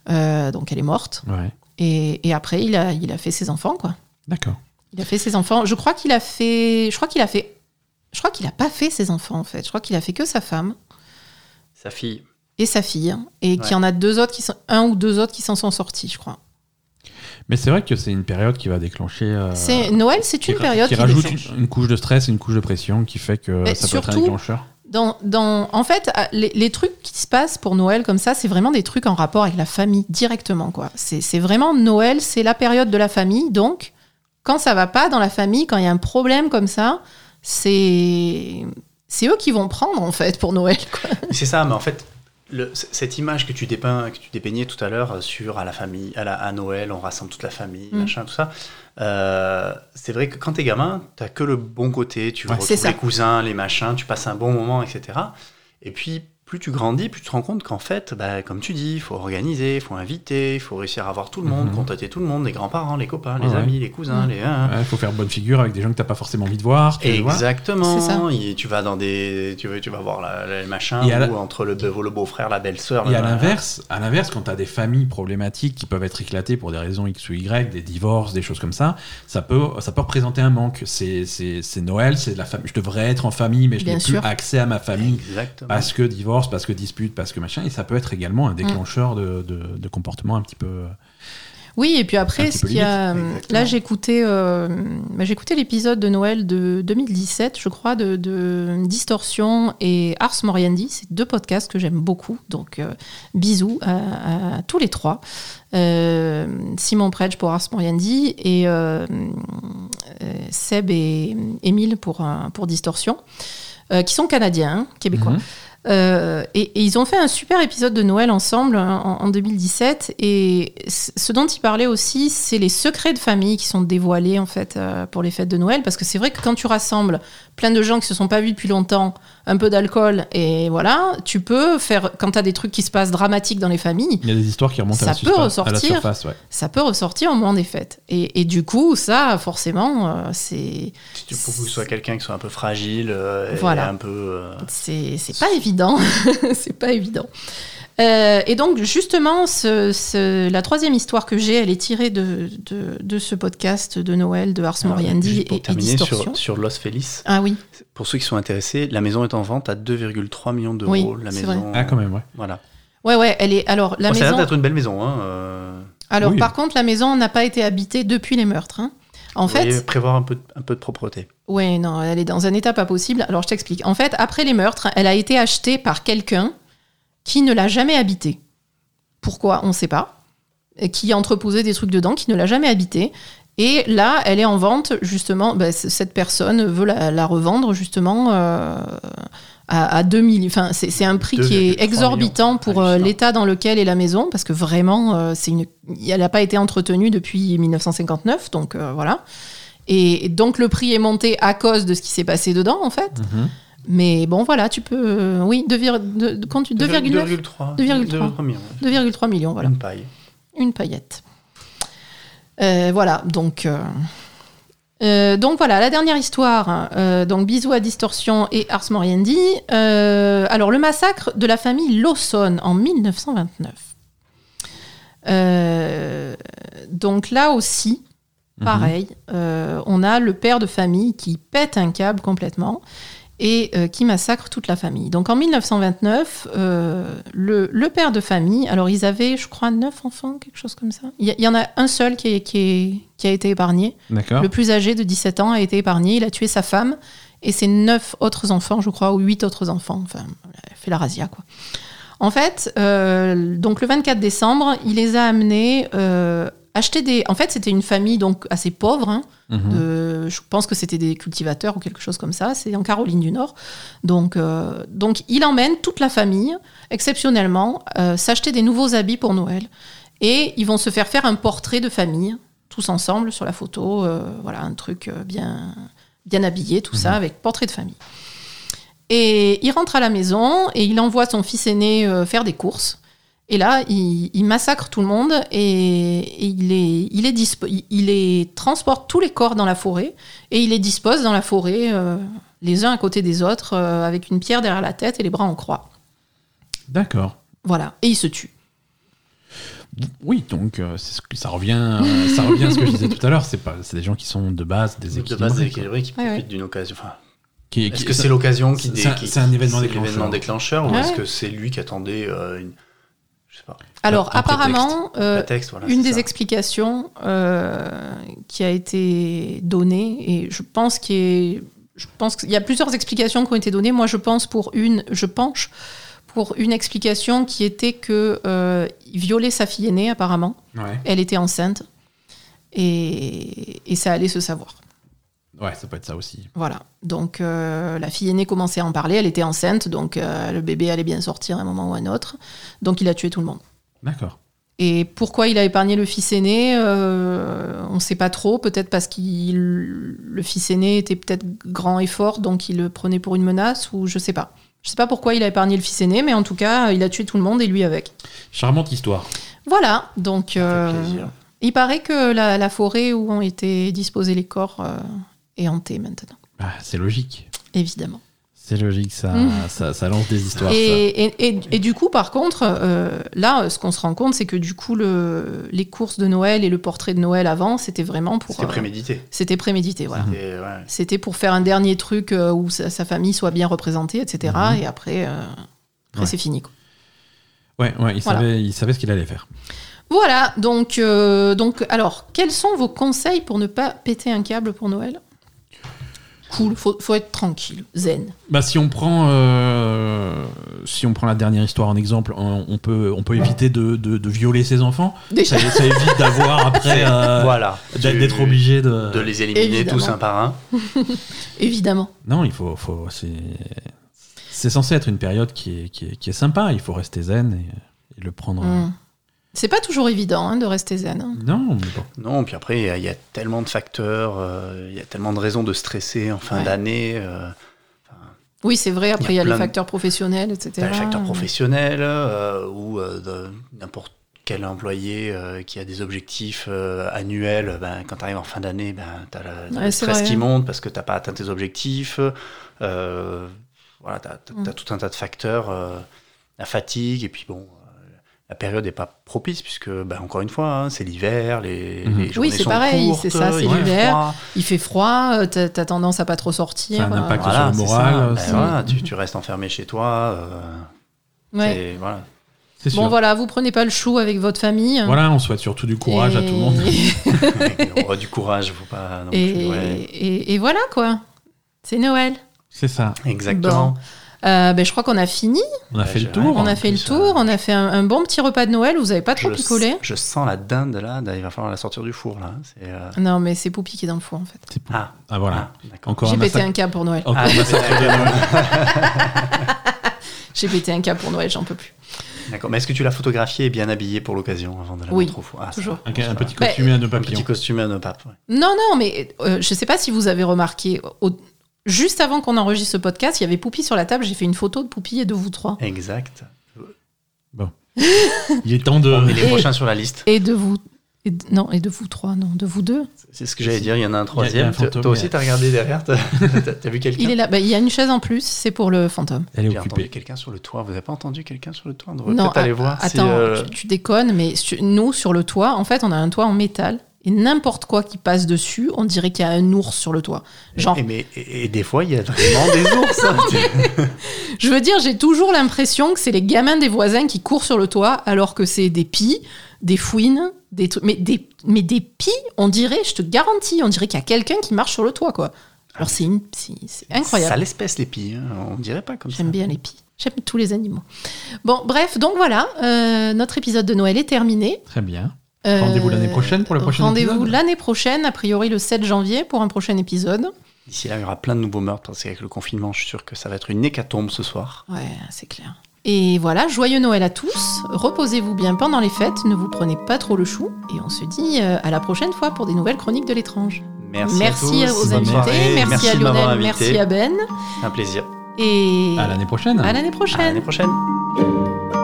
Euh, donc, elle est morte. Et, et après, il a, il a fait ses enfants, quoi.
D'accord.
Il a fait ses enfants. Je crois qu'il a fait. Je crois qu'il a fait. Je crois qu'il a pas fait ses enfants, en fait. Je crois qu'il a fait que sa femme.
Sa fille.
Et sa fille, hein. et qu'il y en a deux autres qui sont, un ou deux autres qui s'en sont sortis, je crois.
Mais c'est vrai que c'est une période qui va déclencher. euh,
C'est Noël, c'est
qui
une
ra-
période
qui
qui
rajoute
déclenche.
une, une couche de stress, une couche de pression qui fait que
Mais
ça peut être un
surtout-
déclencheur.
Dans, dans, en fait, à- les, les trucs qui se passent pour Noël comme ça, c'est vraiment des trucs en rapport avec la famille directement. quoi. C'est c'est vraiment Noël, c'est la période de la famille. Donc, quand ça va pas dans la famille, quand il y a un problème comme ça, c'est c'est eux qui vont prendre en fait pour Noël. quoi.
C'est ça, mais en fait, Le- c- cette image que tu dépeins, que tu dépeignais tout à l'heure euh, sur à la famille, à, la, à Noël, on rassemble toute la famille,
Mm.
machin, tout ça. euh, c'est vrai que quand t'es gamin, t'as que le bon côté, tu
Ouais, c'est
retrouves
ça.
les cousins, les machins, tu passes un bon moment, etc. Et puis plus tu grandis, plus tu te rends compte qu'en fait, bah, comme tu dis, il faut organiser, il faut inviter, il faut réussir à voir tout le monde,
Mhm.
contacter tout le monde, les grands-parents, les copains, les
Ouais.
amis, les cousins,
Mm-hmm. Mm.
les. hein, hein.
Il faut faire bonne figure avec des gens que t'as pas forcément envie de voir. Tu vois.
Exactement.
C'est ça.
Et tu vas dans des, tu, vas- tu vas voir la- la- le machin
Et à la-
ou entre le, beau- le beau-frère, la belle-sœur.
Et
le-
à l'inverse, à l'inverse, quand t'as des familles problématiques qui peuvent être éclatées pour des raisons X ou Y, des divorces, des choses comme ça, ça peut, ça peut représenter un manque. C'est, c'est, c'est Noël, c'est de la famille. Je devrais être en famille, mais je
Bien
n'ai plus
sûr.
accès à ma famille
Exactement.
parce que divorce, parce que dispute, parce que machin. Et ça peut être également un déclencheur de, de, de comportements un petit peu.
Oui, et puis
Un
après,
petit
ce
peu
qu'il y a,
limite,
euh,
exactement.
là, j'ai écouté, euh, bah, j'ai écouté l'épisode de Noël de 2017, je crois, de, de Distorsion et Ars Moriendi. C'est deux podcasts que j'aime beaucoup. Donc, euh, bisous à, à tous les trois. Euh, Simon Predge pour Ars Moriendi et euh, euh, Seb et Émile pour, euh, pour Distorsion, euh, qui sont canadiens, hein, québécois.
Mhm.
Euh, et, et ils ont fait un super épisode de Noël ensemble hein, en, en 2017. Et c- ce dont ils parlaient aussi, c'est les secrets de famille qui sont dévoilés en fait euh, pour les fêtes de Noël. Parce que c'est vrai que quand tu rassembles plein de gens qui se sont pas vus depuis longtemps, un peu d'alcool et voilà, tu peux faire quand t'as des trucs qui se passent dramatiques dans les familles,
Il y a des histoires qui remontent à, la
Ça
suspa-
peut
à la
ressortir.
surface. Ouais.
ça peut ressortir au moment des fêtes. Et, et du coup, ça forcément, euh, c'est
Si tu- pour que ce soit quelqu'un qui soit un peu fragile euh, et
Voilà.
un peu. euh,
C'est c'est pas évident. c'est pas évident. Euh, et donc, justement, ce- ce- la troisième histoire que j'ai, elle est tirée de, de, de ce podcast de Noël de Ars Moriendi
Ah, bah, juste
et,
pour
et
terminer
Distorsion.
sur, sur Los Feliz,
Ah oui,
pour ceux qui sont intéressés, la maison est en vente à 2,3 millions d'euros.
Oui,
la
c'est
maison.
Ah, quand même, ouais.
Voilà.
ouais, ouais, elle est. Alors, la
Bon, Ça a l'air
maison.
d'être une belle maison. Hein. euh,
Alors,
Oui.
par contre, la maison n'a pas été habitée depuis les meurtres. hein. En
vous
fait,
voyez, prévoir un peu, de- un peu de propreté.
Ouais, non, elle est dans un état pas possible. Alors je t'explique. En fait, après les meurtres, elle a été achetée par quelqu'un qui ne l'a jamais habitée. Pourquoi On ne sait pas. Et qui entreposait des trucs dedans, qui ne l'a jamais habitée. Et là, elle est en vente, justement. ben, c- cette personne veut la, la revendre, justement, euh, à, à 2 millions. Enfin, c'est c'est un prix qui
2,3
est exorbitant pour euh,
hallucinant.
l'état dans lequel est la maison, parce que vraiment, euh, c'est une... elle n'a pas été entretenue depuis 1959. Donc euh, voilà. Et donc le prix est monté à cause de ce qui s'est passé dedans, en fait.
Mhm.
Mais bon, voilà, tu peux. euh, Oui, 2,9 de, quand tu- 2,9
2,3
2,3.
2,3 millions.
2,3 millions, voilà.
Une paille.
Une paillette. Euh, voilà, donc. euh, euh, donc voilà, la dernière histoire. euh, donc bisous à Distorsion et Ars Moriendi. Euh, alors le massacre de la famille Lawson en 1929. Euh, donc là aussi,
Mhm.
pareil, euh, on a le père de famille qui pète un câble complètement et euh, qui massacre toute la famille. Donc en 1929, euh, le, le père de famille, alors ils avaient, je crois, neuf enfants, quelque chose comme ça. Il y, a- il y en a un seul qui, est- qui, est- qui a été épargné.
Mhm.
Ah.
D'accord.
Le plus âgé de 17 ans a été épargné. Il a tué sa femme et ses neuf autres enfants, je crois, ou huit autres enfants. Enfin, il a fait la razzia, quoi. En fait, euh, donc le 24 décembre, il les a amenés euh, acheter des. En fait, c'était une famille donc assez pauvre. hein,
Mhm.
de- je pense que c'était des cultivateurs ou quelque chose comme ça. C'est en Caroline du Nord. Donc, euh, donc il emmène toute la famille, exceptionnellement, euh, s'acheter des nouveaux habits pour Noël. Et ils vont se faire faire un portrait de famille, tous ensemble, sur la photo. euh, voilà, un truc euh, bien, bien habillé, tout ça, avec portrait de famille. Et il rentre à la maison et il envoie son fils aîné euh, faire des courses. Et là, il, il massacre tout le monde et, et il, les, il, les dispo- il- il les transporte tous les corps dans la forêt et il les dispose dans la forêt, euh, les uns à côté des autres, euh, avec une pierre derrière la tête et les bras en croix.
D'accord.
Voilà, et il se tue.
Oui, donc euh, c'est ce que- ça revient, euh, ça revient à ce que je disais tout à l'ure. C'est pas, c'est des gens qui sont de base des
De base,
équilibrés,
équilibrés qui
Ouais, ouais.
profitent d'une occasion. Enfin,
Qui-
Est-ce
qui-
que c'est l'occasion qui, dé-
c'est un-
qui-
c'est un événement
c'est
déclencheur.
l'événement déclencheur, ou
Ouais.
est-ce que c'est lui qui attendait euh, une... je sais pas,
Alors,
un
apparemment, euh,
un texte voilà,
Une
Ah, c'est
des
ça.
explications euh, qui a été donnée, et je pense qu'il y, ait- je pense qu'il y a plusieurs explications qui ont été données. Moi, je pense pour une, je penche pour une explication qui était que euh, il violait sa fille aînée apparemment.
Ouais.
Elle était enceinte et, et ça allait se savoir.
Ouais, ça peut être ça aussi.
Voilà. Donc euh, la fille aînée commençait à en parler, elle était enceinte, donc euh, le bébé allait bien sortir à un moment ou à un autre. Donc il a tué tout le monde.
D'accord.
Et pourquoi il a épargné le fils aîné, euh, on ne sait pas trop. Peut-être parce que le fils aîné était peut-être grand et fort, donc il le prenait pour une menace, ou je sais pas. Je sais pas pourquoi il a épargné le fils aîné, mais en tout cas, il a tué tout le monde et lui avec.
Charmante histoire.
Voilà, donc euh,
fait plaisir.
il paraît que la, la forêt où ont été disposés les corps euh, est hantée maintenant,
Ah, c'est logique.
évidemment.
C'est logique, ça,
Mm.
ça, ça lance des histoires.
Et,
ça.
et- et- et du coup, par contre, euh, là, ce qu'on se rend compte, c'est que du coup, le, les courses de Noël et le portrait de Noël avant, c'était vraiment pour.
C'était
euh,
prémédité.
c'était prémédité,
Hmm.
voilà.
Et, ouais.
C'était pour faire un dernier truc euh, où sa, sa famille soit bien représentée, etc.
Mhm.
Et après, euh, après
Ouais.
c'est fini. quoi.
Ouais, ouais, il,
Voilà.
savait, il savait ce qu'il allait faire.
Voilà, donc, euh, donc, alors, quels sont vos conseils pour ne pas péter un câble pour Noël Cool, faut, faut être tranquille, zen.
Bah, si on prend, euh, si on prend la dernière histoire en exemple, on, on peut, on peut éviter de, de- de violer ses enfants.
Déjà,
Ça, ça évite d'avoir après, euh,
voilà.
d'être
Tu-
d'être obligé de.
De les éliminer
Évidemment.
tous un par un.
évidemment.
Non, il faut, faut c'est, c'est censé être une période qui est, qui est, qui est sympa. Il faut rester zen et, et le prendre.
Mm. C'est pas toujours évident hein, de rester zen. hein.
Non, mais bon.
Non, puis après, il y a- il y, a tellement de facteurs, euh, il y a tellement de raisons de stresser en fin
Ouais.
d'année. euh,
Oui, c'est vrai, après, il y a,
plein
les
de-
facteurs professionnels, etc.
T'as le facteur professionnel euh, ou euh, de- n'importe quel employé euh, qui a des objectifs euh, annuels. Ben, quand t'arrives en fin d'année, ben, t'as le, t'as
Ouais,
le
c'est
stress
vrai.
qui monte parce que t'as pas atteint tes objectifs. Euh, voilà, t'as t'as-
Mm.
t'as tout un tas de facteurs. euh, la fatigue et puis bon. euh, La période n'est pas propice puisque, ben, encore une fois, hein, c'est l'hiver, les,
Mhm.
les
Oui,
journées
c'est
sont
pareil,
courtes,
c'est ça, c'est
il fait
l'hiver.
froid.
Il fait froid, euh, t'as t'as tendance à pas trop sortir.
Ça a un
euh,
impact
Voilà,
sur le
c'est
moral.
Ben
c'est-
voilà, tu, tu restes enfermé chez toi. euh,
ouais.
t'es- voilà.
c'est sûr.
Bon voilà, vous prenez pas le chou avec votre famille.
Voilà, on souhaite surtout du courage à tout le monde.
On aura du courage, faut pas. non plus,
Et,
ouais.
et- et voilà quoi. C'est Noël.
C'est ça.
Exactement.
Euh, ben, je crois qu'on a fini,
On a
Ouais,
fait le
j'ai-
tour.
ouais,
on a
en
fait le
plus,
tour,
euh,
on a fait un, un bon petit repas de Noël. Vous avez pas trop
je,
picolé
je sens la dinde là, il va falloir la sortir du four là. C'est, euh,
Non, mais c'est Poupie qui est dans le four en fait.
C'est pour-
Ah,
Ah voilà.
ah, d'accord.
Encore
J'ai
un
pété
massacre.
un câble pour Noël.
Encore
Ah,
un massacre de Noël.
J'ai pété un câble pour Noël, j'en peux plus.
D'accord. Mais est-ce que tu l'as photographiée et bien habillée pour l'occasion avant de la
Oui,
mettre au four Ah, ça
toujours.
va.
Ok, un petit
Bah,
costume et un nœud
Un
papillon.
petit costume à nos papes. ouais.
Non, non, mais euh, je sais pas si vous avez remarqué, au- juste avant qu'on enregistre ce podcast, il y avait Poupie sur la table. J'ai fait une photo de Poupie et de vous trois.
Exact.
Il est temps de.
On Oh, est les
Et-
prochains sur la liste.
Et de vous. et de- non, et de vous trois, non, de vous deux.
C'est ce que j'allais dire. Il y en
Il y
a un
a un
troisième. Toi
fantôme,
toi aussi,
mais-
t'as regardé derrière. T'as t'as- t'as vu quelqu'un
Il est là. Bah, Il y a une chaise en plus, c'est pour le fantôme.
Elle est
J'ai entendu
occupée.
quelqu'un sur le toit. Vous avez pas entendu quelqu'un sur le toit On devrait
Non,
peut-être
a-
aller voir. si,
attends,
euh,
tu, tu déconnes, mais su- nous, sur le toit, en fait, on a un toit en métal. Et n'importe quoi qui passe dessus, on dirait qu'il y a un ours sur le toit. Genre,
Et, mais- et- et des fois, il y a vraiment des ours. hein.
je veux dire, j'ai toujours l'impression que c'est les gamins des voisins qui courent sur le toit, alors que c'est des pies, des fouines, des trucs. Mais des, mais des pies, on dirait, je te garantis, on dirait qu'il y a quelqu'un qui marche sur le toit, quoi. Alors, c'est une- c'est c'est incroyable.
Ça l'espèce les pies. hein. On dirait pas comme ça.
J'aime bien les pies. J'aime tous les animaux. Bon, bref, donc voilà, euh, notre épisode de Noël est terminé.
Très bien.
Euh,
Rendez-vous l'année prochaine pour le prochain
Rendez-vous
épisode.
l'année prochaine, a priori le 7 janvier, pour un prochain épisode.
D'ici là, il y aura plein de nouveaux meurtres parce qu'avec le confinement, je suis sûr que ça va être une hécatombe ce soir.
Ouais, c'est clair. Et voilà, joyeux Noël à tous. Reposez-vous bien pendant les fêtes, ne vous prenez pas trop le chou. Et on se dit euh, à la prochaine fois pour des nouvelles chroniques de l'étrange.
Merci, à tous.
aux
bonne
invités,
soirée,
merci, à
de m'avoir
Lionel,
invité.
merci à Ben.
Un plaisir.
Et
À l'année prochaine.
à l'année
À
prochaine.
l'année prochaine.